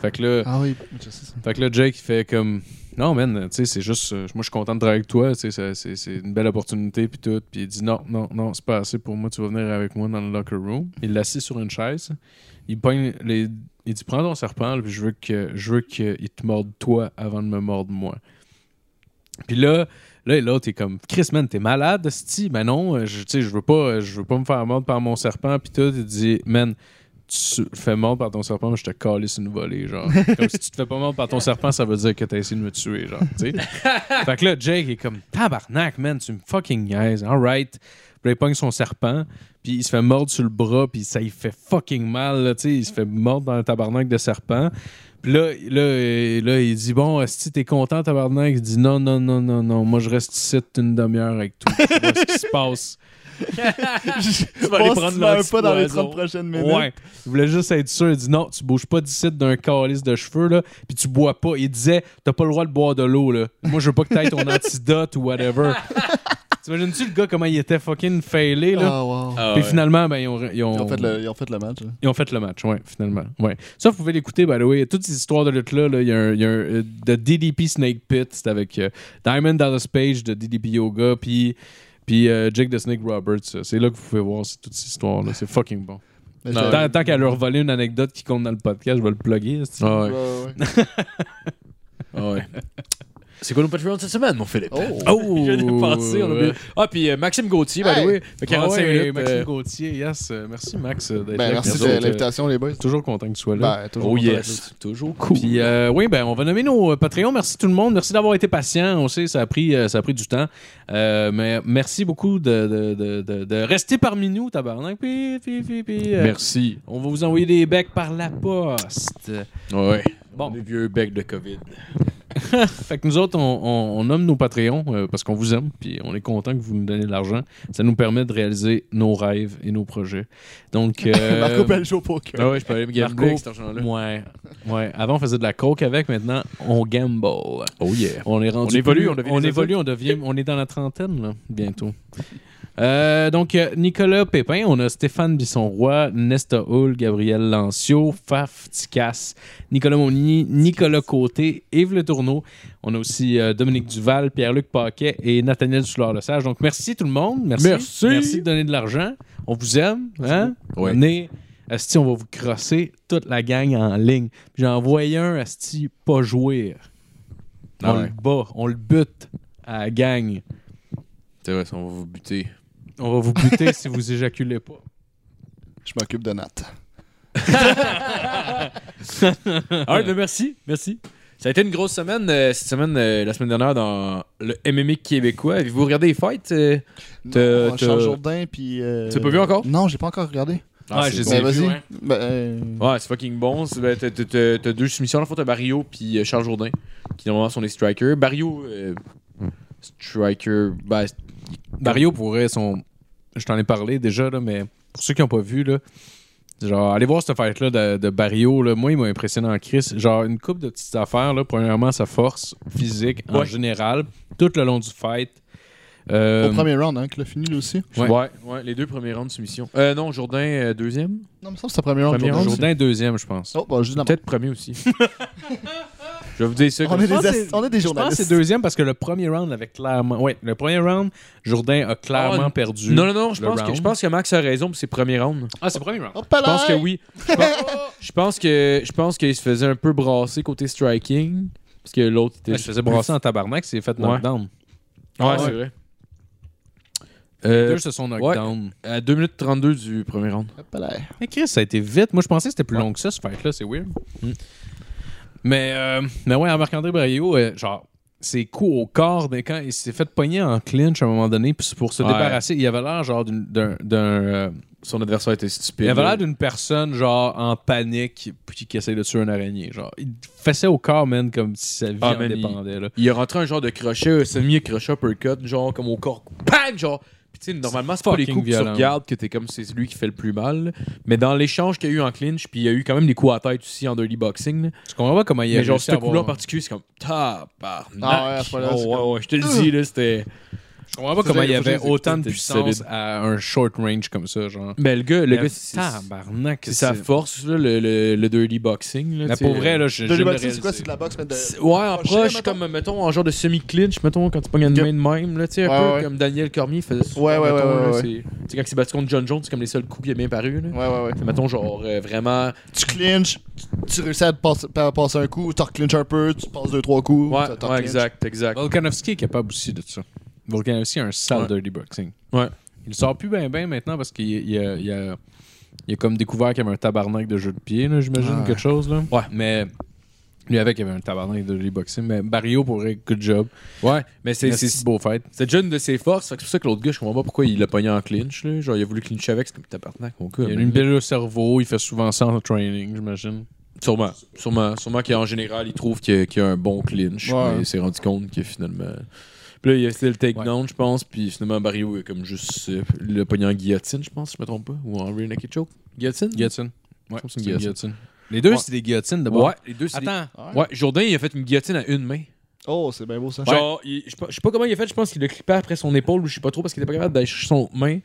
[SPEAKER 5] Fait que là,
[SPEAKER 4] Ah oui, je sais ça.
[SPEAKER 5] fait que là, Jake, il fait comme Non, man, tu sais, c'est juste. euh, moi, je suis content de travailler avec toi, tu sais, ça- c'est c'est une belle opportunité, puis tout. Puis il dit Non, non, non, c'est pas assez pour moi, tu vas venir avec moi dans le locker room. Il l'assit sur une chaise. Il pogne les. Il dit Prends ton serpent, là, puis je veux que je veux qu'il te morde toi avant de me mordre moi. Puis là, là, l'autre est comme Chris, man, t'es malade, Sti. Ben non, euh, je, tu sais, je veux pas, euh, je veux pas me faire mordre par mon serpent. Puis tout, il dit, man, tu te fais mordre par ton serpent, mais je te calisse une volée, genre. comme si tu te fais pas mordre par ton serpent, ça veut dire que t'as essayé de me tuer, genre. tu sais. fait que là, Jake est comme tabarnak, man, tu me fucking niaises, alright. Puis là, il pogne son serpent, puis il se fait mordre sur le bras, puis ça, il fait fucking mal, là, tu sais. Il se fait mordre dans le tabarnak de serpent. Puis là, là, euh, là, il dit Bon, si t'es content, tabarnak Il dit Non, non, non, non, non. Moi, je reste ici une demi-heure avec toi. Tu vois ce qui se passe.
[SPEAKER 4] Tu
[SPEAKER 3] vas aller prendre
[SPEAKER 4] meurs pas dans les
[SPEAKER 3] l'antipoison.
[SPEAKER 4] 30 prochaines minutes.
[SPEAKER 5] Ouais. Il voulait juste être sûr. Il dit Non, tu bouges pas d'ici d'un calice de cheveux, là. Puis tu bois pas. Il disait T'as pas le droit de boire de l'eau, là. Moi, je veux pas que t'ailles ton antidote ou whatever. T'imagines-tu le gars, comment il était fucking failé, là?
[SPEAKER 4] Ah, wow.
[SPEAKER 3] Ah
[SPEAKER 5] Puis
[SPEAKER 3] ouais.
[SPEAKER 5] finalement, ben, ils ont-
[SPEAKER 4] Ils ont fait le- ils ont fait le match. hein.
[SPEAKER 5] ils ont fait le match, ouais, finalement. Ouais. Ça, vous pouvez l'écouter, by the way. Toutes ces histoires de lutte-là, là, il y a un, il y a un, euh, de DDP Snake Pit, c'est avec euh, Diamond Dallas Page de DDP Yoga, puis, puis euh, Jake the Snake Roberts. C'est là que vous pouvez voir c'est- toutes ces histoires-là. C'est fucking bon.
[SPEAKER 4] Mais
[SPEAKER 3] Non,
[SPEAKER 4] j'avais-
[SPEAKER 5] Tant, tant qu'à leur voler une anecdote
[SPEAKER 4] Ah
[SPEAKER 5] qui compte dans le podcast, je vais le plugger. c'est-
[SPEAKER 3] Ah
[SPEAKER 4] Ouais,
[SPEAKER 3] ouais.
[SPEAKER 4] ouais.
[SPEAKER 3] Ah ouais. C'est quoi nos Patreon cette semaine, mon Philippe?
[SPEAKER 4] Oh.
[SPEAKER 3] Je viens de penser, on a oublié. Ah, puis euh, Maxime Gauthier, by the
[SPEAKER 4] Hey.
[SPEAKER 3] way, fait 45
[SPEAKER 5] Ah Ouais, ben,
[SPEAKER 3] minutes.
[SPEAKER 5] Maxime
[SPEAKER 3] euh,
[SPEAKER 5] Gauthier, yes. euh, Merci, Max, euh, d'être là.
[SPEAKER 4] Ben, merci
[SPEAKER 5] Nous
[SPEAKER 4] de
[SPEAKER 5] autres, euh,
[SPEAKER 4] l'invitation, les boys.
[SPEAKER 5] Toujours content que tu sois là.
[SPEAKER 4] Ben, toujours
[SPEAKER 3] oh
[SPEAKER 4] content d'être là.
[SPEAKER 3] yes, toujours cool.
[SPEAKER 5] Puis euh, oui, ben on va nommer nos euh, Patreons. Merci tout le monde. Merci d'avoir été patient. On sait, ça a pris, euh, ça a pris du temps. Euh, mais merci beaucoup de, de- de- de- de rester parmi nous, tabarnak. Pi, pi, pi, pi. Euh,
[SPEAKER 3] Merci.
[SPEAKER 5] On va vous envoyer des becs par la poste.
[SPEAKER 3] Ouais.
[SPEAKER 5] Bon.
[SPEAKER 3] euh, Bon. Des vieux becs de COVID.
[SPEAKER 5] Fait que nous autres, on, on- on nomme nos Patreons euh, parce qu'on vous aime, puis on est content que vous nous donnez de l'argent. Ça nous permet de réaliser nos rêves et nos projets. Donc, euh,
[SPEAKER 4] Marco Beljo Poker.
[SPEAKER 3] Ah ouais, je peux aller me
[SPEAKER 5] Marco,
[SPEAKER 3] gambler avec cet argent-là.
[SPEAKER 5] ouais, ouais. Avant, on faisait de la coke avec. Maintenant, on gamble.
[SPEAKER 3] Oh yeah.
[SPEAKER 5] On est rendu
[SPEAKER 3] On évolue,
[SPEAKER 5] plus-
[SPEAKER 3] on devient
[SPEAKER 5] on
[SPEAKER 3] des
[SPEAKER 5] évolue, on devient, on est dans la trentaine là, bientôt. Euh, donc euh, Nicolas Pépin, on a Stéphane Bisson-Roy, Nesta Hull, Gabriel Lancio, Faf Ticas, Nicolas Monnier, Nicolas Côté, Yves Le Tourneau. On a aussi euh, Dominique Duval, Pierre-Luc Paquet et Nathaniel Soulard-Lesage. Donc merci tout le monde, merci.
[SPEAKER 3] Merci.
[SPEAKER 5] de donner de l'argent. On vous aime, hein?
[SPEAKER 3] Ouais.
[SPEAKER 5] Venez. Asti, on va vous crosser toute la gang en ligne. Puis J'en voyais un, Asti, pas jouer.
[SPEAKER 3] Ah
[SPEAKER 5] on
[SPEAKER 3] ouais.
[SPEAKER 5] le bat, on le bute à la gang.
[SPEAKER 3] C'est vrai, ça, on va vous buter.
[SPEAKER 5] On va vous buter si vous éjaculez pas.
[SPEAKER 4] Je m'occupe de Nat.
[SPEAKER 3] All right, ben merci, merci. Ça a été une grosse semaine, euh, cette semaine, euh, la semaine dernière, dans le MMA québécois. Avez-vous regardé les fights? euh? T'as-
[SPEAKER 4] Non,
[SPEAKER 3] t'as-
[SPEAKER 4] Charles Jourdain, puis. euh,
[SPEAKER 3] T'as pas vu encore?
[SPEAKER 4] Non, j'ai pas encore regardé.
[SPEAKER 5] Ah, je
[SPEAKER 3] c'est
[SPEAKER 5] les
[SPEAKER 3] bon.
[SPEAKER 4] Ben,
[SPEAKER 5] ai vu,
[SPEAKER 4] vas-y.
[SPEAKER 5] hein.
[SPEAKER 4] Ben, euh,
[SPEAKER 3] Ouais, c'est fucking bon. C'est- ben, t'as- T'as t'as- t'as deux soumissions. Dans le fond, t'as Barrio puis euh, Charles Jourdain, qui normalement sont des strikers. Barrio, euh,
[SPEAKER 4] Hmm.
[SPEAKER 3] striker, ben, c'est-
[SPEAKER 5] Mario pourrait son. Je t'en ai parlé déjà, là, mais pour ceux qui n'ont pas vu, là, genre, allez voir cette fête-là de, de Barrio. Là. Moi, il m'a impressionné en crise. Genre, une coupe de petites affaires. Là. Premièrement, sa force physique en
[SPEAKER 3] Ouais.
[SPEAKER 5] général, tout le long du fight. Euh,
[SPEAKER 4] Au premier round, hein, qu'il a fini lui aussi.
[SPEAKER 5] Ouais.
[SPEAKER 3] ouais. ouais, les deux premiers rounds de soumission. Euh, non, Jourdain, euh, deuxième.
[SPEAKER 4] Non, mais ça, c'est le premier round.
[SPEAKER 3] Premier
[SPEAKER 4] Jourdain.
[SPEAKER 3] round.
[SPEAKER 5] Jourdain, deuxième, je pense.
[SPEAKER 4] Oh, bah, juste dans ma-
[SPEAKER 3] Peut-être premier aussi. je vais vous dire ça.
[SPEAKER 4] On
[SPEAKER 3] Comme...
[SPEAKER 4] est
[SPEAKER 5] Je pense
[SPEAKER 4] des,
[SPEAKER 5] que
[SPEAKER 4] ass-
[SPEAKER 5] c'est-
[SPEAKER 4] on est des
[SPEAKER 5] Je pense que
[SPEAKER 4] journalistes.
[SPEAKER 5] c'est deuxième parce que le premier round avait clairement. Ouais, le premier round, Jourdain a clairement
[SPEAKER 3] Ah,
[SPEAKER 5] perdu.
[SPEAKER 3] Non, non, non, je
[SPEAKER 5] Le
[SPEAKER 3] pense, que,
[SPEAKER 5] round.
[SPEAKER 3] je pense que Max a raison pour ses premiers rounds.
[SPEAKER 5] Ah, c'est le premier round.
[SPEAKER 4] Hop là!
[SPEAKER 3] Je pense que oui. Je pense, je pense que je pense qu'il se faisait un peu brasser côté striking. Parce que l'autre était.
[SPEAKER 5] Ouais, je faisais brasser en tabarnak, c'est fait
[SPEAKER 3] Ouais.
[SPEAKER 5] knockdown.
[SPEAKER 3] Ouais,
[SPEAKER 5] Ah ouais.
[SPEAKER 3] c'est vrai.
[SPEAKER 5] Les
[SPEAKER 3] Euh,
[SPEAKER 5] deux se sont knockdown.
[SPEAKER 3] à 2 minutes 32 du premier round.
[SPEAKER 4] Hop là.
[SPEAKER 5] Mais Chris, ça a été vite. Moi, je pensais que c'était plus long que ça, ce fight-là. C'est weird. Mais, euh, mais ouais, à Marc-André Braillot, euh, genre, ses coups au corps, mais quand il s'est fait pogner en clinch à un moment donné, puis pour se
[SPEAKER 3] Ouais.
[SPEAKER 5] débarrasser, il avait l'air genre d'une- d'un. d'un, euh,
[SPEAKER 3] Son adversaire était stupide.
[SPEAKER 5] il avait
[SPEAKER 3] là.
[SPEAKER 5] l'air d'une personne, genre, en panique, puis qui essayait de tuer un araignée. Genre, il fessait au corps, man, comme si sa vie
[SPEAKER 3] Ah,
[SPEAKER 5] en
[SPEAKER 3] man, il-
[SPEAKER 5] dépendait, là.
[SPEAKER 3] Il a rentré un genre de crochet, un semi-crochet uppercut, genre comme au corps. Bang! Genre. Puis tu sais, normalement, c'est pas les
[SPEAKER 5] fucking
[SPEAKER 3] coups que tu
[SPEAKER 5] violent.
[SPEAKER 3] regardes que t'es comme c'est lui qui fait le plus mal. Mais dans l'échange qu'il y a eu en clinch, puis il y a eu quand même des coups à tête aussi en dirty boxing. là.
[SPEAKER 5] Tu comprends pas comment il a
[SPEAKER 3] mais genre,
[SPEAKER 5] réussi
[SPEAKER 3] ce
[SPEAKER 5] à
[SPEAKER 3] coup-là en
[SPEAKER 5] avoir-
[SPEAKER 3] particulier, c'est comme tabarnak.
[SPEAKER 4] Ah ouais, à ce point-là,
[SPEAKER 3] Oh,
[SPEAKER 4] c'est
[SPEAKER 3] ouais,
[SPEAKER 4] comme-
[SPEAKER 3] ouais, je te le dis, là, c'était.
[SPEAKER 5] Je comprends pas
[SPEAKER 4] C'est ça,
[SPEAKER 5] comment il y
[SPEAKER 4] il faut
[SPEAKER 5] avait
[SPEAKER 4] juste
[SPEAKER 5] autant de
[SPEAKER 3] écouter, c'est
[SPEAKER 5] puissance
[SPEAKER 3] solide.
[SPEAKER 5] à un short range comme ça, genre.
[SPEAKER 3] Ben, le gars, le
[SPEAKER 5] Mais
[SPEAKER 3] gars, c'est-
[SPEAKER 5] tabarnak,
[SPEAKER 3] c'est sa force, là, le, le, le dirty boxing. Là,
[SPEAKER 5] Mais
[SPEAKER 3] tu
[SPEAKER 5] pour
[SPEAKER 3] sais.
[SPEAKER 5] vrai, là, je
[SPEAKER 4] Dirty
[SPEAKER 5] je
[SPEAKER 4] boxing,
[SPEAKER 5] le
[SPEAKER 4] c'est quoi?
[SPEAKER 5] réalisais.
[SPEAKER 4] C'est de la boxe, mais de.
[SPEAKER 3] C'est- Ouais, en
[SPEAKER 4] Crochet,
[SPEAKER 3] proche,
[SPEAKER 4] mettons.
[SPEAKER 3] comme, mettons, en genre de semi-clinch, mettons, quand tu pognes une
[SPEAKER 4] Yep.
[SPEAKER 3] main de même, là, tu sais, un
[SPEAKER 4] Ouais,
[SPEAKER 3] peu
[SPEAKER 4] ouais.
[SPEAKER 3] comme Daniel Cormier faisait ça.
[SPEAKER 4] Ouais, ouais, ouais,
[SPEAKER 3] mettons,
[SPEAKER 4] ouais,
[SPEAKER 3] là,
[SPEAKER 4] ouais.
[SPEAKER 3] c'est- Tu sais, quand il s'est battu contre John Jones, c'est comme les seuls coups qui a bien paru, là.
[SPEAKER 4] Ouais, ouais, ouais.
[SPEAKER 3] C'est, Mettons, genre, euh, vraiment.
[SPEAKER 4] Tu clinches, tu- tu réussis à te passer, à passer un coup, tu reclinches un peu, tu passes deux, trois coups.
[SPEAKER 3] Ouais,
[SPEAKER 4] tu- tu
[SPEAKER 3] ouais,
[SPEAKER 4] reclinches.
[SPEAKER 3] exact, exact.
[SPEAKER 5] Volkanovski est capable aussi de ça. Volkanovski a un sale
[SPEAKER 3] Ouais.
[SPEAKER 5] dirty boxing.
[SPEAKER 3] Ouais.
[SPEAKER 5] Il sort plus bien bien maintenant parce qu'il il a, il a- il a comme découvert qu'il y avait un tabarnak de jeu de pied, là, j'imagine,
[SPEAKER 4] Ouais.
[SPEAKER 5] quelque chose. Là.
[SPEAKER 3] Ouais.
[SPEAKER 5] Mais lui avec, il avait un tabarnak de dirty boxing. Mais Barrio pourrait, good job.
[SPEAKER 3] Ouais, mais c'est,
[SPEAKER 5] Merci,
[SPEAKER 3] c'est,
[SPEAKER 5] beau fight.
[SPEAKER 3] c'est déjà une de ses forces. fait que C'est pour ça que l'autre gars, je comprends pas pourquoi il l'a pogné en clinch, là. Genre, il a voulu clincher avec, c'est comme tabarnak, mon gars.
[SPEAKER 5] Il a
[SPEAKER 3] mais-
[SPEAKER 5] une belle au cerveau, il fait souvent ça en training, j'imagine.
[SPEAKER 3] Sûrement. Sûrement, sûrement qu'en général, il trouve qu'il y a- qu'il y a un bon clinch.
[SPEAKER 4] Ouais.
[SPEAKER 3] Mais il s'est rendu compte que finalement. Puis là, il a essayé le takedown, je pense. Puis finalement, Barrio est comme juste euh, le pognon en guillotine, je pense, si je me trompe pas. Ou en rear naked choke. Guillotine
[SPEAKER 5] Guillotine. Ouais,
[SPEAKER 3] Je pense que
[SPEAKER 5] c'est
[SPEAKER 3] c'est
[SPEAKER 5] une
[SPEAKER 3] une
[SPEAKER 5] guillotine. Les deux,
[SPEAKER 3] Ouais.
[SPEAKER 5] c'est des guillotines de bord.
[SPEAKER 3] Ouais, les deux, c'est. des-
[SPEAKER 5] Attends.
[SPEAKER 4] Ouais.
[SPEAKER 3] Ouais, Jourdain, il a fait une guillotine à une main.
[SPEAKER 4] Oh, c'est bien beau ça.
[SPEAKER 3] Genre, il- je sais pas- je sais pas comment il a fait, je pense qu'il le clippait après son épaule ou je sais pas trop parce qu'il était pas capable d'aller chercher son main.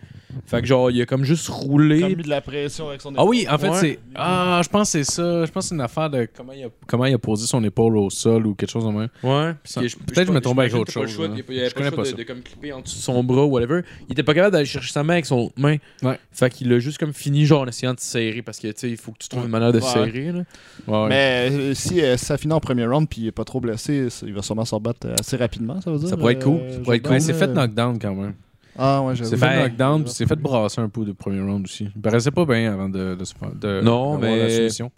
[SPEAKER 3] Fait que genre, il a comme juste roulé.
[SPEAKER 4] Comme mis de la pression avec son
[SPEAKER 5] Ah oui, en fait,
[SPEAKER 3] Ouais.
[SPEAKER 5] c'est. Ah, je pense que c'est ça. Je pense que c'est une affaire de comment il, a, comment il a posé son épaule au sol ou quelque chose en même.
[SPEAKER 3] Ouais.
[SPEAKER 5] Ça- peut-être que je me trompe avec autre chose,
[SPEAKER 3] Il
[SPEAKER 5] hein.
[SPEAKER 3] n'y avait
[SPEAKER 5] Je
[SPEAKER 3] pas le
[SPEAKER 5] connais
[SPEAKER 3] choix
[SPEAKER 5] pas
[SPEAKER 3] de,
[SPEAKER 5] ça.
[SPEAKER 3] de comme clipper en dessous de son bras ou whatever. Il était pas capable d'aller chercher sa main avec son main.
[SPEAKER 5] Ouais.
[SPEAKER 3] Fait qu'il a juste comme fini genre en essayant de serrer parce que tu sais, il faut que tu trouves une manière de
[SPEAKER 4] Ouais.
[SPEAKER 3] serrer. Là.
[SPEAKER 5] Ouais, ouais.
[SPEAKER 4] Mais euh, si euh, ça finit en premier round puis il est pas trop blessé, ça- il va sûrement s'en battre euh, assez rapidement, ça veut dire.
[SPEAKER 3] Ça pourrait être cool, ça pourrait être
[SPEAKER 4] Jordan,
[SPEAKER 3] cool.
[SPEAKER 5] Mais c'est
[SPEAKER 4] euh,
[SPEAKER 5] fait knockdown quand même.
[SPEAKER 4] Ah ouais, j'avoue.
[SPEAKER 5] C'est
[SPEAKER 3] Ben,
[SPEAKER 5] fait knockdown, puis c'est fait brasser un peu de premier round aussi. Il paraissait pas bien avant de, de, se faire- de-
[SPEAKER 3] Non,
[SPEAKER 5] d'avoir la
[SPEAKER 3] mais-
[SPEAKER 5] soumission.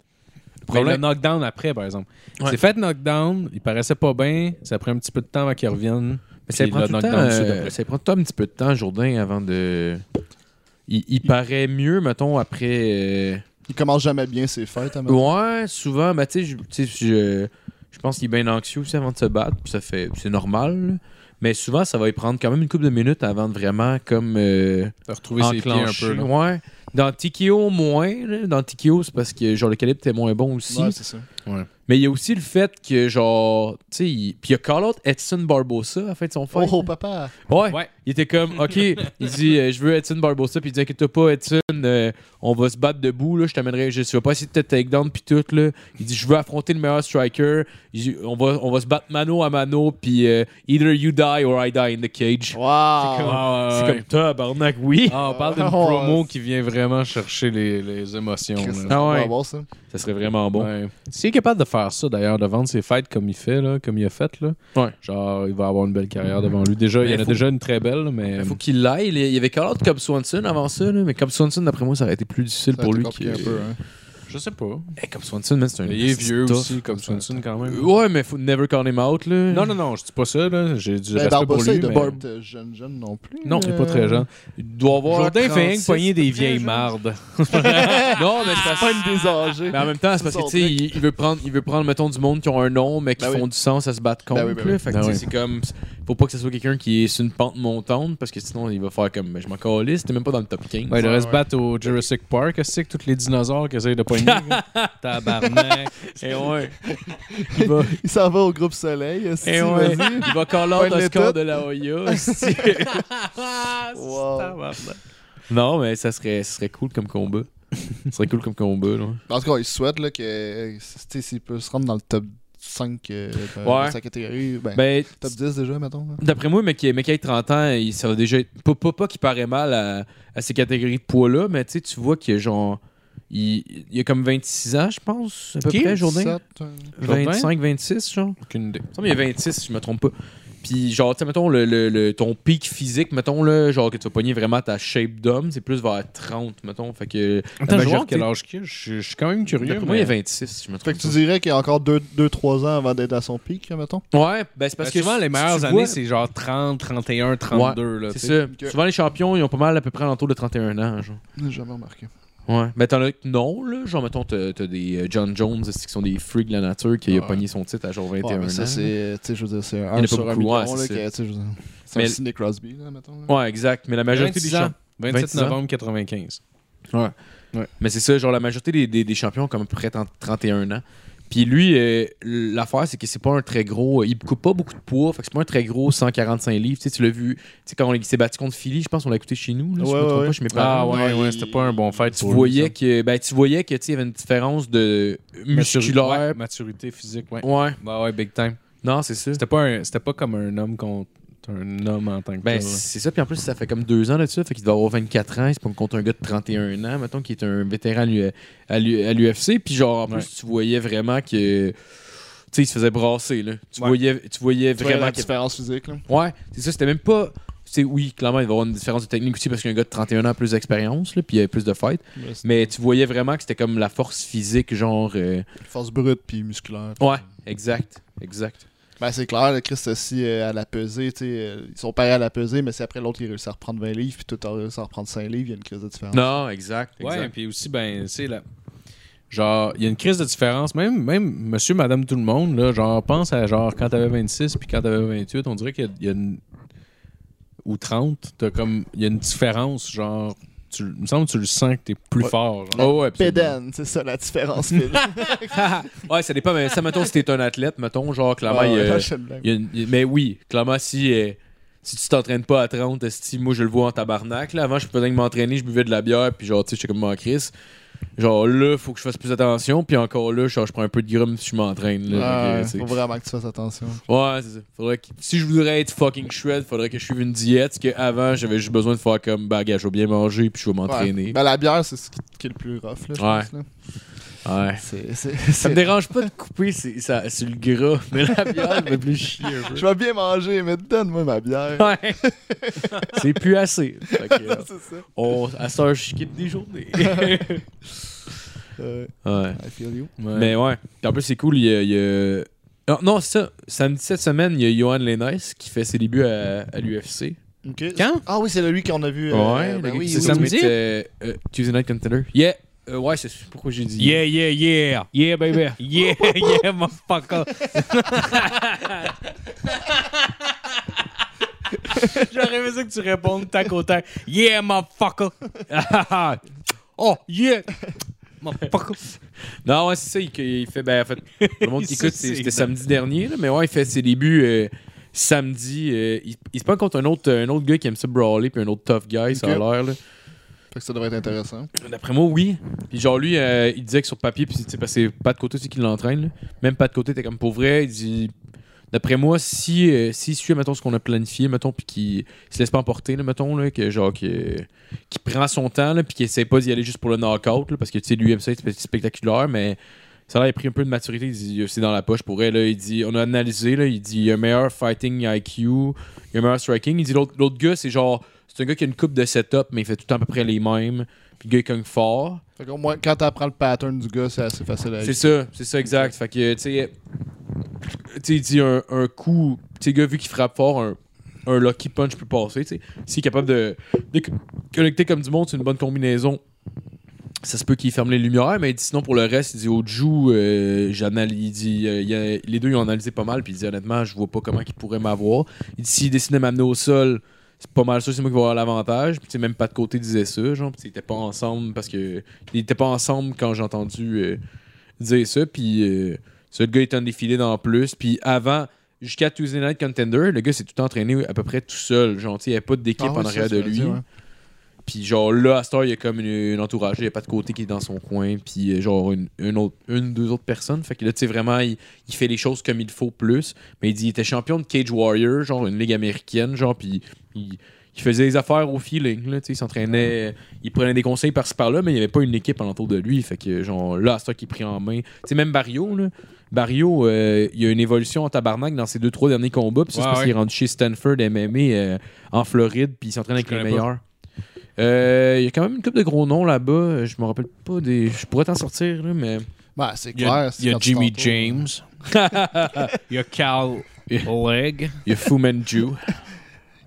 [SPEAKER 5] Le
[SPEAKER 3] problème-
[SPEAKER 5] le knockdown après, par exemple.
[SPEAKER 3] Ouais.
[SPEAKER 5] C'est fait knockdown, il paraissait pas bien, ça prend un petit peu de temps avant qu'il revienne.
[SPEAKER 3] Mais ça
[SPEAKER 5] puis
[SPEAKER 3] prend,
[SPEAKER 5] le
[SPEAKER 3] tout le temps,
[SPEAKER 5] knockdown suit
[SPEAKER 3] euh,
[SPEAKER 5] après.
[SPEAKER 3] ça prend tout le temps un petit peu de temps, Jourdain, avant de. Il, il paraît mieux, mettons, après. euh,
[SPEAKER 4] Il commence jamais bien ses fêtes. hein, mais-
[SPEAKER 3] Ouais, souvent, mais tu sais, je- tu sais, je, je pense qu'il est bien anxieux aussi avant de se battre, puis ça fait, c'est normal. là. Mais souvent, ça va y prendre quand même une couple de minutes avant de vraiment comme euh,
[SPEAKER 5] De retrouver ses pieds un peu.
[SPEAKER 3] enclencher.
[SPEAKER 5] là.
[SPEAKER 3] Ouais. Dans Tikio, moins. là. Dans Tikio, c'est parce que genre le calibre était moins bon aussi.
[SPEAKER 4] Ouais, c'est ça.
[SPEAKER 3] mais il y a aussi le fait que genre, tu sais, il... puis il y a Call Out Edson Barbosa à la fin de son
[SPEAKER 4] Oh,
[SPEAKER 3] fight.
[SPEAKER 4] oh, papa!
[SPEAKER 3] Ouais.
[SPEAKER 5] Ouais.
[SPEAKER 3] Il était comme, OK, il dit, euh, je veux Edson Barbosa. Puis il dit, inquiète pas, Edson, euh, on va se battre debout. Là, je t'amènerai, je, je vais pas essayer de te take down. Puis tout, là. Il dit, je veux affronter le meilleur striker. Il dit, on, va, on va se battre mano à mano. Puis euh, either you die or I die in the cage.
[SPEAKER 5] Ouais,
[SPEAKER 4] Wow!
[SPEAKER 5] ouais,
[SPEAKER 3] C'est
[SPEAKER 5] ouais.
[SPEAKER 3] comme, tabarnak, oui. Oh.
[SPEAKER 5] Ah, on parle d'une
[SPEAKER 4] Ah,
[SPEAKER 5] promo
[SPEAKER 4] ouais.
[SPEAKER 5] qui vient vraiment chercher les, les émotions.
[SPEAKER 4] Chris, ça,
[SPEAKER 5] là.
[SPEAKER 3] Ah ouais.
[SPEAKER 4] va avoir ça.
[SPEAKER 3] Ça serait vraiment bon.
[SPEAKER 5] Ouais. S'il est capable de faire ça, d'ailleurs, de vendre ses fêtes comme il fait, là, comme il a fait, là,
[SPEAKER 3] Ouais.
[SPEAKER 5] genre, il va avoir une belle carrière devant lui. Déjà,
[SPEAKER 3] Mais
[SPEAKER 5] il y en a
[SPEAKER 3] faut-
[SPEAKER 5] déjà une très belle, mais
[SPEAKER 3] Il faut qu'il l'aille. Il y avait Call Out Cobb Swanson avant ça, là, mais Cobb Swanson, d'après moi, ça aurait été plus difficile
[SPEAKER 4] Ça
[SPEAKER 3] pour
[SPEAKER 4] a été
[SPEAKER 3] lui.
[SPEAKER 4] compliqué
[SPEAKER 3] que-
[SPEAKER 4] un peu, hein.
[SPEAKER 5] je sais pas.
[SPEAKER 3] Eh, Cobb Swanson, man, c'est un.
[SPEAKER 5] Il est vieux
[SPEAKER 3] c'est
[SPEAKER 5] aussi, comme
[SPEAKER 4] Ben,
[SPEAKER 5] Swanson, quand
[SPEAKER 3] tough.
[SPEAKER 5] même.
[SPEAKER 3] Ouais, mais faut never call him out, là.
[SPEAKER 5] Non, non, non, je dis pas ça, là. J'ai du
[SPEAKER 4] Ben,
[SPEAKER 5] respect pour
[SPEAKER 4] Barbossa,
[SPEAKER 5] lui,
[SPEAKER 4] il doit
[SPEAKER 5] mais-
[SPEAKER 4] pas être jeune, jeune non plus.
[SPEAKER 5] Non, il est pas très jeune.
[SPEAKER 3] Il doit avoir.
[SPEAKER 5] Jourdain fait rien
[SPEAKER 3] 36,
[SPEAKER 5] que poigner des
[SPEAKER 3] peut-être,
[SPEAKER 5] vieilles
[SPEAKER 3] genre.
[SPEAKER 5] mardes.
[SPEAKER 3] Non, mais c'est parce-
[SPEAKER 4] Pas une désâgée.
[SPEAKER 3] Mais en même temps, c'est parce que, tu sais, il, il veut prendre, il veut prendre, mettons, du monde qui ont un nom, mais qui
[SPEAKER 4] Ben oui.
[SPEAKER 3] font du sens à se battre contre.
[SPEAKER 4] Ben oui, ben
[SPEAKER 3] là.
[SPEAKER 4] oui.
[SPEAKER 3] Fait que,
[SPEAKER 5] Ben
[SPEAKER 3] tu sais,
[SPEAKER 5] oui.
[SPEAKER 3] c'est comme. Faut pas que ce soit quelqu'un qui est sur une pente montante, parce que sinon, il va faire comme. Ben, je m'en calisse, t'es même pas dans le top 15.
[SPEAKER 5] Ouais, il devrait
[SPEAKER 4] Ouais,
[SPEAKER 5] se
[SPEAKER 4] ouais.
[SPEAKER 5] battre au Jurassic Park, est-ce que tous les dinosaures qui essayent de poigner? là? Eh Tabarnak.
[SPEAKER 3] Et ouais.
[SPEAKER 4] il va- il s'en va au groupe Soleil. esti,
[SPEAKER 3] Et Eh ouais.
[SPEAKER 4] vas-y.
[SPEAKER 3] Il va call out
[SPEAKER 4] Pogne les
[SPEAKER 3] Oscar
[SPEAKER 4] toutes.
[SPEAKER 3] de la Hoya. aussi. Ah,
[SPEAKER 4] Wow.
[SPEAKER 3] non, mais ça serait, ça serait cool comme combat. Ça serait cool comme combat, là.
[SPEAKER 4] En tout cas, il souhaite là, que euh, si- tu sais, s'il peut se rendre dans le top 5 euh, de
[SPEAKER 3] Ouais.
[SPEAKER 4] de sa catégorie, ben,
[SPEAKER 3] Ben,
[SPEAKER 4] top 10 déjà, mettons. là.
[SPEAKER 3] D'après moi, mais qui a 30 ans, il, ça va déjà être. Pas, pas, pas qu'il paraît mal à, à ces catégories de poids-là, mais tu sais, tu vois qu'il a genre. Il, il a comme 26 ans, je pense, à peu
[SPEAKER 5] Qui?
[SPEAKER 3] près, Jourdain.
[SPEAKER 4] 17, euh,
[SPEAKER 3] 25, 26, genre.
[SPEAKER 5] Aucune idée.
[SPEAKER 3] Il me semble qu'il a 26, si je me trompe pas. Puis, genre, tu sais, mettons, le, le- le- ton pic physique, mettons, là, genre, que tu vas pogner vraiment ta shape d'homme, c'est plus vers 30, mettons. Fait que. la
[SPEAKER 5] Attends, je vais voir
[SPEAKER 3] majorité-
[SPEAKER 5] quel âge qu'il Ben, a. Je je suis quand même curieux.
[SPEAKER 3] D'après moi, il
[SPEAKER 5] mais-
[SPEAKER 3] a 26, si je me
[SPEAKER 4] Fait
[SPEAKER 3] trompe
[SPEAKER 4] que tu dirais qu'il y a encore 2-3 ans avant d'être à son pic, mettons.
[SPEAKER 3] pas. Ouais, ben, c'est parce que.
[SPEAKER 5] Ben, souvent,
[SPEAKER 3] si-
[SPEAKER 5] les
[SPEAKER 3] si
[SPEAKER 5] meilleures
[SPEAKER 3] tu
[SPEAKER 5] années,
[SPEAKER 3] vois-
[SPEAKER 5] c'est genre 30, 31, 32. là,
[SPEAKER 3] C'est
[SPEAKER 5] tu sais.
[SPEAKER 3] ça.
[SPEAKER 4] Ok.
[SPEAKER 3] Souvent, les champions, ils ont pas mal à peu près l'entour de 31 ans, genre.
[SPEAKER 4] J'ai jamais remarqué.
[SPEAKER 3] Ouais. Mais t'en as non, là. Genre, mettons, t'as t'as des euh, John Jones c'est-tu, qui sont des freaks de la nature qui a
[SPEAKER 4] Ouais.
[SPEAKER 3] pogné son titre à genre 21
[SPEAKER 4] Ouais, mais ça,
[SPEAKER 3] ans.
[SPEAKER 4] c'est, euh, tu sais, je veux dire, c'est
[SPEAKER 3] hein? en a
[SPEAKER 4] un
[SPEAKER 3] pas
[SPEAKER 4] sur un
[SPEAKER 3] beaucoup, ouais,
[SPEAKER 4] million, là,
[SPEAKER 3] c'est
[SPEAKER 4] que, tu sais, je veux dire, c'est
[SPEAKER 3] Mais-
[SPEAKER 4] un Sidney Crosby, là, mettons. là.
[SPEAKER 3] Ouais, exact. Mais la majorité
[SPEAKER 5] 26
[SPEAKER 3] des
[SPEAKER 5] ans.
[SPEAKER 3] champions.
[SPEAKER 5] 27
[SPEAKER 3] 26 ans.
[SPEAKER 5] novembre 95.
[SPEAKER 3] Mais c'est ça, genre, la majorité des, des- des champions ont comme à peu près 30 31 ans. Puis lui, euh, l'affaire, c'est que c'est pas un très gros. euh, Il coupe pas beaucoup de poids. Fait que c'est pas un très gros 145 livres. Tu sais, tu l'as vu. Tu sais, quand on- il s'est battu contre Philly, je pense qu'on l'a écouté chez nous. Là, si je
[SPEAKER 4] Ouais,
[SPEAKER 3] me trompe
[SPEAKER 4] ouais,
[SPEAKER 3] pas, chez mes
[SPEAKER 5] Ah
[SPEAKER 3] parents.
[SPEAKER 5] ouais,
[SPEAKER 4] non,
[SPEAKER 5] ouais,
[SPEAKER 4] il-
[SPEAKER 5] c'était pas un bon fight.
[SPEAKER 3] Tu voyais que, ben, tu voyais que, tu sais, il y avait une différence de musculaire.
[SPEAKER 5] maturité physique, ouais.
[SPEAKER 3] Ouais.
[SPEAKER 5] Bah ouais, big time.
[SPEAKER 3] Non, c'est ça.
[SPEAKER 5] C'était pas, un- c'était pas comme un homme contre un homme en tant que
[SPEAKER 3] Ben,
[SPEAKER 5] tel, là.
[SPEAKER 3] c'est ça. Puis en plus, ça fait comme deux ans là-dessus. Fait qu'il doit avoir 24 ans. C'est pas contre un gars de 31 ans, mettons, qui est un vétéran à l'U- à l'U- à l'UFC. Puis genre, en plus,
[SPEAKER 5] Ouais.
[SPEAKER 3] tu voyais vraiment que. Tu sais, il se faisait brasser, là. Tu
[SPEAKER 5] Ouais.
[SPEAKER 3] voyais, tu voyais
[SPEAKER 4] Tu vois
[SPEAKER 3] vraiment
[SPEAKER 4] la
[SPEAKER 3] que.
[SPEAKER 4] différence physique, là.
[SPEAKER 3] Ouais, c'est ça. C'était même pas. c'est oui, clairement, il va y avoir une différence de technique aussi parce qu'un gars de 31 ans a plus d'expérience, là, puis il a plus de fight.
[SPEAKER 4] Mais c'est
[SPEAKER 3] Mais tu voyais vraiment que c'était comme la force physique, genre. euh,
[SPEAKER 4] Force brute puis musculaire.
[SPEAKER 3] Ouais, exact. Exact.
[SPEAKER 4] Ben, c'est clair, le Christ aussi euh, à la pesée, tu sais, euh, ils sont pareils à la pesée, mais si après l'autre il réussit à reprendre 20 livres, puis tout a réussi à reprendre 5 livres, il y a une crise de différence.
[SPEAKER 3] Non, exact.
[SPEAKER 5] Ah. Ouais,
[SPEAKER 3] exact.
[SPEAKER 5] puis aussi, ben, c'est la. Genre, il y a une crise de différence. Même, même monsieur, madame, tout le monde, là, genre, pense à genre quand t'avais 26 puis quand t'avais 28, on dirait qu'il y a- il y, a une. Ou 30, t'as comme. Il y a une différence, genre. Tu, il me semble que tu le sens que t'es plus
[SPEAKER 4] Ouais.
[SPEAKER 5] fort. genre.
[SPEAKER 4] La
[SPEAKER 3] Oh, ouais, absolument.
[SPEAKER 4] Pédane, c'est ça la différence. pédane.
[SPEAKER 3] Ah, ouais, ça dépend, mais ça, mettons, si t'es un athlète, mettons, genre, clairement,
[SPEAKER 4] Ouais,
[SPEAKER 3] il y a-
[SPEAKER 4] ouais, je sais le même.
[SPEAKER 3] il y a une- il- mais oui, clairement, si, euh, si tu t'entraînes pas à 30, si moi je le vois en tabarnak. Là, avant, je faisais que m'entraîner, je buvais de la bière, puis genre, tu sais, j'étais comme mon Chris. Genre là, faut que je fasse plus attention, puis encore là, genre, je prends un peu de grume si je m'entraîne. là.
[SPEAKER 4] Ouais,
[SPEAKER 3] Fait que, tu sais.
[SPEAKER 4] faut vraiment que tu fasses attention.
[SPEAKER 3] Ouais, c'est ça. Faudrait que- Si je voudrais être fucking shred, faudrait que je suive une diète. Que avant, j'avais juste besoin de faire comme bagage. Je vais bien manger puis je vais
[SPEAKER 4] Ouais.
[SPEAKER 3] m'entraîner.
[SPEAKER 4] Ben, la bière, c'est ce qui, qui est le plus rough, là, je
[SPEAKER 3] Ouais.
[SPEAKER 4] pense, là.
[SPEAKER 3] Ouais.
[SPEAKER 4] C'est-
[SPEAKER 3] Ça
[SPEAKER 4] c'est-
[SPEAKER 3] me
[SPEAKER 4] c'est-
[SPEAKER 3] dérange pas de couper c'est ça- sur le gras, mais la bière me plus chier un peu.
[SPEAKER 4] Je vais bien manger, mais donne-moi ma bière.
[SPEAKER 3] Ouais. c'est plus assez. Fait que, euh,
[SPEAKER 4] c'est ça.
[SPEAKER 3] on, à ça, je quitte des journées.
[SPEAKER 4] Euh,
[SPEAKER 3] ouais.
[SPEAKER 4] I feel you.
[SPEAKER 3] Mais ouais. Puis en plus, c'est cool. Il y a. il y a- Non, non, c'est ça. Samedi cette semaine, il y a Johan Lenice qui fait ses débuts à, à l'UFC.
[SPEAKER 4] Ok.
[SPEAKER 5] Quand?
[SPEAKER 4] Ah oui, c'est lui qu'on a vu. euh,
[SPEAKER 3] ouais,
[SPEAKER 4] ben
[SPEAKER 3] le-
[SPEAKER 4] oui,
[SPEAKER 3] c'est
[SPEAKER 4] oui,
[SPEAKER 5] ça.
[SPEAKER 4] oui.
[SPEAKER 5] samedi?
[SPEAKER 3] euh, euh, Tuesday Night Contender. Yeah. Euh, ouais, c'est pourquoi j'ai dit.
[SPEAKER 5] Yeah, yeah, yeah.
[SPEAKER 3] Yeah, baby.
[SPEAKER 5] Yeah, yeah, motherfucker. J'aurais aimé ça que tu répondes tac au tac. Yeah, motherfucker. oh, yeah. Motherfucker.
[SPEAKER 3] Non, ouais, c'est ça. Il, il fait. Ben, en fait, le monde qui
[SPEAKER 5] Il se
[SPEAKER 3] écoute, c'est-
[SPEAKER 5] sait.
[SPEAKER 3] c'était samedi dernier, là, mais ouais, il fait ses débuts euh, samedi. euh, il, il se prend contre un autre, un autre gars qui aime ça brawler, puis un autre tough guy, ça a
[SPEAKER 4] Ok.
[SPEAKER 3] l'air, là.
[SPEAKER 4] Fait que ça devrait être intéressant.
[SPEAKER 3] D'après moi, oui. Puis genre, lui, euh, il disait que sur papier, puis tu sais, parce que c'est pas de côté, c'est qui l'entraîne. là. Même pas de côté, t'es comme pour vrai. Il dit, d'après moi, si, euh, s'il suit, mettons, ce qu'on a planifié, mettons, puis qu'il se laisse pas emporter, là, mettons, là, que genre, que- qu'il prend son temps, là, puis qu'il essaie pas d'y aller juste pour le knock-out, là, parce que tu sais, lui aime ça, c'est spectaculaire, mais. Ça là, il a pris un peu de maturité, il dit c'est dans la poche pour elle. Là, il dit on a analysé, là, il dit il y a un meilleur fighting IQ, il y a un meilleur striking. Il dit l'autre l'autre gars, c'est genre c'est un gars qui a une coupe de setup, mais il fait tout le temps à peu près les mêmes. Puis le gars, il cogne fort.
[SPEAKER 4] Fait qu'au moins, quand t'apprends le pattern du gars, c'est assez facile à
[SPEAKER 3] C'est ça, c'est ça, exact. Fait que, tu sais, tu sais, il dit un, un coup, tu sais, le gars, vu qu'il frappe fort, un, un lucky punch peut passer, tu sais. S'il est capable de, de co- connecter comme du monde, c'est une bonne combinaison. Ça se peut qu'il ferme les lumières, mais il dit sinon pour le reste, il dit au Jou, euh, j'analyse- il dit, euh, il y a- les deux ils ont analysé pas mal, puis il dit honnêtement, je vois pas comment ils pourraient m'avoir. Il dit s'il décide de m'amener au sol, c'est pas mal sûr, c'est moi qui vais avoir l'avantage. Puis tu sais, même pas de côté disait ça, genre, puis ils étaient pas ensemble parce que ils étaient pas ensemble quand j'ai entendu euh, dire ça. Puis euh, ce gars est un défilé dans plus. Puis avant, jusqu'à Tuesday Night Contender, le gars s'est tout entraîné à peu près tout seul. Genre, tu sais, il n'y avait pas d'équipe en arrière de lui. Puis genre là, à cette heure, il y a comme une, une entourage, il n'y a pas de côté qui est dans son coin, puis euh, genre une, une autre, une, deux autres personnes. Fait que là, tu sais, vraiment, il, il fait les choses comme il faut plus. Mais il dit, il était champion de Cage Warrior, genre une ligue américaine, genre, puis il, il faisait les affaires au feeling, là, tu sais, il s'entraînait, il prenait des conseils par-ci par-là, mais il n'y avait pas une équipe alentour de lui. Fait que genre là, à cette heure, qu'il est pris en main. Tu sais, même Barrio, là. Barrio, euh, il y a une évolution en tabarnak dans ses deux, trois derniers combats. Puis ça, c'est
[SPEAKER 5] Ouais,
[SPEAKER 3] parce
[SPEAKER 5] ouais.
[SPEAKER 3] qu'il est rendu chez Stanford MMA euh, en Floride, puis il s'entraîne avec
[SPEAKER 5] Je
[SPEAKER 3] les
[SPEAKER 5] connais pas.
[SPEAKER 3] meilleurs. Euh, Il y a quand même une couple de gros noms là-bas. Euh, Je me rappelle pas des. Je pourrais t'en sortir, là, mais.
[SPEAKER 4] Bah, c'est
[SPEAKER 5] Il y a,
[SPEAKER 4] clair. c'est
[SPEAKER 5] il y a
[SPEAKER 4] quand tu
[SPEAKER 5] Jimmy
[SPEAKER 4] t'entoures.
[SPEAKER 5] James. il y a Carl Oleg.
[SPEAKER 3] Il y a Fu Manchu.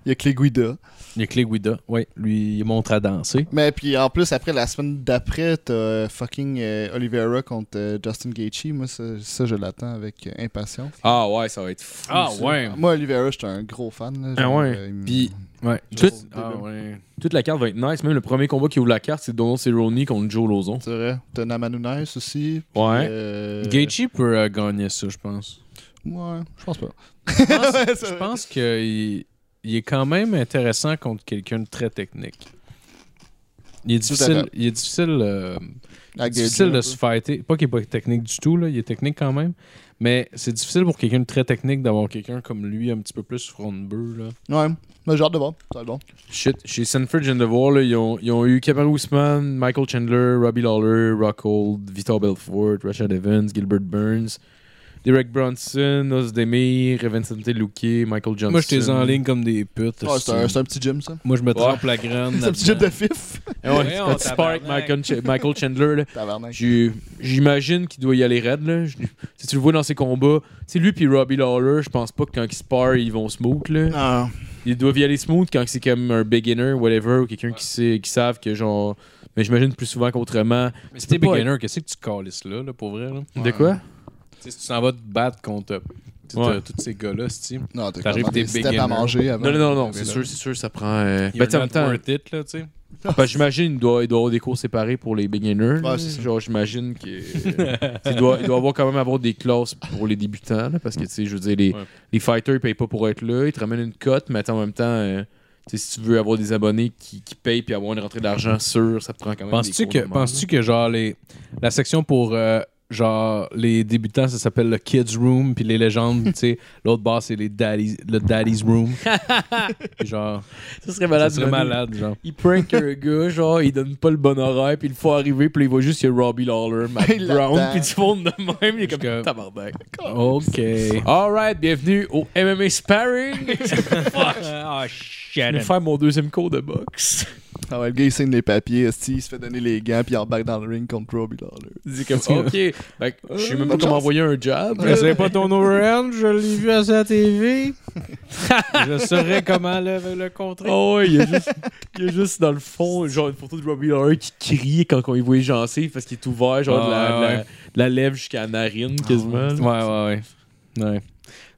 [SPEAKER 4] Il y a Clé Guida.
[SPEAKER 5] Il y a Clay Guida. Oui, lui, il montre à danser.
[SPEAKER 4] Mais puis en plus, après, la semaine d'après, t'as euh, fucking euh, Oliveira contre euh, Justin Gaethje. Moi, ça, ça, je l'attends avec euh, impatience.
[SPEAKER 3] Ah ouais, ça va être fou. ça.
[SPEAKER 4] Moi, Oliveira, j'étais un gros fan. là.
[SPEAKER 3] Ah
[SPEAKER 4] Genre,
[SPEAKER 3] ouais.
[SPEAKER 4] euh, il me-
[SPEAKER 3] Puis
[SPEAKER 5] Ouais.
[SPEAKER 3] Tout-
[SPEAKER 5] Ah, ouais.
[SPEAKER 3] toute la carte va être nice. Même le premier combat qui ouvre la carte, c'est Donald Cerrone contre Joe Lozon.
[SPEAKER 4] C'est vrai. T'as Namanunes aussi. puis,
[SPEAKER 3] Ouais.
[SPEAKER 4] euh,
[SPEAKER 5] Gaethje peut euh, gagner ça, je pense.
[SPEAKER 4] Ouais, je pense pas.
[SPEAKER 5] Je pense,
[SPEAKER 4] c'est
[SPEAKER 5] je
[SPEAKER 4] vrai.
[SPEAKER 5] pense qu'il il est quand même intéressant contre quelqu'un de très technique. Il est
[SPEAKER 4] Tout à
[SPEAKER 5] difficile,
[SPEAKER 4] fait.
[SPEAKER 5] il est difficile, euh,
[SPEAKER 4] À
[SPEAKER 5] difficile
[SPEAKER 4] Gaethje, un
[SPEAKER 5] de se fighter. Pas qu'il n'est pas technique du tout, là, il est technique quand même. Mais c'est difficile pour quelqu'un de très technique d'avoir quelqu'un comme lui, un petit peu plus front de bœuf. là.
[SPEAKER 4] peu. Ouais, mais j'ai hâte de voir. Ça va être bon.
[SPEAKER 3] Shit, chez Sanford, je viens de voir, là, ils, ont, ils ont eu Kamaru Usman, Michael Chandler, Robbie Lawler, Rockhold, Vitor Belfort, Rashad Evans, Gilbert Burns, Derek Bronson, Ozdemir, Vincent Luque, Michael Johnson.
[SPEAKER 5] Moi, je t'ai en ligne comme des putes.
[SPEAKER 3] Ah,
[SPEAKER 4] Ouais, c'est un, c'est un petit gym, ça.
[SPEAKER 5] Moi, je me trempe
[SPEAKER 3] Ouais.
[SPEAKER 5] la graine.
[SPEAKER 4] C'est un petit gym
[SPEAKER 5] là-dedans.
[SPEAKER 4] de fif.
[SPEAKER 3] Eh ouais,
[SPEAKER 5] Voyons,
[SPEAKER 3] quand tu sparres avec
[SPEAKER 5] tabarnak.
[SPEAKER 3] Michael, Ch- Michael Chandler, là,
[SPEAKER 4] Tabarnak.
[SPEAKER 3] J'ai- J'imagine qu'il doit y aller raide. Là. Je- Si tu le vois dans ses combats, c'est lui puis Robbie Lawler, je pense pas que quand ils sparent, ils vont smooth. Là.
[SPEAKER 4] Non.
[SPEAKER 3] Ils doivent y aller smooth quand c'est comme un beginner, whatever, ou quelqu'un qui sait, qui savent que genre. Mais j'imagine plus souvent qu'autrement.
[SPEAKER 5] Mais si t'es
[SPEAKER 3] peux pas
[SPEAKER 5] beginner, qu'est-ce que tu calisses là, là, pour vrai? Là?
[SPEAKER 3] De quoi
[SPEAKER 5] Tu sais, Si tu s'en vas te battre contre euh, tout,
[SPEAKER 3] Ouais.
[SPEAKER 5] euh, tous ces gars-là, si
[SPEAKER 4] Non, t'as
[SPEAKER 5] T'arrives
[SPEAKER 4] clairement
[SPEAKER 5] des
[SPEAKER 4] des steps à
[SPEAKER 5] beginners.
[SPEAKER 4] manger avant.
[SPEAKER 3] Non, non, non, non,
[SPEAKER 4] Mais
[SPEAKER 3] c'est
[SPEAKER 4] là,
[SPEAKER 3] sûr, c'est sûr, ça prend. euh,
[SPEAKER 5] Il y a
[SPEAKER 3] ben, tu sais, en
[SPEAKER 5] un
[SPEAKER 3] même
[SPEAKER 5] not
[SPEAKER 3] temps,
[SPEAKER 5] worth it, là, tu sais.
[SPEAKER 3] Ben, j'imagine il doit, il doit avoir des cours séparés pour les beginners. là.
[SPEAKER 4] Ouais, c'est ça.
[SPEAKER 3] Genre, j'imagine qu'il doit, il doit avoir quand même avoir des classes pour les débutants. là, parce que, tu sais, je veux dire, les,
[SPEAKER 5] Ouais.
[SPEAKER 3] les fighters, ils payent pas pour être là. Ils te ramènent une cote, mais attends, en même temps, euh, tu sais, si tu veux avoir des abonnés qui, qui payent puis avoir une rentrée d'argent sûre, ça te prend quand même des
[SPEAKER 5] Penses-tu
[SPEAKER 3] cours
[SPEAKER 5] que,
[SPEAKER 3] de même,
[SPEAKER 5] penses-tu que genre les, la section pour euh, genre les débutants, ça s'appelle le Kids Room, puis les légendes, tu sais, l'autre bar c'est les daddies, le Daddy's Room. Puis genre,
[SPEAKER 3] là. Ça serait
[SPEAKER 5] ça
[SPEAKER 3] malade.
[SPEAKER 5] serait
[SPEAKER 3] de donner-
[SPEAKER 5] malade, genre.
[SPEAKER 3] Il prank un gars, genre, il donne pas le bon horaire, puis il faut arriver, puis il voit juste qu'il y a Robbie Lawler, Matt
[SPEAKER 4] Il
[SPEAKER 3] Brown,
[SPEAKER 4] l'attend.
[SPEAKER 3] puis du monde de même, il est comme
[SPEAKER 5] Jusqu'à-
[SPEAKER 3] tabarnak.
[SPEAKER 5] Ok.
[SPEAKER 3] Alright, bienvenue au MMA Sparring.
[SPEAKER 5] Ah
[SPEAKER 3] Je vais
[SPEAKER 5] shit.
[SPEAKER 3] faire mon deuxième cours de boxe.
[SPEAKER 4] Ah ouais, le gars, il signe les papiers, esti, il se fait donner les gants, puis il embarque dans le ring contre Robbie Lawler.
[SPEAKER 3] Il dit comme, ok, Fait que je sais même pas
[SPEAKER 4] Bonne
[SPEAKER 3] comment
[SPEAKER 4] chance.
[SPEAKER 3] envoyer un jab.
[SPEAKER 5] Je sais pas ton overhand, je l'ai vu à sa TV. je saurais comment le, le contrer.
[SPEAKER 3] Oh, il y a juste, il y a juste dans le fond, genre une photo de Robbie Lawler qui crie quand on y voit les gencives parce qu'il est ouvert, genre de, la,
[SPEAKER 5] Ah,
[SPEAKER 3] de la-
[SPEAKER 5] ouais.
[SPEAKER 3] de la lèvre jusqu'à la narine quasiment.
[SPEAKER 5] Ouais, ouais, ouais. ouais.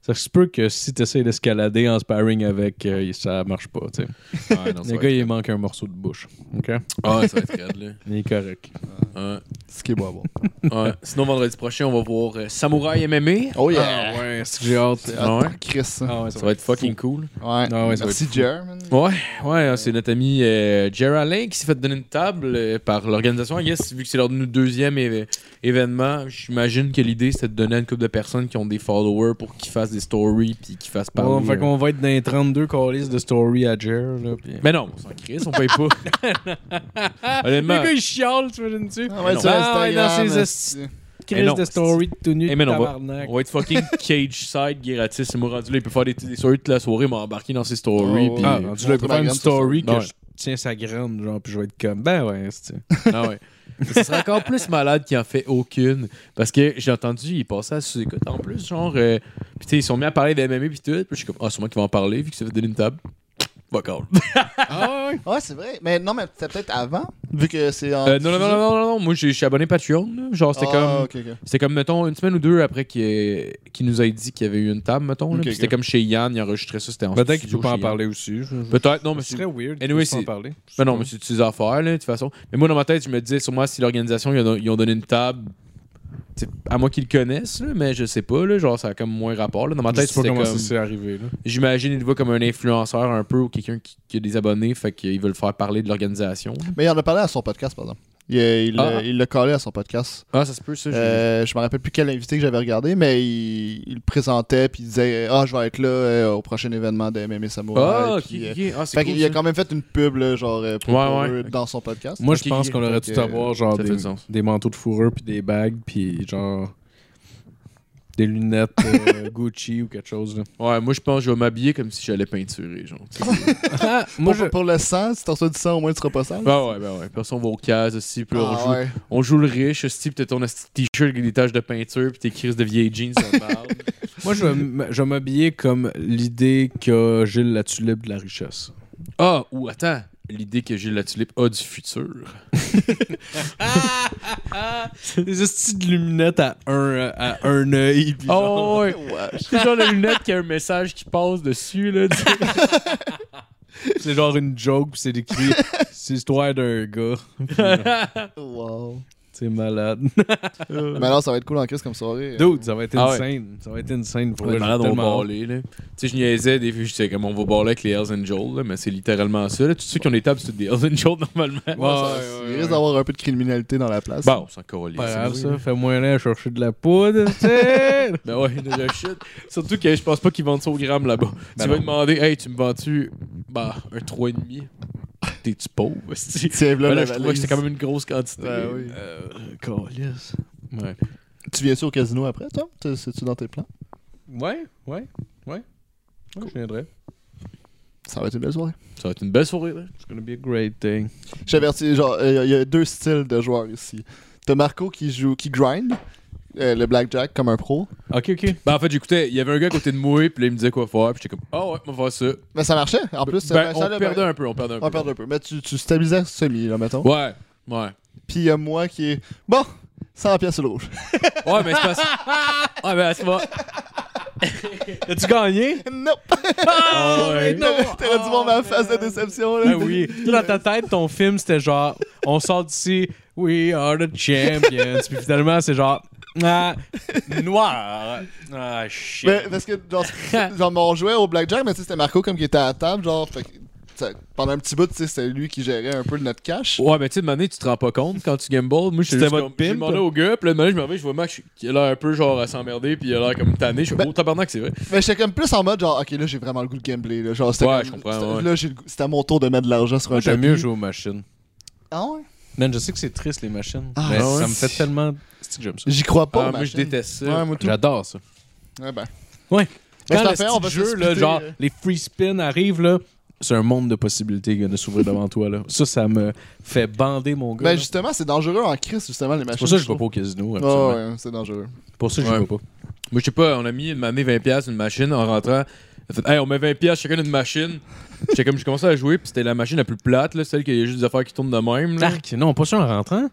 [SPEAKER 5] Ça se peut que si tu essaies d'escalader en sparring avec, euh, ça marche pas, tu sais.
[SPEAKER 3] Ouais, non, ça
[SPEAKER 5] Le
[SPEAKER 3] va
[SPEAKER 5] gars,
[SPEAKER 3] être-
[SPEAKER 5] il manque un morceau de bouche. OK?
[SPEAKER 3] Ah, ça va être raide, là.
[SPEAKER 5] Il est correct.
[SPEAKER 3] Ouais.
[SPEAKER 4] Ce qui est bon, bon.
[SPEAKER 3] Ouais. Sinon, vendredi prochain, on va voir euh, Samouraï MMA.
[SPEAKER 4] Oh
[SPEAKER 5] Ah
[SPEAKER 4] yeah!
[SPEAKER 5] ouais, c'est que j'ai hâte.
[SPEAKER 4] C'est
[SPEAKER 3] Ah
[SPEAKER 4] hot,
[SPEAKER 3] ouais?
[SPEAKER 4] Chris, ça.
[SPEAKER 5] Ah ouais,
[SPEAKER 3] Ça va être fucking cool.
[SPEAKER 4] Ouais.
[SPEAKER 5] Ah ouais, ça va
[SPEAKER 4] Merci, Jeremy.
[SPEAKER 3] Ouais, ouais, hein, c'est notre ami euh, Jerry Alain qui s'est fait donner une table euh, par l'organisation. I guess, vu que c'est leur nou- deuxième éve- événement, j'imagine que l'idée c'était de donner à une couple de personnes qui ont des followers pour qu'ils fassent des stories puis qu'ils fassent parler.
[SPEAKER 5] Bon, fait
[SPEAKER 3] euh.
[SPEAKER 5] qu'on va être dans les 32 calices de story à Jer. Là, pis...
[SPEAKER 3] Mais non, on s'en crisse, on paye pas. Honnêtement.
[SPEAKER 5] il chiale, tu imagines-tu?
[SPEAKER 4] Ah ouais,
[SPEAKER 3] non.
[SPEAKER 4] sur
[SPEAKER 5] Ah ouais,
[SPEAKER 4] Instagram,
[SPEAKER 5] dans ses
[SPEAKER 4] esti.
[SPEAKER 3] Mais non,
[SPEAKER 5] Crise de story tout nu,
[SPEAKER 3] Eh, mais non, on va-
[SPEAKER 5] tabarnak.
[SPEAKER 3] On va être fucking cage side, Guératis. C'est moi rendu là. Il peut faire des, des stories toute la soirée, m'a embarqué dans ses stories.
[SPEAKER 4] Oh,
[SPEAKER 3] puis- euh,
[SPEAKER 5] Ah,
[SPEAKER 4] ouais.
[SPEAKER 5] tu le
[SPEAKER 4] Montre ma
[SPEAKER 5] faire une
[SPEAKER 4] graine, ça, ça.
[SPEAKER 5] story que
[SPEAKER 3] Ouais.
[SPEAKER 5] je tiens sa graine, genre, puis je vais être comme, ben ouais, c'est
[SPEAKER 3] Ah ouais. Ce serait encore plus malade qu'il en fait aucune. Parce que j'ai entendu, il passait à sous-écoute en plus, genre. euh, puis tu sais, ils sont mis à parler d'MMA puis tout. Puis je suis comme, ah, sûrement qu'ils vont en parler vu que ça va donner une table. Pas cool.
[SPEAKER 5] Ah ouais?
[SPEAKER 4] Ouais, c'est vrai. Mais non, mais c'était peut-être avant, vu que c'est
[SPEAKER 5] Ah,
[SPEAKER 4] en.
[SPEAKER 3] Euh, non, non, non, non, non, non, moi j'ai- je suis abonné Patreon. là. Genre, c'était
[SPEAKER 4] Ah,
[SPEAKER 3] comme.
[SPEAKER 4] ok, ok.
[SPEAKER 3] C'était comme, mettons, une semaine ou deux après qu'il ait- qu'il nous ait dit qu'il y avait eu une table, mettons. là.
[SPEAKER 4] Ok,
[SPEAKER 3] Puis
[SPEAKER 4] ok.
[SPEAKER 3] c'était comme chez Yann, il enregistrait ça, c'était en
[SPEAKER 5] Peut-être qu'il
[SPEAKER 3] studio
[SPEAKER 5] peut pas
[SPEAKER 3] chez
[SPEAKER 5] en
[SPEAKER 3] Yann.
[SPEAKER 5] parler aussi. je- je-
[SPEAKER 3] Peut-être, non, mais
[SPEAKER 5] Ce
[SPEAKER 3] c'est.
[SPEAKER 5] serait weird.
[SPEAKER 3] Anyway,
[SPEAKER 5] qu'il puisse
[SPEAKER 3] c'est-
[SPEAKER 5] en parler.
[SPEAKER 3] Mais Ben non, mais c'est de ses affaires, là, de toute façon. Mais moi, dans ma tête, je me disais, sûrement, si l'organisation, ils ont, ils ont donné une table, tu sais, à moi qu'ils le connaissent, là, mais je sais pas, là, genre, ça a comme moins rapport. Là. Dans ma
[SPEAKER 5] Je
[SPEAKER 3] tête,
[SPEAKER 5] sais pas
[SPEAKER 3] c'était
[SPEAKER 5] comment
[SPEAKER 3] comme.
[SPEAKER 5] ça s'est arrivé, là.
[SPEAKER 3] J'imagine, il le voit comme un influenceur un peu ou quelqu'un qui, qui a des abonnés, fait qu'ils veulent faire parler de l'organisation.
[SPEAKER 4] Mais il en a parlé à son podcast, par exemple. Il euh, il
[SPEAKER 3] Ah.
[SPEAKER 4] l'a il l'a collé à son podcast.
[SPEAKER 3] Ah, ça se peut, ça. j'ai-
[SPEAKER 4] Euh, je me rappelle plus quel invité que j'avais regardé, mais il, il le présentait puis il disait Ah, je vais être là euh, au prochain événement de MMA Samouraï.
[SPEAKER 3] ah, ok,
[SPEAKER 4] Puis, euh,
[SPEAKER 3] ok. Ah, c'est
[SPEAKER 4] fait
[SPEAKER 3] cool,
[SPEAKER 4] qu'il a
[SPEAKER 3] ça.
[SPEAKER 4] quand même fait une pub là, genre euh, pour,
[SPEAKER 3] Ouais,
[SPEAKER 4] pour
[SPEAKER 3] ouais.
[SPEAKER 4] eux dans son podcast.
[SPEAKER 5] Moi,
[SPEAKER 3] Ok,
[SPEAKER 5] je pense qu'on aurait
[SPEAKER 4] donc,
[SPEAKER 5] dû avoir genre
[SPEAKER 3] ça fait
[SPEAKER 5] des,
[SPEAKER 3] du sens.
[SPEAKER 5] des manteaux de fourrure, puis des bagues, puis genre des lunettes euh, Gucci ou quelque chose. là.
[SPEAKER 3] Ouais, moi, je pense que je vais m'habiller comme si j'allais peinturer, genre. tu sais.
[SPEAKER 5] moi,
[SPEAKER 4] pour, pour le sang, si t'en reçois du sang, au moins tu seras pas sale.
[SPEAKER 3] bah ouais, bah ouais. Personne on va au cases aussi, puis là, on
[SPEAKER 4] Ah,
[SPEAKER 3] joue-
[SPEAKER 4] ouais.
[SPEAKER 3] On joue le riche, aussi, pis t'as ton esti de t-shirt avec des taches de peinture, pis tes crises de vieilles jeans, ça parle.
[SPEAKER 5] je, moi, je vais m- je vais m'habiller comme l'idée que Gilles la tulipe de la richesse.
[SPEAKER 3] Ah, ou attends, l'idée que Gilles la tulipe a du futur.
[SPEAKER 5] des styles de lunettes à un, à un œil.
[SPEAKER 3] Oh, ouais.
[SPEAKER 4] Ouais.
[SPEAKER 3] C'est genre la lunette qui a un message qui passe dessus, là.
[SPEAKER 5] C'est genre une joke, puis c'est décrit. c'est l'histoire d'un gars.
[SPEAKER 4] Wow.
[SPEAKER 5] C'est malade.
[SPEAKER 4] Mais alors, ça va être cool en crise comme soirée.
[SPEAKER 5] Dude, ça va être
[SPEAKER 3] Ah ouais.
[SPEAKER 5] insane. Ça va être insane. Pour
[SPEAKER 3] Ouais,
[SPEAKER 5] vrai, j'ai
[SPEAKER 3] malade, on va
[SPEAKER 5] tellement hâte.
[SPEAKER 3] baller, là. Tu sais, je niaisais des fois, je disais comme on va baller avec les Hells Angels, là, mais c'est littéralement ça, là. Tous ceux qui ont des tables, c'est des Hells Angels, normalement.
[SPEAKER 4] Ouais, ça-
[SPEAKER 5] Ouais,
[SPEAKER 4] il
[SPEAKER 5] ouais,
[SPEAKER 4] risque
[SPEAKER 5] ouais.
[SPEAKER 4] d'avoir un peu de criminalité dans la place.
[SPEAKER 3] Bah, on s'en colle.
[SPEAKER 5] Pas grave, ça. Fais-moi aller à chercher de la poudre, tu sais.
[SPEAKER 3] Ben ouais, déjà shit. Surtout que je pense pas qu'ils vendent ça au gramme là-bas.
[SPEAKER 5] Ben
[SPEAKER 3] tu vas
[SPEAKER 5] non.
[SPEAKER 3] demander, hey, tu me vends-tu, bah, un 3,5 T'es-tu pauvre, esti?
[SPEAKER 4] Tiens, voilà
[SPEAKER 3] Ben là,
[SPEAKER 4] la
[SPEAKER 3] je trouvais que
[SPEAKER 4] valise.
[SPEAKER 3] c'était quand même une grosse quantité.
[SPEAKER 4] Ben oui.
[SPEAKER 5] Euh, calice. Ouais.
[SPEAKER 4] Tu viens-tu au casino après, toi T'es- C'est-tu dans tes plans
[SPEAKER 5] Ouais, ouais, ouais. Je viendrai.
[SPEAKER 4] Ça va être une belle soirée.
[SPEAKER 3] Ça va être une belle soirée, là.
[SPEAKER 5] It's gonna be a great day.
[SPEAKER 4] Je t'avertis, genre, il y, a deux styles de joueurs ici. T'as Marco qui joue, qui grind euh, le blackjack comme un pro.
[SPEAKER 5] Ok, ok.
[SPEAKER 3] Ben en fait, j'écoutais, il y avait un gars à côté de moi, puis là, il me disait quoi faire, puis j'étais comme, ah ouais, on va faire ça.
[SPEAKER 4] Mais ça marchait. En plus, ça-
[SPEAKER 3] ben,
[SPEAKER 4] ça
[SPEAKER 3] on
[SPEAKER 4] le-
[SPEAKER 3] perdait un peu, on perdait un peu.
[SPEAKER 4] On perdait un peu. Mais tu, tu stabilisais semi, là, mettons.
[SPEAKER 3] Ouais, ouais.
[SPEAKER 4] Puis il y a moi qui est. Bon, 100 pièces sur le rouge.
[SPEAKER 3] Ouais, mais c'est parce... Ouais, mais à ce moment...
[SPEAKER 5] As-tu gagné?
[SPEAKER 4] Nope!
[SPEAKER 5] Ah, ouais.
[SPEAKER 4] T'aurais dû voir ma face de déception, là.
[SPEAKER 5] Ben oui. Toi, dans ta tête, ton film, c'était genre, on sort d'ici, we are the champions. Puis finalement, c'est genre, ah, noir. Ah, shit.
[SPEAKER 4] Mais parce que, genre, genre, on jouait au Blackjack, mais tu sais, c'était Marco comme qui était à la table, genre, fait que, ça- pendant un petit bout, tu sais, c'était lui qui gérait un peu notre cash.
[SPEAKER 3] Ouais, mais tu sais, de manière, tu te rends pas compte quand tu gambles. Moi, j'étais
[SPEAKER 5] C'était
[SPEAKER 3] juste
[SPEAKER 5] votre
[SPEAKER 3] comme, j'ai
[SPEAKER 5] pimp?
[SPEAKER 3] demandé au gars, puis là, de manière, je me réveille, je vois Max qui a l'air un peu genre à s'emmerder, puis il a l'air comme tanné. Je suis
[SPEAKER 4] Ben-
[SPEAKER 3] oh, tabarnak, c'est vrai.
[SPEAKER 4] Mais j'étais comme plus en mode, genre, ok, là, j'ai vraiment le goût de gambler, là. Genre, c'était
[SPEAKER 3] Ouais,
[SPEAKER 4] comme-
[SPEAKER 3] je comprends,
[SPEAKER 4] c'était-
[SPEAKER 3] ouais.
[SPEAKER 4] Là, j'ai le goût- c'était à mon tour de mettre de l'argent sur un
[SPEAKER 5] Moi, j'aime
[SPEAKER 4] tapis.
[SPEAKER 5] mieux jouer aux machines.
[SPEAKER 4] Ah ouais?
[SPEAKER 5] Man, je sais que c'est triste, les machines.
[SPEAKER 4] Ah,
[SPEAKER 5] mais
[SPEAKER 4] ouais.
[SPEAKER 5] ça me fait tellement. C'est que j'aime ça.
[SPEAKER 4] J'y crois pas.
[SPEAKER 3] Ah,
[SPEAKER 4] aux
[SPEAKER 3] moi, je
[SPEAKER 4] machines.
[SPEAKER 3] déteste ça.
[SPEAKER 4] Ouais, moi, tout.
[SPEAKER 5] J'adore ça.
[SPEAKER 4] Ouais, ben. Ben,
[SPEAKER 5] Quand
[SPEAKER 4] c'est
[SPEAKER 5] le
[SPEAKER 4] affaire, on va
[SPEAKER 5] petit
[SPEAKER 4] se
[SPEAKER 5] jeu, là,
[SPEAKER 4] disputer,
[SPEAKER 5] genre,
[SPEAKER 4] euh.
[SPEAKER 5] les free spins arrivent, là, c'est un monde de possibilités qui vient de s'ouvrir devant toi, là. Ça, ça me fait bander mon gars.
[SPEAKER 4] Ben,
[SPEAKER 5] là.
[SPEAKER 4] justement, c'est dangereux en crise, justement, les
[SPEAKER 5] C'est
[SPEAKER 4] machines.
[SPEAKER 5] pour ça que je
[SPEAKER 4] je
[SPEAKER 5] vais pas
[SPEAKER 4] trouve.
[SPEAKER 5] au casino, absolument.
[SPEAKER 4] Ah ouais, c'est dangereux.
[SPEAKER 5] Pour ça, je
[SPEAKER 3] Ouais.
[SPEAKER 5] vais pas.
[SPEAKER 3] Moi, je sais pas, on a mis une année 20$ sur une machine en rentrant. Elle fait, hey, on met 20$ chacun d'une machine. J'étais comme, j'ai commencé à jouer, puis c'était la machine la plus plate, là, celle qui a juste des affaires qui tournent de même. Là.
[SPEAKER 5] Tark, non, pas ça en rentrant.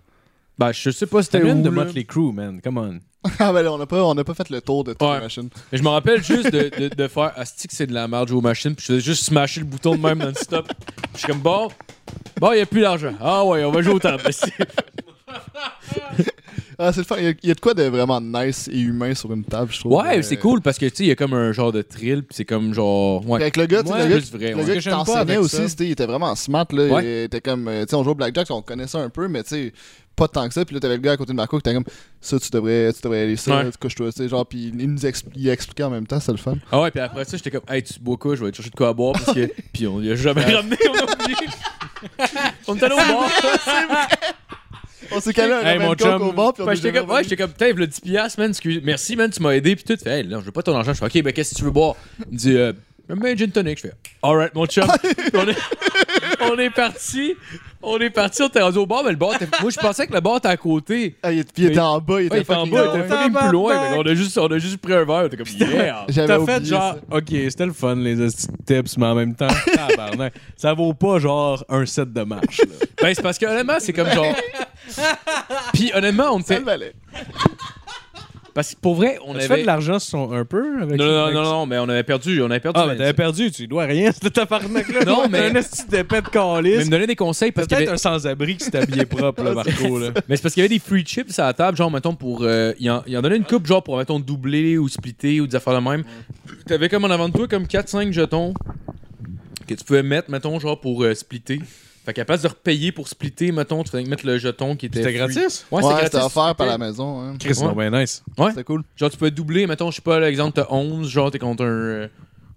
[SPEAKER 3] Ben, je sais pas
[SPEAKER 5] T'as
[SPEAKER 3] c'était où.
[SPEAKER 5] une de
[SPEAKER 3] là.
[SPEAKER 5] Motley Crue, man. Come on.
[SPEAKER 4] ah, ben, là, on a pas, on a pas fait le tour de toutes
[SPEAKER 3] Ouais.
[SPEAKER 4] les machines.
[SPEAKER 3] Mais je me rappelle juste de, de, de faire Asti que c'est de la merde jouer aux machines, puis je faisais juste smasher le bouton de même non-stop. Puis Je suis comme, bon, bon, il a plus d'argent. Ah ouais, on va jouer au temps.
[SPEAKER 4] Ah, c'est le fun. Il y, a, il y a de quoi de vraiment nice et humain sur une table, je trouve.
[SPEAKER 3] ouais,
[SPEAKER 4] Euh,
[SPEAKER 3] c'est cool parce que tu sais, il y a comme un genre de thrill, puis c'est comme genre.
[SPEAKER 4] Puis
[SPEAKER 3] Ouais,
[SPEAKER 4] Avec le gars, tu sais,
[SPEAKER 3] Ouais,
[SPEAKER 4] le gars,
[SPEAKER 3] plus vrai.
[SPEAKER 4] le
[SPEAKER 3] ouais.
[SPEAKER 4] gars
[SPEAKER 5] que
[SPEAKER 4] qui
[SPEAKER 5] j'aime pas
[SPEAKER 4] t'enseignait
[SPEAKER 5] avec
[SPEAKER 4] aussi,
[SPEAKER 5] ça.
[SPEAKER 4] tu sais, il était vraiment smart. Là,
[SPEAKER 3] Ouais.
[SPEAKER 4] Il était comme, euh, tu sais, on jouait au Blackjack, on connaissait un peu, mais tu sais, pas tant que ça. Puis là, t'avais le gars à côté de Marco qui était comme, ça, tu devrais, tu devrais aller ça,
[SPEAKER 3] Ouais.
[SPEAKER 4] tu couches-toi, tu sais, genre, puis il nous expl- il expliquait en même temps, c'est le fun.
[SPEAKER 3] Ah ouais, puis après ça, j'étais comme, hey, tu bois quoi Je vais aller te chercher de quoi à boire parce que. puis on y a jamais ramené, on a oublié. on est allé au bar.
[SPEAKER 4] On s'est calé un
[SPEAKER 5] Hey,
[SPEAKER 4] Roman
[SPEAKER 5] mon
[SPEAKER 4] Coke
[SPEAKER 5] chum,
[SPEAKER 4] au bar, puis on
[SPEAKER 3] Fait que
[SPEAKER 4] est
[SPEAKER 3] j'étais
[SPEAKER 4] jamais
[SPEAKER 3] comme, ouais,
[SPEAKER 4] revenu.
[SPEAKER 3] j'étais comme, putain, il le 10$, piastres, man, excuse, merci, man, tu m'as aidé, puis tout. Fait, hey, non, je veux pas ton argent. Je fais, ok, ben, qu'est-ce que tu veux boire Il me dit, euh, mais un gin tonic. Je fais, alright, mon chum. Puis on, est, on est parti, on est parti, on était rendu au bar, mais le bar, était- moi, je pensais que le bar était à côté.
[SPEAKER 4] Ah, il était- puis il était en bas, il
[SPEAKER 3] Ouais, il
[SPEAKER 4] était
[SPEAKER 3] était en
[SPEAKER 4] fucking
[SPEAKER 3] bas, il
[SPEAKER 4] loin.
[SPEAKER 5] hein.
[SPEAKER 3] était fucking plus loin. Fait qu'on a juste, on a juste pris un verre, on était comme, yeah.
[SPEAKER 4] J'avais
[SPEAKER 5] T'as fait
[SPEAKER 4] oublié
[SPEAKER 5] genre,
[SPEAKER 4] ça.
[SPEAKER 5] ok, c'était le fun, les hosties de tips, mais en même temps, tabarnak, ça vaut pas genre un set de marche. là.
[SPEAKER 3] Ben, c'est parce que, honnêtement, c'est comme genre. Puis, honnêtement, on
[SPEAKER 4] Ça
[SPEAKER 3] était.
[SPEAKER 4] le valait.
[SPEAKER 3] Parce que pour vrai, on
[SPEAKER 5] Tu fais
[SPEAKER 3] avait.
[SPEAKER 5] de l'argent sur un peu avec
[SPEAKER 3] Non, non,
[SPEAKER 5] avec-
[SPEAKER 3] non, non, mais on avait perdu. On avait perdu.
[SPEAKER 5] Ah, mais
[SPEAKER 3] mais
[SPEAKER 5] t'avais perdu, tu dois rien, ce tabarnak-là.
[SPEAKER 3] Non, mais-
[SPEAKER 5] T'es Un esti d'épais de
[SPEAKER 3] mais il
[SPEAKER 5] calice.
[SPEAKER 3] me donnait des conseils parce
[SPEAKER 5] C'est
[SPEAKER 3] qu'il y
[SPEAKER 5] peut-être
[SPEAKER 3] avait-
[SPEAKER 5] un sans-abri qui s'est habillé propre, là, Marco. Là.
[SPEAKER 3] Mais c'est parce qu'il y avait des free chips à la table, genre, mettons, pour. euh, il, en, il en donnait une coupe, genre, pour, mettons, doubler ou splitter ou des affaires de même. T'avais comme en avant de toi, comme 4-5 jetons que tu pouvais mettre, mettons, genre, pour euh, splitter. Fait qu'à place de repayer pour splitter, mettons, tu faisais que mettre le jeton qui était.
[SPEAKER 5] C'était
[SPEAKER 3] free.
[SPEAKER 5] gratis?
[SPEAKER 3] Ouais,
[SPEAKER 4] Ouais,
[SPEAKER 3] c'était
[SPEAKER 4] c'était
[SPEAKER 3] gratis.
[SPEAKER 4] offert par la maison. hein.
[SPEAKER 5] Chris, non, ben nice.
[SPEAKER 4] C'était cool.
[SPEAKER 3] Genre, tu peux doubler, mettons, je sais pas, l'exemple, t'as 11, genre, t'es contre un. euh,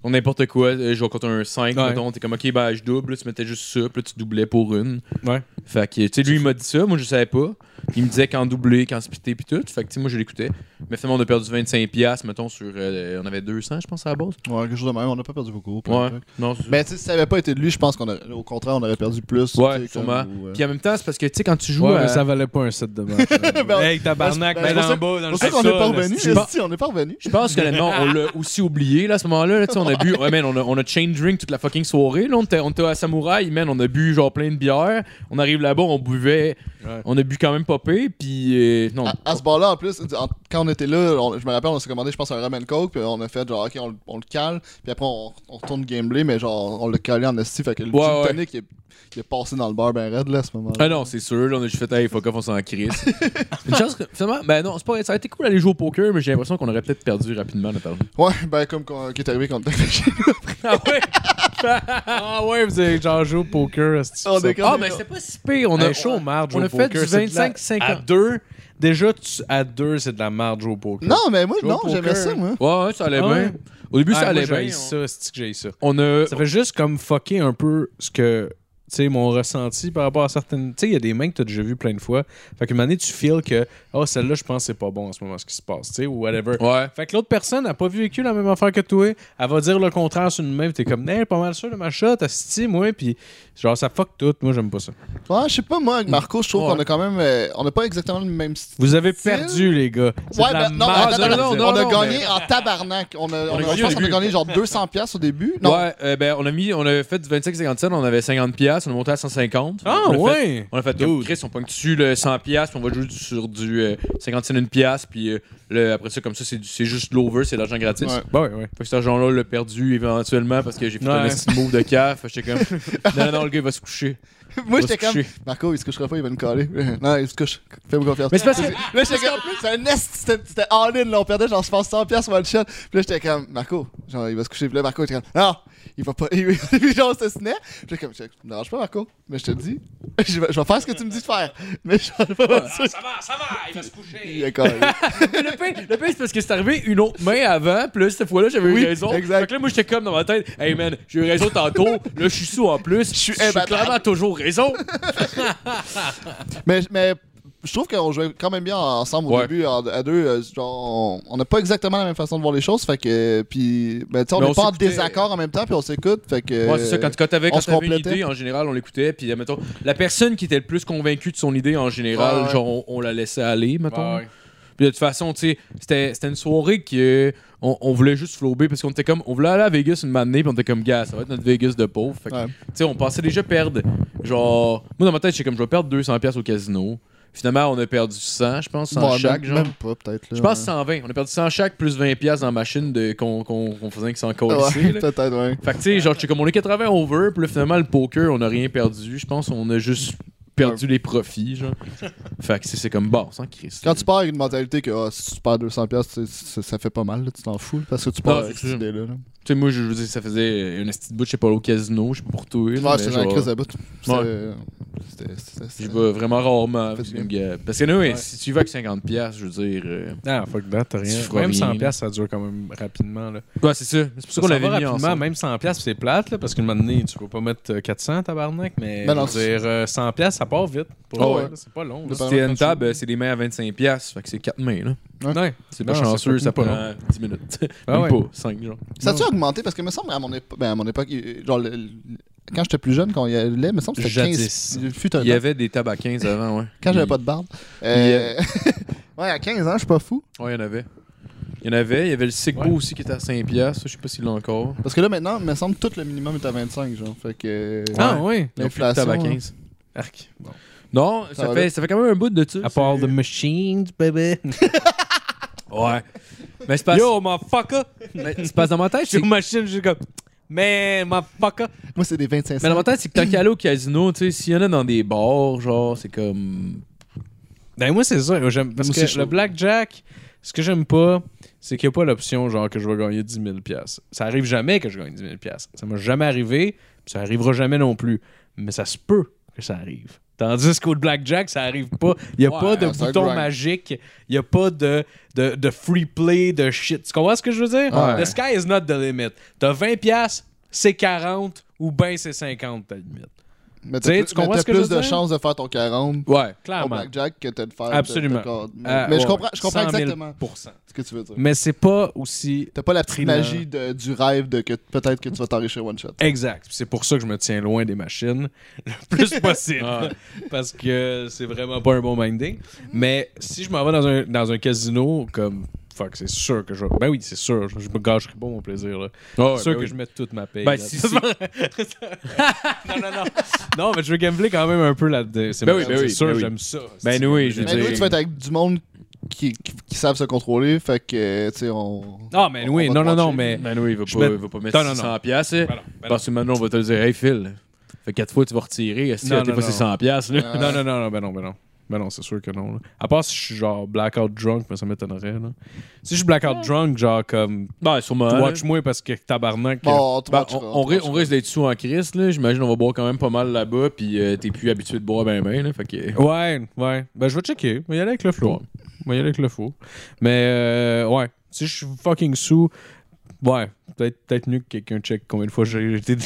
[SPEAKER 3] contre n'importe quoi, euh, genre, contre un 5,
[SPEAKER 5] Ouais.
[SPEAKER 3] mettons, t'es comme, ok, bah, je double, tu mettais juste ça, puis là, tu doublais pour une.
[SPEAKER 5] Ouais.
[SPEAKER 3] Fait que, tu sais, lui, il m'a dit ça, moi, je savais pas. Il me disait quand doubler, quand splitter, puis tout. Fait que, tu sais, moi, je l'écoutais. Mais finalement, on a perdu 25$, mettons, sur. euh, on avait 200, je pense, à la base.
[SPEAKER 4] Ouais, quelque chose de même, on n'a pas perdu beaucoup. plein de
[SPEAKER 3] Ouais.
[SPEAKER 4] trucs.
[SPEAKER 3] Non, c'est ça.
[SPEAKER 4] Mais tu sais, si ça avait pas été de lui, je pense qu'on aurait, au contraire, on aurait perdu plus.
[SPEAKER 3] Ouais,
[SPEAKER 4] tu sais,
[SPEAKER 3] sûrement.
[SPEAKER 4] comme, ou, euh,
[SPEAKER 3] Puis en même temps, c'est parce que, tu sais, quand tu joues.
[SPEAKER 5] Ouais,
[SPEAKER 3] à-
[SPEAKER 5] mais ça valait pas un set de marche.
[SPEAKER 4] Ben,
[SPEAKER 5] hey, tabarnak,
[SPEAKER 4] ben,
[SPEAKER 5] ben,
[SPEAKER 4] c'est pour
[SPEAKER 5] en
[SPEAKER 4] ça-
[SPEAKER 5] bas, dans
[SPEAKER 4] C'est
[SPEAKER 5] le
[SPEAKER 4] pour ça qu'on n'est pas revenu,
[SPEAKER 5] sous-sol, là,
[SPEAKER 4] esti, on n'est pas revenu.
[SPEAKER 3] Je pense que honnêtement, on l'a aussi oublié là, à ce moment-là. là. Tu sais, on a bu, ouais, man, on a, on a chain drink toute la fucking soirée. Là, on était, on était à Samouraï, man, on a bu genre plein de bières. On arrive là-bas, on buvait,
[SPEAKER 5] Ouais.
[SPEAKER 3] on a bu quand même popé. Puis euh, non,
[SPEAKER 5] Ah.
[SPEAKER 4] À, à ce bar-là, en plus, en- quand on était là, on- je me rappelle, on s'est commandé, je pense, un rum and coke, puis on a fait genre, ok, on, le- on le cale, puis après, on, on retourne gambler, mais genre, on l'a calé en esti, fait que le
[SPEAKER 3] Ouais,
[SPEAKER 4] gin
[SPEAKER 3] ouais.
[SPEAKER 4] tonic, il est, il est passé dans le bar ben raide, là, à ce moment-là.
[SPEAKER 3] ah non, c'est sûr. là, on a juste fait, hey, fuck off, on s'en crisse. Une chance que finalement, ben non, c'est pas vrai. Ça a été cool d'aller jouer au poker, mais j'ai l'impression qu'on aurait peut-être perdu rapidement notre argent.
[SPEAKER 4] Ouais, ben comme qu'on- qui est arrivé quand on était
[SPEAKER 3] Ah ouais.
[SPEAKER 5] Ah ouais, vous avez genre joué au poker. esti,
[SPEAKER 4] On
[SPEAKER 5] ça.
[SPEAKER 4] est
[SPEAKER 3] Ah ben c'est pas si pire. On
[SPEAKER 5] On
[SPEAKER 3] a
[SPEAKER 5] a chaud au marge
[SPEAKER 3] on
[SPEAKER 5] au
[SPEAKER 3] a fait
[SPEAKER 5] poker,
[SPEAKER 3] du
[SPEAKER 5] c'est de la-
[SPEAKER 3] 25-50.
[SPEAKER 5] À deux, déjà, tu- à deux, c'est de la marge au poker.
[SPEAKER 4] Non, mais moi,
[SPEAKER 5] Jouer au
[SPEAKER 4] non, j'aimais
[SPEAKER 5] poker.
[SPEAKER 4] ça, moi.
[SPEAKER 3] Ouais, hein. ouais, ça allait
[SPEAKER 5] Ah
[SPEAKER 3] bien.
[SPEAKER 5] ouais.
[SPEAKER 3] Au début,
[SPEAKER 5] Ah,
[SPEAKER 3] ça
[SPEAKER 5] moi,
[SPEAKER 3] allait
[SPEAKER 5] j'haïs
[SPEAKER 3] bien.
[SPEAKER 5] ça, c'est que j'ai ça.
[SPEAKER 3] On a.
[SPEAKER 5] Ça fait juste comme fucker un peu ce que. Tu sais, mon ressenti par rapport à certaines. Tu sais, il y a des mains que t'as déjà vu plein de fois. Fait qu'une année, tu feels que. Oh, celle-là, je pense que c'est pas bon en ce moment ce qui se passe. Tu sais, ou whatever.
[SPEAKER 3] Ouais.
[SPEAKER 5] Fait que l'autre personne n'a pas vécu la même affaire que toi. Elle va dire le contraire sur une main. puis T'es comme, Hey, pas mal sûr de ma shot. Asti, moi. Puis genre, ça fuck tout. Moi, j'aime pas ça.
[SPEAKER 4] Ouais, je sais pas, moi, avec Marco, je trouve
[SPEAKER 3] Ouais.
[SPEAKER 4] qu'on a quand même, euh, on n'a pas exactement le même style.
[SPEAKER 5] Vous avez perdu, les gars. C'est
[SPEAKER 4] Ouais,
[SPEAKER 5] de la
[SPEAKER 4] mais non, mais
[SPEAKER 5] marde.
[SPEAKER 4] attends,
[SPEAKER 3] non,
[SPEAKER 4] attends,
[SPEAKER 3] non,
[SPEAKER 4] on
[SPEAKER 3] non,
[SPEAKER 4] a
[SPEAKER 3] non,
[SPEAKER 4] gagné
[SPEAKER 3] mais-
[SPEAKER 4] en tabarnak. On a, on a-
[SPEAKER 3] gagné
[SPEAKER 4] je
[SPEAKER 3] au
[SPEAKER 4] pense qu'on a
[SPEAKER 3] début.
[SPEAKER 4] gagné genre 200$ piastres au début. Non,
[SPEAKER 3] Ouais, euh, ben, on a mis, on a fait du 25-50 cents, on avait 50 piastres, pièces, on l'a monté à 150.
[SPEAKER 5] Ah,
[SPEAKER 3] on l'a fait-
[SPEAKER 5] ouais!
[SPEAKER 3] on a fait comme Chris, on pogne dessus le 100 pièces, on va jouer du- sur du euh, 50 cents une pièce, puis euh, le- après ça comme ça c'est du- c'est juste l'over, c'est de l'argent gratis.
[SPEAKER 4] Ouais.
[SPEAKER 5] Bah ouais, ouais.
[SPEAKER 3] Fait que cet argent-là, l'a perdu éventuellement parce que j'ai fait un
[SPEAKER 5] Ouais.
[SPEAKER 3] petit move de caf. J'étais comme, non, non, non, le gars, il va se coucher.
[SPEAKER 4] Moi,
[SPEAKER 3] Il va
[SPEAKER 4] j'étais
[SPEAKER 3] se
[SPEAKER 4] comme.
[SPEAKER 3] coucher.
[SPEAKER 4] Marco, il se couchera pas, il va nous caler. non, il se couche. Fais-moi confiance.
[SPEAKER 3] Mais c'est parce que-
[SPEAKER 4] Là, j'étais comme. C'est un est, c'était c'était all-in, là. On perdait, genre, je pense 100$ piastres one shot. Puis là, j'étais comme, Marco, genre, il va se coucher. Puis là, Marco, il était comme, non, il va pas. Puis genre, on se tenait. Puis j'étais comme, je me dérange pas, Marco. Mais je te dis, je vais, je vais faire ce que tu me dis de faire. Mais je vais pas.
[SPEAKER 5] Ça va, ça va, il va se
[SPEAKER 4] Il
[SPEAKER 5] coucher.
[SPEAKER 4] a calé.
[SPEAKER 3] le pire, le pire, c'est parce que c'est arrivé une autre main avant, puis là, cette fois-là, j'avais
[SPEAKER 4] Oui,
[SPEAKER 3] eu raison.
[SPEAKER 4] exact.
[SPEAKER 3] Fait que là, moi, j'étais comme dans ma tête, hey man, j'ai eu raison tantôt, là, je suis sous en plus. Je
[SPEAKER 4] suis imbattable.
[SPEAKER 3] clairement toujours raison.
[SPEAKER 4] Mais, mais je trouve qu'on jouait quand même bien ensemble au
[SPEAKER 3] Ouais.
[SPEAKER 4] début, en- à deux. euh, genre, on- on n'a pas exactement la même façon de voir les choses. Fait que. Puis. Ben, tu sais, on
[SPEAKER 3] Mais
[SPEAKER 4] n'est
[SPEAKER 3] on
[SPEAKER 4] pas en
[SPEAKER 3] s'écoutait.
[SPEAKER 4] désaccord en même temps, puis on s'écoute. Fait que.
[SPEAKER 3] ouais, c'est ça, quand, quand t'avais
[SPEAKER 4] on
[SPEAKER 3] quand
[SPEAKER 4] se
[SPEAKER 3] t'avais une
[SPEAKER 4] complétait.
[SPEAKER 3] idée, en général, on l'écoutait, puis euh, mettons, la personne qui était le plus convaincue de son idée, en général,
[SPEAKER 4] Ouais, ouais.
[SPEAKER 3] genre, on, on la laissait aller, mettons.
[SPEAKER 5] Ouais.
[SPEAKER 3] Puis de toute façon, tu sais, c'était c'était une soirée que on, on voulait juste flouber parce qu'on était comme on voulait aller à Vegas une matinée puis on était comme gars, ça va être notre Vegas de pauvre. Fait que,
[SPEAKER 4] Ouais.
[SPEAKER 3] tu sais, on pensait déjà perdre genre moi dans ma tête, j'étais comme je vais perdre 200 pièces au casino. Finalement, on a perdu 100, je pense, 100
[SPEAKER 4] Bon,
[SPEAKER 3] chaque
[SPEAKER 4] même,
[SPEAKER 3] genre.
[SPEAKER 4] même pas, peut-être. là.
[SPEAKER 3] Je pense 120. On a perdu 100 chaque plus 20 pièces dans la machine de qu'on qu'on qu'on faisait qui s'en
[SPEAKER 4] Ouais,
[SPEAKER 3] colissait, là.
[SPEAKER 4] peut-être, ouais.
[SPEAKER 3] Fait que tu sais, genre j'étais comme on est 80 over, puis là, finalement le poker, on a rien perdu. Je pense on a juste perdu les profits genre. Fait que c'est c'est comme hein, bon, sans Christ.
[SPEAKER 4] Quand tu pars avec une mentalité que ah, si tu perds 200$, tu sais, ça, ça fait pas mal, là, tu t'en fous, parce que tu pars
[SPEAKER 3] Non,
[SPEAKER 4] avec
[SPEAKER 3] c'est
[SPEAKER 4] cette
[SPEAKER 3] sûr.
[SPEAKER 4] idée-là. là.
[SPEAKER 3] Tu sais, moi, je veux dire, ça faisait une petite bout, je sais pas, au casino, je sais pas pour toi. là,
[SPEAKER 4] Ouais,
[SPEAKER 3] mais
[SPEAKER 4] c'est genre
[SPEAKER 3] genre,
[SPEAKER 4] crise de bout. C'est-
[SPEAKER 3] Ouais.
[SPEAKER 4] euh, c'était- c'était-
[SPEAKER 3] J'y
[SPEAKER 4] c'était-
[SPEAKER 3] vais vraiment rarement.
[SPEAKER 4] Faites
[SPEAKER 3] Parce que, euh, parce que, anyway,
[SPEAKER 5] Ouais.
[SPEAKER 3] si tu y vas avec 50$, piastres, je veux dire. euh,
[SPEAKER 5] Ah, fuck that, t'as
[SPEAKER 3] Tu
[SPEAKER 5] rien.
[SPEAKER 3] feras
[SPEAKER 5] Même
[SPEAKER 3] rien,
[SPEAKER 5] 100$,
[SPEAKER 3] là.
[SPEAKER 5] piastres, ça dure quand même rapidement. Là.
[SPEAKER 3] Ouais, c'est ça. C'est pour ça qu'on
[SPEAKER 5] s'en
[SPEAKER 3] l'avait
[SPEAKER 5] va
[SPEAKER 3] mis
[SPEAKER 5] rapidement,
[SPEAKER 3] ensemble.
[SPEAKER 5] même 100$, piastres, c'est plate, là, parce qu'une moment donné, tu peux pas mettre euh, 400$, tabarnak, mais
[SPEAKER 4] Ben non,
[SPEAKER 5] je veux dire, euh, 100$, piastres, ça part vite. Pour
[SPEAKER 4] Ah
[SPEAKER 5] vrai,
[SPEAKER 4] ouais.
[SPEAKER 5] là, C'est pas long. là.
[SPEAKER 4] Dépend-
[SPEAKER 3] C'était une table, euh, c'est des mains à 25$, piastres, fait que c'est 4 mains, là.
[SPEAKER 5] Ouais.
[SPEAKER 3] C'est pas
[SPEAKER 5] Non,
[SPEAKER 3] chanceux,
[SPEAKER 5] c'est
[SPEAKER 3] ça
[SPEAKER 5] pas
[SPEAKER 3] prend
[SPEAKER 5] long.
[SPEAKER 3] 10 minutes.
[SPEAKER 5] Ah
[SPEAKER 3] Même
[SPEAKER 5] ouais.
[SPEAKER 3] pas, 5 genre.
[SPEAKER 4] Ça a-tu augmenté? Parce que me semble, à mon, épo- ben, à mon époque, euh, genre, le- le- quand j'étais plus jeune, quand il y allait, me semble que c'était 15.
[SPEAKER 5] Jadis.
[SPEAKER 4] Il fut un
[SPEAKER 3] Il y avait des tables à 15 avant, ouais.
[SPEAKER 4] Quand j'avais
[SPEAKER 3] Il-
[SPEAKER 4] pas de barbe. Euh, ouais, à 15 ans, je suis pas fou.
[SPEAKER 3] Ouais, il y en avait. Il y en avait. Il y avait le Sigbo
[SPEAKER 5] Ouais.
[SPEAKER 3] aussi qui était à 5$, piastres, ça, je sais pas s'il l'a encore.
[SPEAKER 4] Parce que là, maintenant, me semble tout le minimum est à 25, genre. Fait que.
[SPEAKER 5] Ah, ouais.
[SPEAKER 3] Il y a plus de table à
[SPEAKER 4] L'inflation, hein.
[SPEAKER 3] 15.
[SPEAKER 5] Arc. Bon.
[SPEAKER 3] Non, ça,
[SPEAKER 4] va
[SPEAKER 3] fait,
[SPEAKER 4] vite.
[SPEAKER 3] ça fait quand même un bout de ça.
[SPEAKER 5] À part The Machines, bébé.
[SPEAKER 3] Ouais. Mais c'est pas.
[SPEAKER 5] Yo, motherfucker!
[SPEAKER 3] Mais c'est parce que dans ma tête, c'est.
[SPEAKER 5] Sur Machine, j'ai comme. Man, motherfucker!
[SPEAKER 4] Moi, c'est des 25
[SPEAKER 3] Mais dans
[SPEAKER 4] cents.
[SPEAKER 3] ma tête, c'est que tant qu'à aller au casino, tu sais, s'il y en a dans des bars, genre, c'est comme.
[SPEAKER 5] Ben, moi, c'est ça. J'aime, parce
[SPEAKER 4] Moi,
[SPEAKER 5] que
[SPEAKER 4] c'est chaud.
[SPEAKER 5] le blackjack, ce que j'aime pas, c'est qu'il n'y a pas l'option genre que je vais gagner 10 000 piastres. Ça arrive jamais que je gagne 10 000 piastres. Ça m'a jamais arrivé, puis ça arrivera jamais non plus. Mais ça se peut que ça arrive. Tandis qu'au blackjack, ça arrive pas. Il n'y a
[SPEAKER 3] Ouais,
[SPEAKER 5] pas de
[SPEAKER 4] c'est un
[SPEAKER 5] bouton
[SPEAKER 4] grind.
[SPEAKER 5] magique. Il n'y a pas de, de, de free play, de shit. Tu comprends ce que je veux dire?
[SPEAKER 4] Ouais.
[SPEAKER 5] The sky is not the limit. T'as 20 piastres, c'est 40 ou ben c'est 50 ta limite.
[SPEAKER 4] Mais
[SPEAKER 5] Tu sais,
[SPEAKER 4] t'as plus,
[SPEAKER 5] tu
[SPEAKER 4] mais
[SPEAKER 5] comprends
[SPEAKER 4] t'as
[SPEAKER 5] ce que je
[SPEAKER 4] plus
[SPEAKER 5] veux
[SPEAKER 4] de
[SPEAKER 5] dire?
[SPEAKER 4] chances de faire ton 40
[SPEAKER 3] Ouais.
[SPEAKER 4] au
[SPEAKER 5] Clairement.
[SPEAKER 4] blackjack que t'as de faire. de-
[SPEAKER 5] Absolument.
[SPEAKER 4] de corde. Mais,
[SPEAKER 5] Euh,
[SPEAKER 4] mais je
[SPEAKER 5] ouais,
[SPEAKER 4] comprends, je comprends
[SPEAKER 5] 100 000
[SPEAKER 4] exactement ce que tu veux dire.
[SPEAKER 5] Mais c'est pas aussi
[SPEAKER 4] T'as pas la petite
[SPEAKER 5] Thriller.
[SPEAKER 4] magie de- du rêve de que peut-être que tu vas t'enrichir one shot.
[SPEAKER 5] Exact. Puis C'est pour ça que je me tiens loin des machines le plus possible.
[SPEAKER 3] Ouais.
[SPEAKER 5] Parce que c'est vraiment pas un bon minding. Mais si je m'en vais dans un, dans un casino, comme fuck, c'est sûr que je vais. Ben oui, c'est sûr. Je, je me gâcherai pas mon plaisir. là. c'est sûr que je mets toute ma paye.
[SPEAKER 3] Ah Ben,
[SPEAKER 5] là.
[SPEAKER 3] si, si.
[SPEAKER 5] non, non, non. Non, mais je veux gambler quand même un peu là-dedans. C'est
[SPEAKER 3] Ben
[SPEAKER 5] mon-
[SPEAKER 3] oui, ben
[SPEAKER 5] c'est
[SPEAKER 3] oui,
[SPEAKER 5] sûr,
[SPEAKER 3] ben oui.
[SPEAKER 5] j'aime ça.
[SPEAKER 3] Ben oui, je veux
[SPEAKER 4] Mais nous,
[SPEAKER 3] dire.
[SPEAKER 4] tu vas être avec du monde qui, qui, qui savent se contrôler, fait que, tu sais, on.
[SPEAKER 5] Ah, ben
[SPEAKER 4] on-
[SPEAKER 5] oui,
[SPEAKER 4] on va
[SPEAKER 5] non, non,
[SPEAKER 4] te
[SPEAKER 5] non,
[SPEAKER 4] watcher.
[SPEAKER 5] mais.
[SPEAKER 3] Ben oui, il va
[SPEAKER 5] Je
[SPEAKER 3] pas,
[SPEAKER 5] mets-
[SPEAKER 3] il va pas mettre
[SPEAKER 5] Non, non, non.
[SPEAKER 3] 600$. piastres, hein.
[SPEAKER 5] Voilà, ben
[SPEAKER 3] Parce que maintenant, on va te le dire, hey Phil, fait 4 fois que tu vas retirer, est-ce
[SPEAKER 5] Non,
[SPEAKER 3] que t'es
[SPEAKER 5] non,
[SPEAKER 3] pas
[SPEAKER 5] non.
[SPEAKER 3] 600$, piastres, là?
[SPEAKER 4] euh,
[SPEAKER 5] Non, non, non, non, ben non, ben non. Ben non, c'est sûr que non. là. À part si je suis genre blackout drunk, mais ça m'étonnerait. là. Si je suis blackout drunk, genre comme
[SPEAKER 3] Ben, sûrement. là.
[SPEAKER 5] watch-moi parce que tabarnak.
[SPEAKER 4] Bon, on te
[SPEAKER 3] Ben, on,
[SPEAKER 4] watchera,
[SPEAKER 3] on
[SPEAKER 4] te
[SPEAKER 3] ri- on
[SPEAKER 4] watchera.
[SPEAKER 3] risque d'être sous en crise, là. J'imagine on va boire quand même pas mal là-bas, puis euh, t'es plus habitué de boire ben ben, là. Fait que.
[SPEAKER 5] euh, Ouais, ouais. Ben je vais checker. On va y aller avec le flow. On va y aller avec le flow. Mais euh, ouais, si je suis fucking sous, ouais, peut-être peut mieux que quelqu'un check combien de fois j'ai été.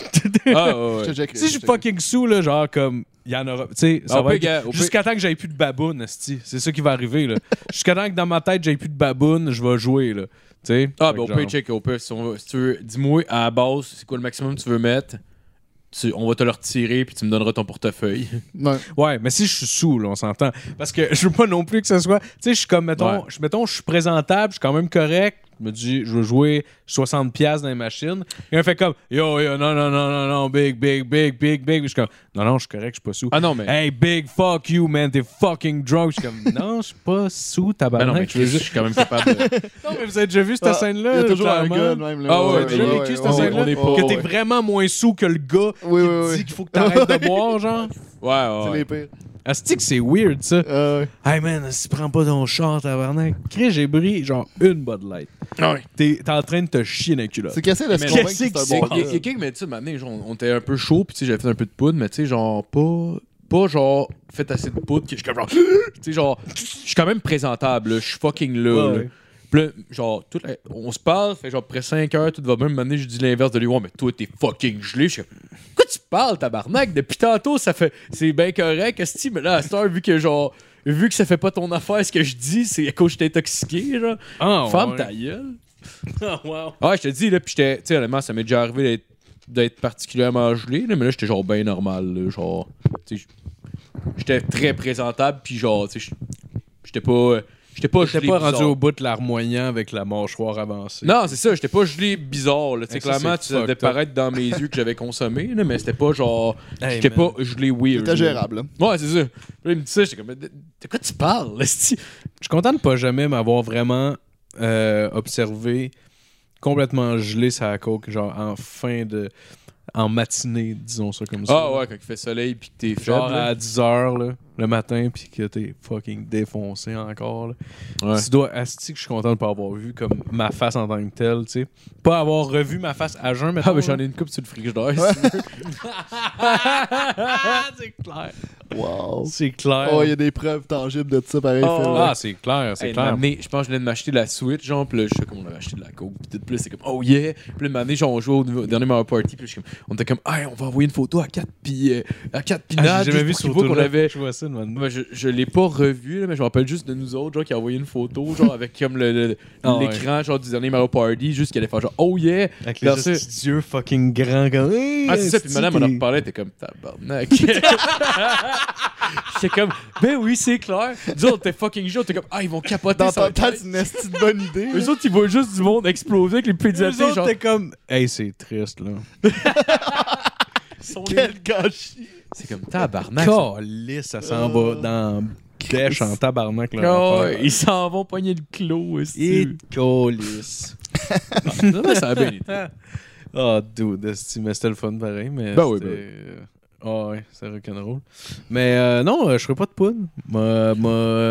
[SPEAKER 3] Ah, ouais, ouais.
[SPEAKER 4] Je te check,
[SPEAKER 5] si je
[SPEAKER 4] te
[SPEAKER 5] suis
[SPEAKER 4] check.
[SPEAKER 5] fucking sous, là, genre comme. Il y en aura. Tu sais, ça
[SPEAKER 3] Ah, au
[SPEAKER 5] va
[SPEAKER 3] pire, gars,
[SPEAKER 5] être-
[SPEAKER 3] au pire-
[SPEAKER 5] Jusqu'à temps que j'aille plus de baboune, esti. C'est ça qui va arriver, là. Jusqu'à temps que dans ma tête, j'aille plus de baboune, je vais jouer, là. Tu sais?
[SPEAKER 3] Ah,
[SPEAKER 5] Fait
[SPEAKER 3] ben
[SPEAKER 5] que
[SPEAKER 3] au
[SPEAKER 5] genre-
[SPEAKER 3] pire, check, au pire, si, on veut- si tu veux, dis-moi à la base, c'est quoi le maximum que tu veux mettre, tu- on va te le retirer, puis tu me donneras ton portefeuille.
[SPEAKER 4] Ouais.
[SPEAKER 5] Ouais, mais si je suis sous, là, on s'entend. Parce que je veux pas non plus que ce soit. Tu sais, je suis comme, mettons,
[SPEAKER 3] Ouais.
[SPEAKER 5] je mettons, je suis présentable, je suis quand même correct, me dit, je veux jouer 60$ piastres dans les machines. Et un fait comme, yo, yo, non, non, non, non, non, big, big, big, big, big. Puis je suis comme, non, non, je suis correct, je suis pas sous.
[SPEAKER 3] Ah non, mais.
[SPEAKER 5] Hey, big, fuck you, man, t'es fucking drunk. Je suis comme, non, je suis pas sous,
[SPEAKER 3] Ben
[SPEAKER 5] tabarnak.
[SPEAKER 3] non, mais
[SPEAKER 5] je veux
[SPEAKER 3] je
[SPEAKER 5] juste.
[SPEAKER 3] suis quand même capable. de-
[SPEAKER 5] Non, mais vous avez déjà vu cette
[SPEAKER 4] Ah,
[SPEAKER 5] scène-là?
[SPEAKER 4] Il y a toujours un
[SPEAKER 5] clairement?
[SPEAKER 4] gars, de même. là.
[SPEAKER 5] Ah ouais, tu
[SPEAKER 3] ouais,
[SPEAKER 5] l'as
[SPEAKER 3] ouais,
[SPEAKER 5] vécu
[SPEAKER 3] ouais,
[SPEAKER 5] cette
[SPEAKER 3] ouais,
[SPEAKER 5] scène-là?
[SPEAKER 3] on est pas-
[SPEAKER 5] Que t'es
[SPEAKER 3] ouais.
[SPEAKER 5] vraiment moins sous que le gars
[SPEAKER 4] Oui, oui,
[SPEAKER 5] qui te
[SPEAKER 4] oui.
[SPEAKER 5] dit qu'il faut que t'arrêtes de boire, genre.
[SPEAKER 3] Ouais,
[SPEAKER 4] C'est
[SPEAKER 3] ouais.
[SPEAKER 4] les pires.
[SPEAKER 5] Asti que c'est weird, ça.
[SPEAKER 4] Ah ouais.
[SPEAKER 5] Hey man, si tu prends pas ton char, tabarnak. Chris, j'ai bris genre une Bud Light.
[SPEAKER 3] Ouais.
[SPEAKER 5] T'es t'es en train de te chier dans le cul, là.
[SPEAKER 4] C'est cassé la
[SPEAKER 3] Mais
[SPEAKER 4] convaincre que
[SPEAKER 5] qu'est-ce
[SPEAKER 4] c'est
[SPEAKER 3] Il
[SPEAKER 4] un
[SPEAKER 5] que
[SPEAKER 3] y
[SPEAKER 4] bon
[SPEAKER 3] a, il y a-
[SPEAKER 4] gars.
[SPEAKER 3] il y a quelqu'un qui m'a dit ça, un moment donné, genre, on était un peu chaud, puis tu sais, j'avais fait un peu de poudre, mais tu sais, genre, pas, pas genre, fait assez de poudre, que je suis comme genre, tu sais, genre, je suis quand même présentable, là, je suis fucking là.
[SPEAKER 5] Ouais,
[SPEAKER 3] là.
[SPEAKER 5] ouais.
[SPEAKER 3] Puis là, genre, toute la- on se parle, fait genre, après 5 heures, tout va bien, un moment donné, je dis l'inverse de lui, ouais, mais toi, t'es fucking gelé. Je suis comme, quoi tu parles, tabarnak, depuis tantôt, ça fait, c'est bien correct, esti, mais là, à cette heure, vu que genre, vu que ça fait pas ton affaire, ce que je dis, c'est à cause que j'étais intoxiqué, genre,
[SPEAKER 5] Ah,
[SPEAKER 3] ferme
[SPEAKER 5] ouais.
[SPEAKER 3] ta gueule.
[SPEAKER 5] Ah, wow.
[SPEAKER 3] Ah Ouais, je te dis, là, pis j'étais, tu sais, honnêtement, ça m'est déjà arrivé d'être, d'être particulièrement gelé, là, mais là, j'étais genre bien normal, là, genre, tu sais, j'étais très présentable, puis genre, tu sais, j'étais pas, j'étais pas
[SPEAKER 5] J'étais
[SPEAKER 3] gelé
[SPEAKER 5] pas rendu
[SPEAKER 3] bizarre.
[SPEAKER 5] au bout de l'armoyant avec la mâchoire avancée.
[SPEAKER 3] Non, c'est ça, j'étais pas gelé bizarre, là, tu sais,
[SPEAKER 5] Hey, ça,
[SPEAKER 3] clairement,
[SPEAKER 5] c'est
[SPEAKER 3] tu devais
[SPEAKER 5] fucked
[SPEAKER 3] paraître dans mes yeux que j'avais consommé, là, mais c'était pas genre,
[SPEAKER 5] Hey,
[SPEAKER 3] j'étais
[SPEAKER 5] man.
[SPEAKER 3] pas gelé weird.
[SPEAKER 4] C'était
[SPEAKER 3] là.
[SPEAKER 4] gérable. là.
[SPEAKER 3] Ouais, c'est ça. Puis là, il me dit ça, j'étais comme, mais de de quoi tu parles, là, esti?
[SPEAKER 5] Je suis content de pas jamais m'avoir vraiment euh, observé complètement gelé sa coke, genre en fin de. en matinée, disons ça comme ça.
[SPEAKER 3] Ah ouais, quand il fait soleil, puis que t'es
[SPEAKER 5] Genre
[SPEAKER 3] faible, là.
[SPEAKER 5] à 10h là, le matin, puis que t'es fucking défoncé encore. Là.
[SPEAKER 3] Ouais.
[SPEAKER 5] Tu dois asti que je suis content de pas avoir vu comme ma face en tant que telle, tu sais. Pas avoir revu ma face à jeun, mais
[SPEAKER 3] Ah, mais j'en ai une coupe sur le frigidaire.
[SPEAKER 5] c'est clair.
[SPEAKER 4] Wow.
[SPEAKER 5] C'est clair.
[SPEAKER 4] Oh, il y a des preuves tangibles de ça, pareil.
[SPEAKER 3] Oh,
[SPEAKER 4] Phil.
[SPEAKER 3] ouais.
[SPEAKER 5] Ah, c'est clair, c'est
[SPEAKER 3] Hey, une
[SPEAKER 5] clair.
[SPEAKER 3] année, je pense que je venais de m'acheter la Switch, genre, puis là, je sais qu'on avait acheté de la coke, puis tout, puis là, c'est comme, oh yeah, puis là, une année, genre, on jouait au nouveau- dernier Mario Party, puis là, je suis comme, on était comme, hey, on va envoyer une photo à 4 puis euh, à 4 pinates.
[SPEAKER 5] Ah, j'ai jamais vu
[SPEAKER 3] ce
[SPEAKER 5] ce photo
[SPEAKER 3] qu'on avait.
[SPEAKER 5] Je vois ça, de même.
[SPEAKER 3] Moi, je, je l'ai pas revu, là, mais je me rappelle juste de nous autres, genre, qui a envoyé une photo, genre, avec comme le, le-
[SPEAKER 5] Ah,
[SPEAKER 3] l'écran, genre, du dernier Mario Party, juste qu'elle allait faire genre, oh yeah.
[SPEAKER 5] Avec
[SPEAKER 3] Dans
[SPEAKER 5] les
[SPEAKER 3] ce-
[SPEAKER 5] petits yeux fucking grands comme.
[SPEAKER 3] Ah, c'est ça, puis madame, on en reparlait, t'es comme, tabarnak. J'étais comme, ben oui, c'est clair. Nous autres, t'es fucking chaud, t'es comme, ah, ils vont capoter
[SPEAKER 4] Dans
[SPEAKER 3] ça va
[SPEAKER 4] ta
[SPEAKER 3] être
[SPEAKER 4] tête, c'est une esti de bonne idée. là.
[SPEAKER 3] Eux autres, ils voient juste du monde exploser avec les
[SPEAKER 5] Les
[SPEAKER 3] pédiatés,
[SPEAKER 5] autres,
[SPEAKER 3] genre.
[SPEAKER 5] t'es comme. Hey, c'est triste, là.
[SPEAKER 3] sont les-
[SPEAKER 4] Quel gâchis.
[SPEAKER 3] Ah, C'est Ah. comme tabarnak. ça.
[SPEAKER 5] Calisse, ça s'en va dans. Dèche en tabarnak, là.
[SPEAKER 3] Oh,
[SPEAKER 5] l'affaire.
[SPEAKER 3] ils s'en vont pogner le clos aussi.
[SPEAKER 5] It calisse.
[SPEAKER 3] Non, mais ça a bien été.
[SPEAKER 5] Ah, dude, esti, mais c'était le fun pareil. Mais
[SPEAKER 3] Ben oui,
[SPEAKER 5] c'était-
[SPEAKER 3] ben oui.
[SPEAKER 5] euh, Ah ouais, c'est rock'n'roll. Mais euh, non, euh, je ferai pas de poudre. Moi, moi,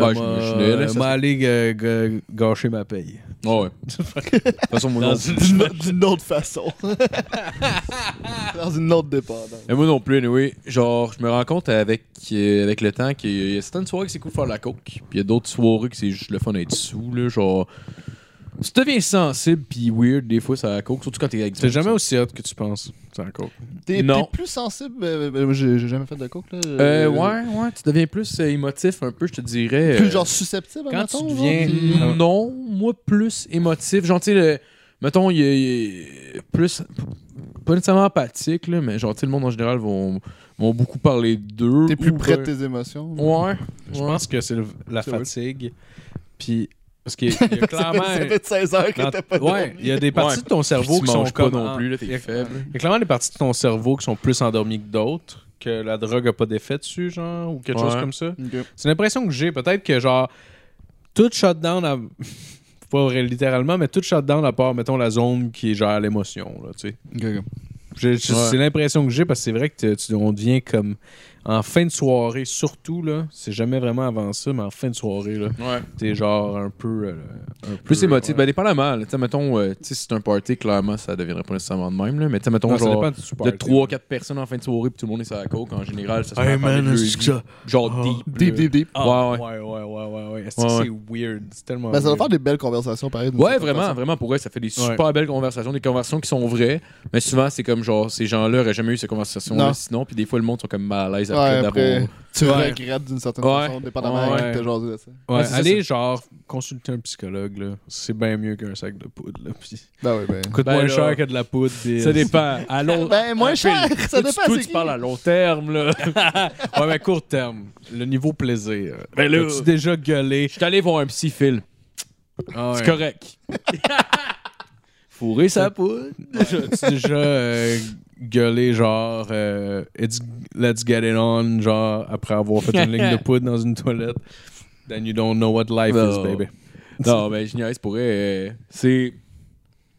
[SPEAKER 3] Ben,
[SPEAKER 5] moi,
[SPEAKER 3] j'imaginais, là,
[SPEAKER 5] euh,
[SPEAKER 3] ça
[SPEAKER 5] moi,
[SPEAKER 3] se-
[SPEAKER 5] aller ga- ga- gâcher ma paye.
[SPEAKER 3] ouais. De toute façon, moi non,
[SPEAKER 5] Dans
[SPEAKER 3] plus.
[SPEAKER 4] D'une d'une autre façon. Dans une autre dépendance.
[SPEAKER 3] Mais moi non plus, anyway. Genre, je me rends compte avec, euh, avec le temps qu'il y a certaines soirées que c'est cool de faire la coke, puis il y a d'autres soirées que c'est juste le fun d'être sous, là. Genre, tu deviens sensible puis weird des fois, ça la coke, surtout quand t'es avec du
[SPEAKER 5] C'est
[SPEAKER 3] monde,
[SPEAKER 5] jamais
[SPEAKER 3] ça.
[SPEAKER 5] aussi hot que tu penses. C'est encore.
[SPEAKER 4] T'es
[SPEAKER 3] Non.
[SPEAKER 4] t'es plus sensible. euh, ben, moi, J'ai j'ai jamais fait de coke. Là.
[SPEAKER 3] Euh, ouais, ouais, tu deviens plus euh, émotif un peu, je te dirais.
[SPEAKER 4] Plus
[SPEAKER 3] euh,
[SPEAKER 4] genre susceptible.
[SPEAKER 5] quand tu
[SPEAKER 4] admettons,
[SPEAKER 5] deviens-
[SPEAKER 4] genre,
[SPEAKER 5] Mm.
[SPEAKER 4] puis-
[SPEAKER 5] Ah.
[SPEAKER 3] Non, moi plus émotif. Genre, tu sais, le- mettons, il y a- il y a plus. Pas nécessairement apathique, là, mais genre, tu sais, le monde en général vont, vont beaucoup parler d'eux.
[SPEAKER 4] T'es plus
[SPEAKER 3] ou
[SPEAKER 4] près de
[SPEAKER 3] ben-
[SPEAKER 4] tes émotions.
[SPEAKER 3] Ouais.
[SPEAKER 5] Je
[SPEAKER 3] ouais.
[SPEAKER 5] pense que c'est le- la
[SPEAKER 4] C'est vrai.
[SPEAKER 5] fatigue. Puis, parce qu'il y a- il y a
[SPEAKER 4] Ça
[SPEAKER 5] clairement.
[SPEAKER 4] fait- ça fait 16 heures que
[SPEAKER 5] dans-
[SPEAKER 4] t'as pas
[SPEAKER 5] ouais, il y a des parties
[SPEAKER 3] Ouais,
[SPEAKER 5] de ton
[SPEAKER 3] Puis
[SPEAKER 5] cerveau
[SPEAKER 3] tu
[SPEAKER 5] qui sont
[SPEAKER 3] manges pas
[SPEAKER 5] comme.
[SPEAKER 3] non
[SPEAKER 5] en-
[SPEAKER 3] plus, là,
[SPEAKER 5] il y
[SPEAKER 3] ah, t'es
[SPEAKER 5] a-
[SPEAKER 3] faible.
[SPEAKER 5] il y a clairement des parties de ton cerveau qui sont plus endormies que d'autres, que la drogue a pas d'effet dessus, genre, ou quelque chose
[SPEAKER 3] Ouais.
[SPEAKER 5] comme ça.
[SPEAKER 4] dormi. Ok.
[SPEAKER 5] C'est l'impression que j'ai. Peut-être que, genre, tout shutdown, à... pas vrai, littéralement, mais tout shutdown à part, mettons, la zone qui est genre à l'émotion, là, tu sais. J'ai- j'ai-
[SPEAKER 3] Ouais.
[SPEAKER 5] C'est l'impression que j'ai parce que c'est vrai que tu- tu- on devient comme en fin de soirée, surtout là, c'est jamais vraiment avant ça, mais en fin de soirée là,
[SPEAKER 3] Ouais.
[SPEAKER 5] t'es genre un peu, euh, un
[SPEAKER 3] Plus
[SPEAKER 5] peu,
[SPEAKER 3] émotif.
[SPEAKER 5] ouais.
[SPEAKER 3] Ben, dépendamment. là, Tu sais, mettons, euh, tu sais, si c'est un party, clairement, ça deviendrait pas nécessairement de même, là. Mais tu sais, mettons,
[SPEAKER 5] Non, ça
[SPEAKER 3] genre.
[SPEAKER 5] dépend du super,
[SPEAKER 3] De
[SPEAKER 5] tu sais.
[SPEAKER 3] 3-4 personnes en fin de soirée, puis tout le monde est sur la coke. En général, ça se
[SPEAKER 5] Hey
[SPEAKER 3] met à parler
[SPEAKER 5] man,
[SPEAKER 3] de
[SPEAKER 5] est-ce que ça-
[SPEAKER 3] Genre
[SPEAKER 5] Ah.
[SPEAKER 3] deep.
[SPEAKER 4] Deep,
[SPEAKER 3] là.
[SPEAKER 4] deep, deep.
[SPEAKER 5] Ah,
[SPEAKER 3] Ouais,
[SPEAKER 5] ouais, ouais, ouais, ouais, ouais, ouais. Est-ce
[SPEAKER 3] Ouais,
[SPEAKER 5] que
[SPEAKER 3] ouais.
[SPEAKER 5] c'est weird, c'est tellement.
[SPEAKER 4] Ben, ça va
[SPEAKER 5] weird.
[SPEAKER 4] faire des belles conversations, pareil. d'une
[SPEAKER 3] Ouais,
[SPEAKER 4] certaine
[SPEAKER 3] vraiment,
[SPEAKER 4] façon.
[SPEAKER 3] vraiment, pour vrai, ça fait des
[SPEAKER 5] Ouais.
[SPEAKER 3] super belles conversations, des conversations qui sont vraies, mais souvent, c'est comme genre, ces gens-là auraient jamais eu ces conversations-là
[SPEAKER 4] Non.
[SPEAKER 3] sinon, puis des fois, le monde sont comme mal à l'aise après
[SPEAKER 4] Ouais,
[SPEAKER 3] d'avoir.
[SPEAKER 4] après, tu
[SPEAKER 5] Ouais.
[SPEAKER 4] regrettes d'une certaine
[SPEAKER 3] Ouais.
[SPEAKER 4] façon, dépendamment
[SPEAKER 5] Ouais.
[SPEAKER 4] de qui t'as jasé de ça.
[SPEAKER 5] Ouais,
[SPEAKER 3] Ouais, c'est ça,
[SPEAKER 5] allez, genre, consulter un psychologue, là. C'est bien mieux qu'un sac de poudre, là. Puis...
[SPEAKER 4] Ben oui, ben.
[SPEAKER 5] Coûte
[SPEAKER 3] Ben,
[SPEAKER 5] moins
[SPEAKER 3] là,
[SPEAKER 5] cher que de la poudre. puis-
[SPEAKER 3] Ça dépend. À long...
[SPEAKER 4] Ben, moins
[SPEAKER 3] Ah,
[SPEAKER 4] cher,
[SPEAKER 3] Phil,
[SPEAKER 4] ça
[SPEAKER 3] toi, tu-
[SPEAKER 4] dépend,
[SPEAKER 3] toi,
[SPEAKER 4] c'est
[SPEAKER 3] tu
[SPEAKER 4] qui.
[SPEAKER 3] parles à long terme, là.
[SPEAKER 5] euh, Ouais, mais court terme. Le niveau plaisir.
[SPEAKER 3] Ben là-
[SPEAKER 5] As-tu déjà gueulé?
[SPEAKER 3] Je suis allé voir un psy, Phil. C'est correct. Fourrer sa poudre.
[SPEAKER 5] As-tu déjà euh, gueulé genre euh, It's- Let's get it on, genre après avoir fait une ligne de poudre dans une toilette? Then you don't know what life
[SPEAKER 3] Non.
[SPEAKER 5] is, baby.
[SPEAKER 3] Non, mais je niaise pour vrai, euh, c'est.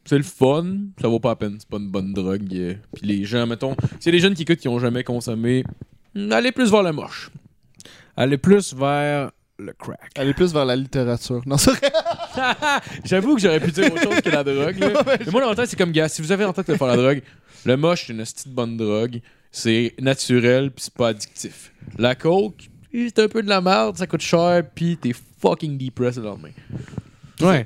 [SPEAKER 3] C'est le fun, ça vaut pas la peine, c'est pas une bonne drogue. euh. Puis les gens, mettons, c'est les jeunes qui écoutent qui ont jamais consommé, mm, allez plus vers la moche.
[SPEAKER 5] Allez plus vers le crack.
[SPEAKER 4] Aller plus vers la littérature. Non, c'est vrai.
[SPEAKER 3] J'avoue que j'aurais pu dire autre chose que la drogue. là. Mais moi, dans le temps, c'est comme gars, si vous avez en tête de faire la drogue, le moche, c'est une petite bonne drogue, c'est naturel, puis c'est pas addictif. La coke, eh, c'est un peu de la merde, ça coûte cher, puis t'es fucking depressed le lendemain.
[SPEAKER 5] Ouais.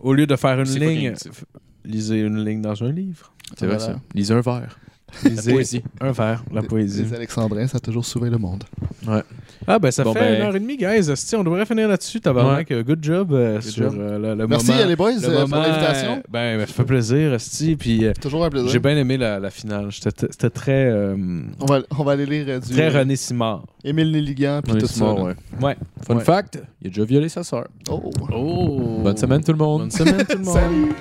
[SPEAKER 5] Au lieu de faire une
[SPEAKER 3] C'est fucking
[SPEAKER 5] ligne,
[SPEAKER 3] addictif.
[SPEAKER 5] f- lisez une ligne dans un livre.
[SPEAKER 3] C'est vrai
[SPEAKER 4] Voilà.
[SPEAKER 3] ça. Lisez un verre.
[SPEAKER 5] Lisez
[SPEAKER 3] poésie.
[SPEAKER 5] un verre, la poésie.
[SPEAKER 4] Les Alexandrins, ça a toujours sauvé le monde.
[SPEAKER 5] Ah ben ça
[SPEAKER 3] Bon,
[SPEAKER 5] fait
[SPEAKER 3] ben-
[SPEAKER 5] une heure et demie, guys. Esti, on devrait finir là-dessus, tabarnak. Good job euh, sur
[SPEAKER 3] job.
[SPEAKER 5] euh, le, le
[SPEAKER 4] Merci,
[SPEAKER 5] moment.
[SPEAKER 4] les boys,
[SPEAKER 5] le
[SPEAKER 4] euh, pour
[SPEAKER 5] moment,
[SPEAKER 4] l'invitation.
[SPEAKER 5] euh, ben, ben, ça fait plaisir, Esti. Puis euh,
[SPEAKER 4] C'est Toujours un plaisir.
[SPEAKER 5] j'ai bien aimé la, la finale. J'étais t- C'était très, euh,
[SPEAKER 4] On va, on va aller lire euh, du
[SPEAKER 5] très René Simard.
[SPEAKER 4] Émile Nelligan puis
[SPEAKER 3] Ouais,
[SPEAKER 4] tout
[SPEAKER 3] c'est
[SPEAKER 4] ça.
[SPEAKER 3] mort,
[SPEAKER 4] là.
[SPEAKER 3] ouais.
[SPEAKER 5] Ouais.
[SPEAKER 3] Fun
[SPEAKER 5] Ouais.
[SPEAKER 3] fact, il a déjà violé sa sœur.
[SPEAKER 4] Oh.
[SPEAKER 5] Oh.
[SPEAKER 3] Bonne semaine tout le monde.
[SPEAKER 5] Bonne semaine tout le monde.
[SPEAKER 4] Salut.